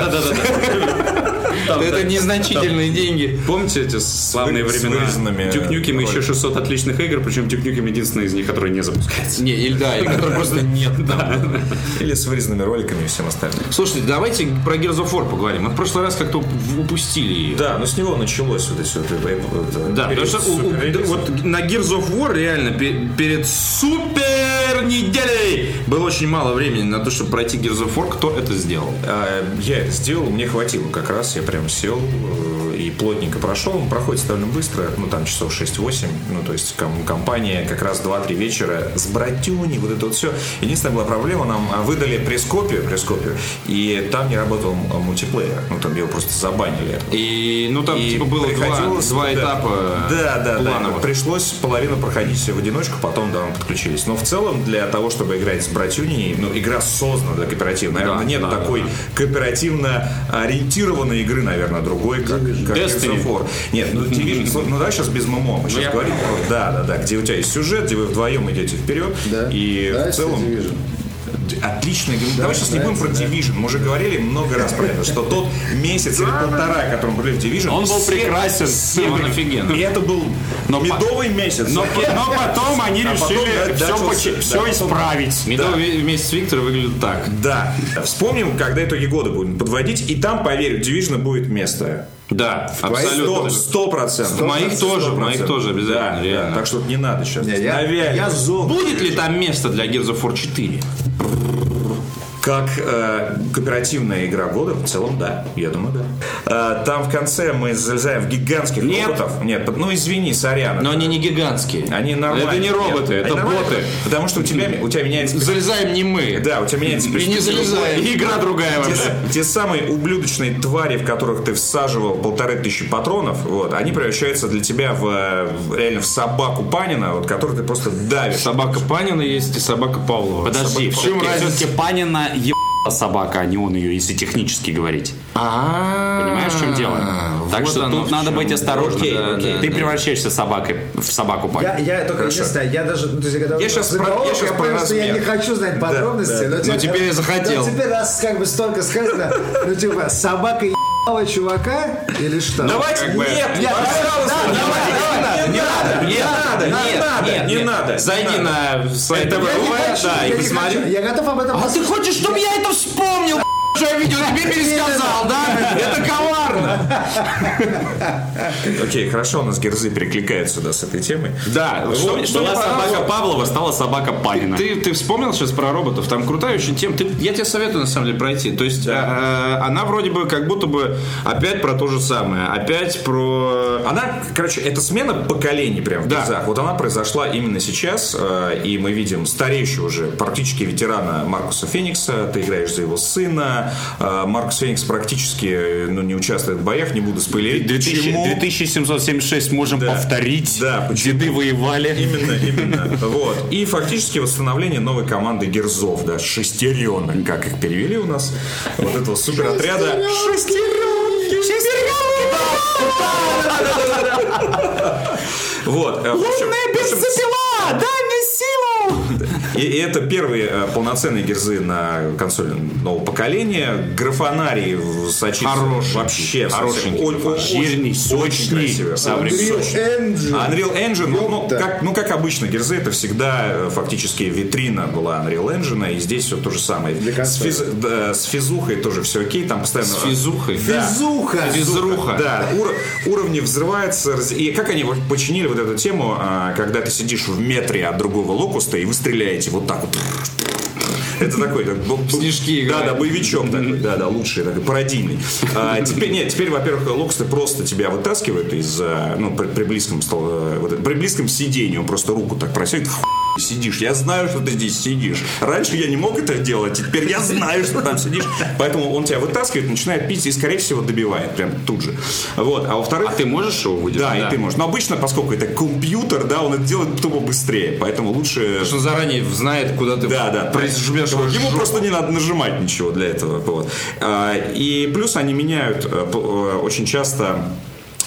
[SPEAKER 6] Там,
[SPEAKER 9] Это
[SPEAKER 6] да.
[SPEAKER 9] незначительные деньги.
[SPEAKER 6] Помните эти славные
[SPEAKER 3] с
[SPEAKER 6] времена?
[SPEAKER 3] вырезанными, э,
[SPEAKER 6] Duke Nukem и еще
[SPEAKER 3] роликами.
[SPEAKER 6] 600 отличных игр, причем Duke Nukem единственный из них, который не запускается.
[SPEAKER 9] Не, или да, или которые просто нет.
[SPEAKER 3] Или с вырезанными роликами и всем остальным.
[SPEAKER 9] Слушайте, давайте про Gears of War поговорим. Мы в прошлый раз как-то уп- упустили ее.
[SPEAKER 3] Да, но с него началось вот эти вот... э, э,
[SPEAKER 9] Да, потому
[SPEAKER 3] период
[SPEAKER 9] что у- у-
[SPEAKER 3] суперрелиза.
[SPEAKER 9] вот на Gears of War реально пе- перед супер неделей было очень мало времени на то, чтобы пройти Gears of War. Кто это сделал?
[SPEAKER 3] А, Я это сделал, мне хватило как раз, я прям сел э, и плотненько прошел. Он проходит довольно быстро, ну там часов 6-8, ну то есть ком- компания как раз 2-3 вечера с братюней, вот это вот все. Единственная была проблема, нам а, выдали пресс-копию, пресс-копию, и там не работал м, мультиплеер, ну там его просто забанили.
[SPEAKER 9] И, ну, там,
[SPEAKER 3] И
[SPEAKER 9] типа, было два,
[SPEAKER 3] приходилось-
[SPEAKER 9] два
[SPEAKER 3] да.
[SPEAKER 9] этапа
[SPEAKER 3] Да, да, да.
[SPEAKER 9] плановых.
[SPEAKER 3] Пришлось половину проходить в одиночку, потом да, мы подключились. Но в целом для того, чтобы играть с братюней, ну, игра создана для кооператива. Наверное,
[SPEAKER 6] Да,
[SPEAKER 3] нет
[SPEAKER 6] да,
[SPEAKER 3] такой
[SPEAKER 6] да,
[SPEAKER 3] кооперативно ориентированной игры, наверное, другой, как, как Gears of
[SPEAKER 6] Destiny.
[SPEAKER 3] War. Нет, ну, Division, слушай, ну, давай сейчас без ММО. Мы сейчас говорим про- да, да, да, где у тебя есть сюжет, где вы вдвоем идете вперед. И
[SPEAKER 12] Да,
[SPEAKER 3] в целом...
[SPEAKER 12] кстати, вижу.
[SPEAKER 3] Д- Отлично. Давай сейчас не будем про Division. Мы уже говорили много раз про это, что тот месяц или полтора, которым были в Division,
[SPEAKER 6] Он был
[SPEAKER 3] все-
[SPEAKER 6] прекрасен,
[SPEAKER 3] все
[SPEAKER 6] он
[SPEAKER 3] были-
[SPEAKER 6] офигенно.
[SPEAKER 3] И это был медовый месяц.
[SPEAKER 13] Но, но потом они
[SPEAKER 3] А потом,
[SPEAKER 13] решили
[SPEAKER 3] да, начался-
[SPEAKER 13] все,
[SPEAKER 3] да,
[SPEAKER 13] все
[SPEAKER 3] потом-
[SPEAKER 13] исправить.
[SPEAKER 9] Медовый месяц Виктора выглядит так.
[SPEAKER 3] Да. Вспомним, когда итоги года будем подводить, и там, поверь, в Division будет место.
[SPEAKER 9] Да,
[SPEAKER 3] Твои
[SPEAKER 9] абсолютно.
[SPEAKER 3] Сто процентов.
[SPEAKER 9] В моих тоже, в моих
[SPEAKER 3] 100%.
[SPEAKER 9] тоже обязательно,
[SPEAKER 3] Да, да.
[SPEAKER 9] реально.
[SPEAKER 3] Так что не надо сейчас.
[SPEAKER 7] я,
[SPEAKER 3] Навяли.
[SPEAKER 7] я зол.
[SPEAKER 9] Будет ли там место для Gears of War 4?
[SPEAKER 3] Как э, кооперативная игра года, в целом, да. Я думаю, да. Э, там в конце мы залезаем в гигантских
[SPEAKER 9] Нет.
[SPEAKER 3] роботов. Нет, под- ну извини, сорян.
[SPEAKER 9] Но они не гигантские.
[SPEAKER 3] Они нормальные.
[SPEAKER 9] Это не
[SPEAKER 3] Нет,
[SPEAKER 9] роботы, это
[SPEAKER 3] они нормальные,
[SPEAKER 9] боты.
[SPEAKER 3] Потому что у тебя, у тебя меняется...
[SPEAKER 9] Залезаем не мы.
[SPEAKER 3] Да, у тебя меняется
[SPEAKER 9] И не залезаем. И игра другая
[SPEAKER 3] те,
[SPEAKER 9] вообще.
[SPEAKER 3] те самые ублюдочные твари, в которых ты всаживал полторы тысячи патронов, вот, они превращаются для тебя в, э, в- реально в собаку Панина, вот, которую ты просто давишь.
[SPEAKER 2] Собака Панина есть и собака Павлова.
[SPEAKER 9] а
[SPEAKER 6] Подожди, в чем Все-таки Панина ебала собака, а не он ее, если технически говорить. Понимаешь, в чем дело? Так
[SPEAKER 2] вот
[SPEAKER 6] что
[SPEAKER 2] оно
[SPEAKER 6] тут
[SPEAKER 2] в
[SPEAKER 6] надо
[SPEAKER 2] чем.
[SPEAKER 6] быть осторожным.
[SPEAKER 2] Окей, окей.
[SPEAKER 6] Ты превращаешься собакой в собаку
[SPEAKER 12] Я,
[SPEAKER 6] Панина.
[SPEAKER 12] я только единственное, я даже, ну, то есть, когда
[SPEAKER 3] Я щас про- я
[SPEAKER 12] заголовок,
[SPEAKER 3] щас
[SPEAKER 12] я
[SPEAKER 3] про
[SPEAKER 12] понял, что я не
[SPEAKER 3] размер. Ну,
[SPEAKER 12] хочу знать подробности, но, типа,
[SPEAKER 9] теперь я захотел.
[SPEAKER 12] но теперь раз как бы столько сказано, ну типа собака ебала чувака или что?
[SPEAKER 3] Давайте, нет,
[SPEAKER 12] Нет,
[SPEAKER 3] пожалуйста,
[SPEAKER 12] давай,
[SPEAKER 3] давай, давай, не
[SPEAKER 9] А,
[SPEAKER 3] надо, не надо, не надо, не надо.
[SPEAKER 9] Зайди на сайт ТВ,
[SPEAKER 12] я не хочу,
[SPEAKER 9] да,
[SPEAKER 12] я
[SPEAKER 9] и
[SPEAKER 12] не
[SPEAKER 9] посмотри.
[SPEAKER 12] хочу, я готов об этом
[SPEAKER 9] А ты хочешь, чтобы я это вспомнил, что я видел, тебе пересказал, да? Это коварно.
[SPEAKER 3] Окей, хорошо, у нас герзы перекликаются да, с этой темой.
[SPEAKER 2] Да, что, что
[SPEAKER 6] Была
[SPEAKER 2] мне
[SPEAKER 6] собака
[SPEAKER 2] понравилось-
[SPEAKER 6] Павлова, стала собака Панина.
[SPEAKER 2] Ты, ты вспомнил сейчас про роботов? Там крутая очень тема. Ты- я тебе советую, на самом деле, пройти. То есть, э, э, она вроде бы как будто бы опять про то же самое. Опять про...
[SPEAKER 3] Она, короче, это смена поколений прям в
[SPEAKER 2] Да.
[SPEAKER 3] глазах. Вот она произошла именно сейчас, э, и мы видим стареющего уже практически ветерана Маркуса Феникса, ты играешь за его сына, э, Маркус Феникс практически э, ну, не участвует в боях, не буду спойлерить.
[SPEAKER 6] 2000
[SPEAKER 3] Почему?
[SPEAKER 6] 2776 можем повторить.
[SPEAKER 3] Да, почему?
[SPEAKER 6] Деды воевали.
[SPEAKER 3] Именно, именно. Вот. И фактически восстановление новой команды Герзов, да, шестеренок, как их перевели у нас, вот этого суперотряда. Вот. э, в общем- в общем, И, и это первые э, полноценные герзы на консоли нового поколения. Графонарий в- сочится вообще.
[SPEAKER 2] Хорошенький графонарий.
[SPEAKER 3] Жирный, сочный. Unreal Engine, ну, ну, как, ну, как обычно, Герзы это всегда э, фактически витрина была Unreal Engine, и здесь все то же самое. С, физ- да, с физухой тоже все окей, там постоянно... С
[SPEAKER 2] Физухой.
[SPEAKER 12] Физуха!
[SPEAKER 2] Физруха.
[SPEAKER 3] Да, ур- уровни взрываются. раз- И как они вот починили вот эту тему, а, когда ты сидишь в метре от другого локуста, и вы стреляете вот так вот. Это такой так, бо- бо-
[SPEAKER 9] Снежки играют.
[SPEAKER 3] Да, да, боевичок такой, да, да, лучший, такой пародийный. А, теперь, нет, теперь, во-первых, локсты просто тебя вытаскивают из, а, ну, при, при близком, стол- э, вот это- при близком сидении, он просто руку так просит, «Хуй ты сидишь, я знаю, что ты здесь сидишь. Раньше я не мог это делать, и теперь я знаю, что ты там сидишь. Поэтому он тебя вытаскивает, начинает пить и, скорее всего, добивает прям тут же. Вот, а во-вторых...
[SPEAKER 6] А ты можешь его выдержать?
[SPEAKER 3] Да, и ты можешь. Но обычно, поскольку это компьютер, да, он это делает тупо быстрее, поэтому лучше...
[SPEAKER 9] Он заранее знает, куда ты...
[SPEAKER 3] Да, да.
[SPEAKER 9] прижмешь свою
[SPEAKER 3] Ему
[SPEAKER 9] жопу.
[SPEAKER 3] просто не надо нажимать ничего для этого. Вот. А, И плюс они меняют э, п- э, очень часто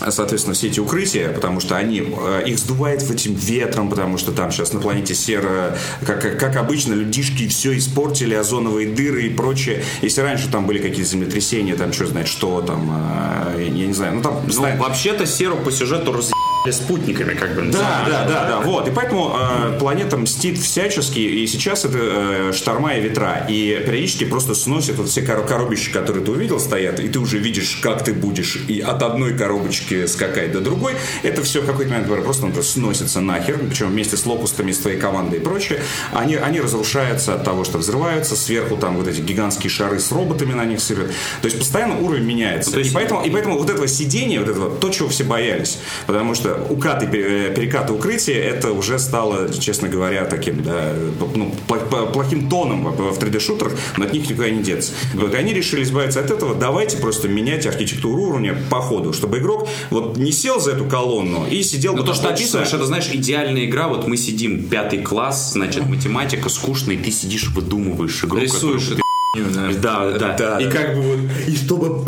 [SPEAKER 3] соответственно, все эти укрытия, потому что они, э, их сдувает в этим ветром, потому что там сейчас на планете серо, как, как- как обычно, людишки все испортили, озоновые дыры и прочее. Если раньше там были какие-то землетрясения, там что знает что, там, э, я не знаю, ну там... знаю-
[SPEAKER 6] Вообще-то серу по сюжету разъебали спутниками, как бы.
[SPEAKER 3] да, да, да, да, вот. И поэтому э, планета мстит всячески, и сейчас это э, шторма и ветра. И периодически просто сносят вот все кор- коробочки, которые ты увидел, стоят, и ты уже видишь, как ты будешь и от одной коробочки скакать до другой. Это все в какой-то момент просто например, сносится нахер, причем вместе с локустами, с твоей командой и прочее. Они, они разрушаются от того, что взрываются, сверху там вот эти гигантские шары с роботами на них сыпят. То есть постоянно уровень
[SPEAKER 6] Ну,
[SPEAKER 3] меняется. и, поэтому, и поэтому вот этого сидения, вот этого, то, чего все боялись. Потому что укаты, пе- э, перекаты укрытия, это уже стало, честно говоря, таким, да, ну, пла- пла- плохим тоном в в 3D-шутерах, но от них никуда не деться. Вот, и они решили избавиться от этого. Давайте просто менять архитектуру уровня по ходу, чтобы игрок вот не сел за эту колонну и сидел
[SPEAKER 6] Ну,
[SPEAKER 3] бы
[SPEAKER 6] то,
[SPEAKER 3] там
[SPEAKER 6] что ты
[SPEAKER 3] полчаса.
[SPEAKER 6] описываешь, это, знаешь, идеальная игра. Вот мы сидим, пятый класс, значит, математика скучная, и ты сидишь, выдумываешь игру.
[SPEAKER 9] Рисуешь
[SPEAKER 6] которую ты- Да, да.
[SPEAKER 3] Да,
[SPEAKER 6] И
[SPEAKER 3] да.
[SPEAKER 6] как бы вот...
[SPEAKER 3] И чтобы...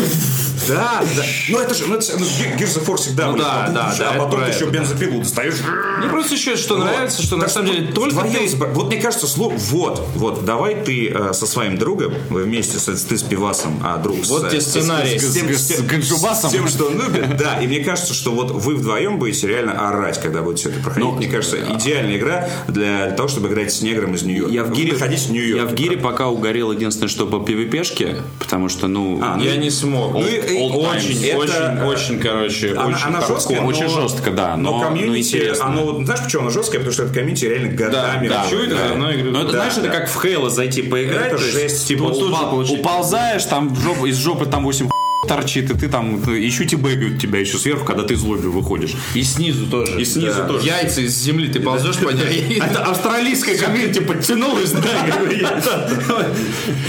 [SPEAKER 3] Да, да. Ну это же, ну, это же- ну, Ge- Gears of War всегда.
[SPEAKER 9] Ну
[SPEAKER 3] были.
[SPEAKER 9] да, да, да,
[SPEAKER 3] А
[SPEAKER 9] это
[SPEAKER 3] потом
[SPEAKER 9] про
[SPEAKER 3] ты еще
[SPEAKER 9] это,
[SPEAKER 3] бензопилу достаешь.
[SPEAKER 9] Мне просто еще что нравится, что на
[SPEAKER 3] Так
[SPEAKER 9] самом
[SPEAKER 3] что
[SPEAKER 9] деле только
[SPEAKER 3] вдвоем
[SPEAKER 9] ты...
[SPEAKER 3] сбра- Вот мне кажется, сло... вот, вот, давай ты э, со своим другом, вы вместе, с, ты с пивасом, а друг с...
[SPEAKER 9] Вот
[SPEAKER 3] э,
[SPEAKER 9] те
[SPEAKER 3] с-
[SPEAKER 9] сценарии.
[SPEAKER 3] с тем- с тем- с тем, что он любит, да. И мне кажется, что вот вы вдвоем будете реально орать, когда будете все это проходить.
[SPEAKER 9] Ну,
[SPEAKER 3] Мне кажется,
[SPEAKER 9] э,
[SPEAKER 3] идеальная игра для того, чтобы играть с негром из Нью-Йорка.
[SPEAKER 6] Я в гире,
[SPEAKER 3] ходить в Нью-Йорк.
[SPEAKER 6] я в гире пока угорел единственное, что по пвпшке, потому что, ну,
[SPEAKER 3] А, ну
[SPEAKER 6] я
[SPEAKER 3] и-
[SPEAKER 6] не смог.
[SPEAKER 3] Ну и, и
[SPEAKER 6] old times.
[SPEAKER 2] Очень,
[SPEAKER 6] Это,
[SPEAKER 2] очень,
[SPEAKER 6] э,
[SPEAKER 2] очень, короче,
[SPEAKER 6] она-
[SPEAKER 2] очень
[SPEAKER 6] она жесткая,
[SPEAKER 2] хардкор.
[SPEAKER 6] но-
[SPEAKER 2] Очень жестко, да.
[SPEAKER 6] но
[SPEAKER 2] Но,
[SPEAKER 6] комьюнити,
[SPEAKER 2] интересно.
[SPEAKER 6] оно
[SPEAKER 12] Ну, знаешь, почему она жесткая? Потому что это комьюнити реально годами
[SPEAKER 2] да,
[SPEAKER 12] чует.
[SPEAKER 2] да.
[SPEAKER 9] Ну,
[SPEAKER 6] Но Ну, это,
[SPEAKER 12] Да,
[SPEAKER 6] знаешь, это
[SPEAKER 12] да.
[SPEAKER 6] как в Хейла зайти поиграть.
[SPEAKER 12] Это
[SPEAKER 6] то есть,
[SPEAKER 12] жесть.
[SPEAKER 6] Типа,
[SPEAKER 12] Вот
[SPEAKER 6] упа-
[SPEAKER 12] тут же получить.
[SPEAKER 6] уползаешь, там в жопу- из жопы там 8 торчит, и ты там ну, ты- еще тебегают тебя еще сверху, когда ты из лобби выходишь.
[SPEAKER 9] И снизу тоже.
[SPEAKER 6] И снизу тоже.
[SPEAKER 9] Яйца из земли ты ползешь по ней.
[SPEAKER 6] Это австралийская комьюнити подтянулась, да.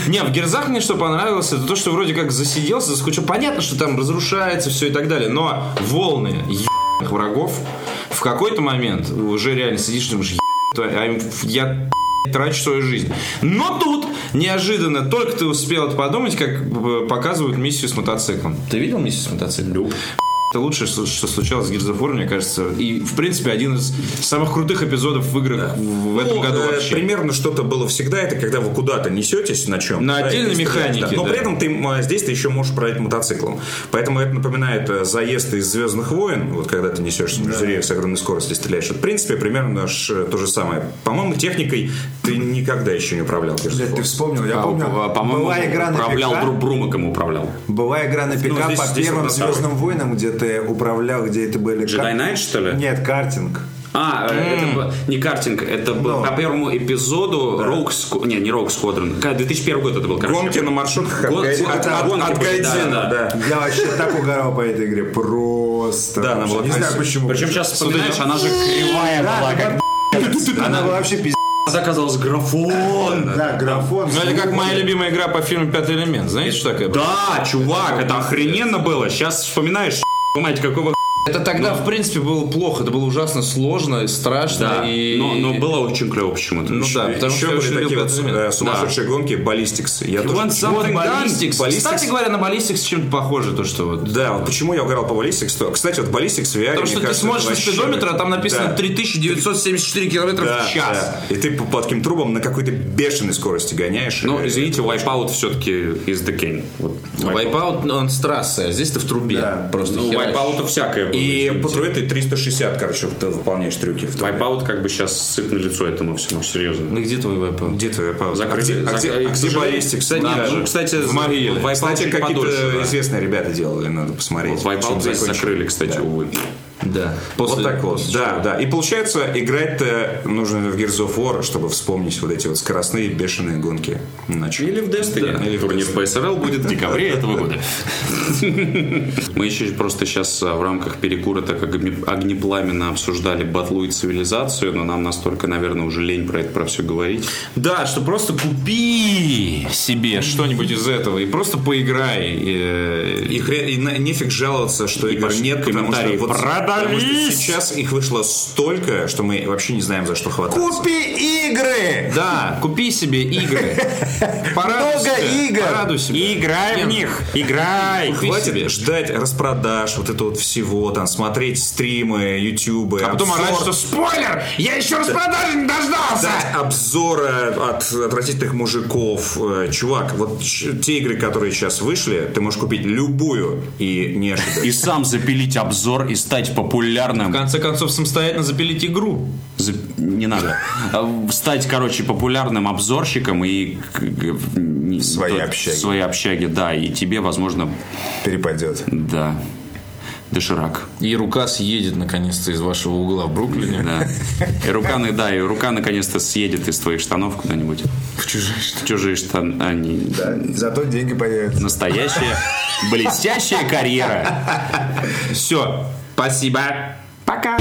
[SPEAKER 9] Не, в Герзах мне что понравилось, это то, что вроде как засиделся, заскучал. Понятно, что там разрушается все и так далее, но волны ебаных врагов в какой-то момент уже реально сидишь и думаешь, «Еб твою- а им- я трачу свою жизнь. Но тут неожиданно, только ты успел это подумать, как э, показывают миссию с мотоциклом. Ты видел миссию с мотоциклом? Это лучшее, что что случалось с Gears of War, мне кажется. И, в принципе, один из самых крутых эпизодов в играх в в этом
[SPEAKER 3] Ну,
[SPEAKER 9] году
[SPEAKER 3] э,
[SPEAKER 9] вообще.
[SPEAKER 3] Примерно что-то было всегда, это когда вы куда-то несетесь на чем.
[SPEAKER 9] На отдельной механике,
[SPEAKER 3] Но
[SPEAKER 9] да.
[SPEAKER 3] при этом ты м, а, здесь ты еще можешь управлять мотоциклом. Поэтому это напоминает э, заезд из Звездных войн, вот когда ты несешься между деревьев с огромной скоростью и стреляешь. Вот, В принципе, примерно аж, э, то же самое. По-моему, техникой ты никогда еще не управлял. Gears of
[SPEAKER 12] Блядь,
[SPEAKER 3] War.
[SPEAKER 12] ты вспомнил, я
[SPEAKER 6] А,
[SPEAKER 12] помню,
[SPEAKER 6] а, По-моему,
[SPEAKER 12] была игра на
[SPEAKER 6] управлял
[SPEAKER 12] ПК,
[SPEAKER 6] Бру- Брумаком управлял.
[SPEAKER 12] была игра на ПК
[SPEAKER 3] здесь-
[SPEAKER 12] по
[SPEAKER 3] здесь
[SPEAKER 12] первым
[SPEAKER 3] вот на
[SPEAKER 12] Звездным войнам, где ты управлял, где это были...
[SPEAKER 6] Jedi
[SPEAKER 12] кар-
[SPEAKER 6] Knight, что ли?
[SPEAKER 12] Нет, картинг.
[SPEAKER 6] А, э, это был не картинг, это был
[SPEAKER 12] Но.
[SPEAKER 6] по первому эпизоду Rogue Squ- Не, не Rogue Squadron. Ка- 2001 год это был, короче.
[SPEAKER 3] Гонки на маршрутках от
[SPEAKER 6] Гон-
[SPEAKER 3] Гай-
[SPEAKER 6] гон-
[SPEAKER 3] от-
[SPEAKER 6] да,
[SPEAKER 3] от-
[SPEAKER 6] гонки
[SPEAKER 3] от
[SPEAKER 6] были, да,
[SPEAKER 3] Гайдзина,
[SPEAKER 6] да.
[SPEAKER 3] да.
[SPEAKER 12] Я вообще так угорал по этой игре. Просто.
[SPEAKER 3] Да, она
[SPEAKER 12] Вообще,
[SPEAKER 3] была
[SPEAKER 12] Не знаю
[SPEAKER 3] красивая.
[SPEAKER 12] почему.
[SPEAKER 6] Причем сейчас вспоминаешь, она же кривая была. как
[SPEAKER 12] Она была вообще пиздец.
[SPEAKER 6] оказалась графон.
[SPEAKER 12] Да, графон.
[SPEAKER 9] Ну, это как моя любимая игра по фильму «Пятый элемент». Знаете, что такое? было?
[SPEAKER 6] Да, чувак, это охрененно было. Сейчас вспоминаешь, понимаете, какого
[SPEAKER 9] Это тогда, в принципе, было плохо. Это было ужасно сложно, и страшно.
[SPEAKER 6] Да,
[SPEAKER 9] и...
[SPEAKER 6] но, но было очень клево почему-то.
[SPEAKER 9] Ну да, потому
[SPEAKER 3] Еще
[SPEAKER 9] что я
[SPEAKER 3] были
[SPEAKER 9] очень
[SPEAKER 3] такие
[SPEAKER 9] люблю
[SPEAKER 3] вот
[SPEAKER 9] «Пятый элемент».
[SPEAKER 3] э, сумасшедшие гонки Баллистикс. Я тоже-
[SPEAKER 6] want
[SPEAKER 9] Вот
[SPEAKER 6] something done?
[SPEAKER 9] «Баллистикс». Кстати
[SPEAKER 6] Ballistics-
[SPEAKER 9] говоря, на «Баллистикс» чем-то похоже то, что вот...
[SPEAKER 3] Да, вот почему я угорал по Баллистикс? то- Кстати, вот Баллистикс в VR,
[SPEAKER 9] Потому
[SPEAKER 3] мне
[SPEAKER 9] что ты
[SPEAKER 3] кажется,
[SPEAKER 9] смотришь на
[SPEAKER 3] вообще-
[SPEAKER 9] спидометр, а там написано
[SPEAKER 3] Да.
[SPEAKER 9] 3974 километра
[SPEAKER 3] Да,
[SPEAKER 9] в час.
[SPEAKER 3] да. И ты по, по таким трубам на какой-то бешеной скорости гоняешь.
[SPEAKER 6] Ну,
[SPEAKER 3] И-
[SPEAKER 6] извините, Wipeout все-таки из The King. Вот,
[SPEAKER 9] Вайпаут, он с трассы, а здесь ты в трубе. Просто
[SPEAKER 6] Ну,
[SPEAKER 9] херачишь.
[SPEAKER 6] Wipeout всякое было.
[SPEAKER 3] И
[SPEAKER 6] извините.
[SPEAKER 3] по трубе ты 360, короче, вот ты выполняешь трюки. в трубе.
[SPEAKER 6] Wipeout как бы сейчас сыт на лицо этому всему, серьезно.
[SPEAKER 9] Ну, где твой Вайпаут?
[SPEAKER 3] Где твоя пауза?
[SPEAKER 6] Закрыли.
[SPEAKER 3] А где,
[SPEAKER 6] Закрыли.
[SPEAKER 3] а где
[SPEAKER 6] К сожалению,
[SPEAKER 3] Баллистикс?
[SPEAKER 6] кстати,
[SPEAKER 3] Да,
[SPEAKER 6] даже.
[SPEAKER 3] ну,
[SPEAKER 6] Кстати,
[SPEAKER 3] в могиле.
[SPEAKER 6] Wipeout
[SPEAKER 3] Кстати,
[SPEAKER 6] чуть
[SPEAKER 3] какие-то
[SPEAKER 6] подольше, да.
[SPEAKER 3] известные ребята делали, надо посмотреть. чем
[SPEAKER 6] Wipeout здесь
[SPEAKER 3] закончили.
[SPEAKER 6] закрыли, кстати, увы.
[SPEAKER 9] Да.
[SPEAKER 3] Вот
[SPEAKER 9] После-
[SPEAKER 3] так вот, да, да. И получается, играть-то нужно в Gears of War, чтобы вспомнить вот эти вот скоростные бешеные гонки ночью.
[SPEAKER 6] Или в Destiny.
[SPEAKER 3] Да, или в
[SPEAKER 6] Турнир
[SPEAKER 3] Destiny.
[SPEAKER 6] по SRL будет в декабре этого года. Мы еще просто сейчас в рамках перекура, так как огне- огнепламенно обсуждали батлу и цивилизацию, но нам настолько, наверное, уже лень про это про все говорить.
[SPEAKER 9] Да, что просто купи себе что-нибудь из этого и просто поиграй. э,
[SPEAKER 3] И, хрен, и на- нефиг жаловаться, что игр
[SPEAKER 6] пошли
[SPEAKER 3] нет, потому что,
[SPEAKER 6] комментарии.
[SPEAKER 3] вот- потому что
[SPEAKER 6] Продались!
[SPEAKER 3] сейчас их вышло столько, что мы вообще не знаем, за что хвататься.
[SPEAKER 7] Купи игры!
[SPEAKER 9] Да, купи себе игры.
[SPEAKER 7] Много игр.
[SPEAKER 9] Порадуйся.
[SPEAKER 6] Играй в них! Играй!
[SPEAKER 9] Купи
[SPEAKER 3] Хватит
[SPEAKER 9] себе.
[SPEAKER 3] ждать распродаж, вот это вот всего, там, смотреть стримы, ютубы,
[SPEAKER 9] А потом
[SPEAKER 3] обзор-
[SPEAKER 9] орать, что спойлер! Я еще распродажи не дождался!
[SPEAKER 3] ждать обзоры от отвратительных мужиков. Э, Чувак, вот ч- те игры, которые сейчас вышли, ты можешь купить любую и не ошибаться.
[SPEAKER 13] И сам запилить обзор и стать
[SPEAKER 9] В
[SPEAKER 13] популярным.
[SPEAKER 9] конце концов, самостоятельно запилить игру.
[SPEAKER 13] За- Не надо. А, Стать, короче, популярным обзорщиком и... к- к- не-
[SPEAKER 7] своей
[SPEAKER 13] тот-
[SPEAKER 7] общаге.
[SPEAKER 13] В своей общаге, да. И тебе, возможно,
[SPEAKER 7] Перепадет.
[SPEAKER 13] да, доширак.
[SPEAKER 9] И рука съедет наконец-то из вашего угла в Бруклине.
[SPEAKER 13] Да. И рука, на- да, и рука наконец-то съедет из твоих штанов куда-нибудь. В чужие штаны. чужие штаны. А, не-
[SPEAKER 7] Да, зато деньги появятся.
[SPEAKER 13] Настоящая, блестящая карьера.
[SPEAKER 9] Все. Спасибо. Пока.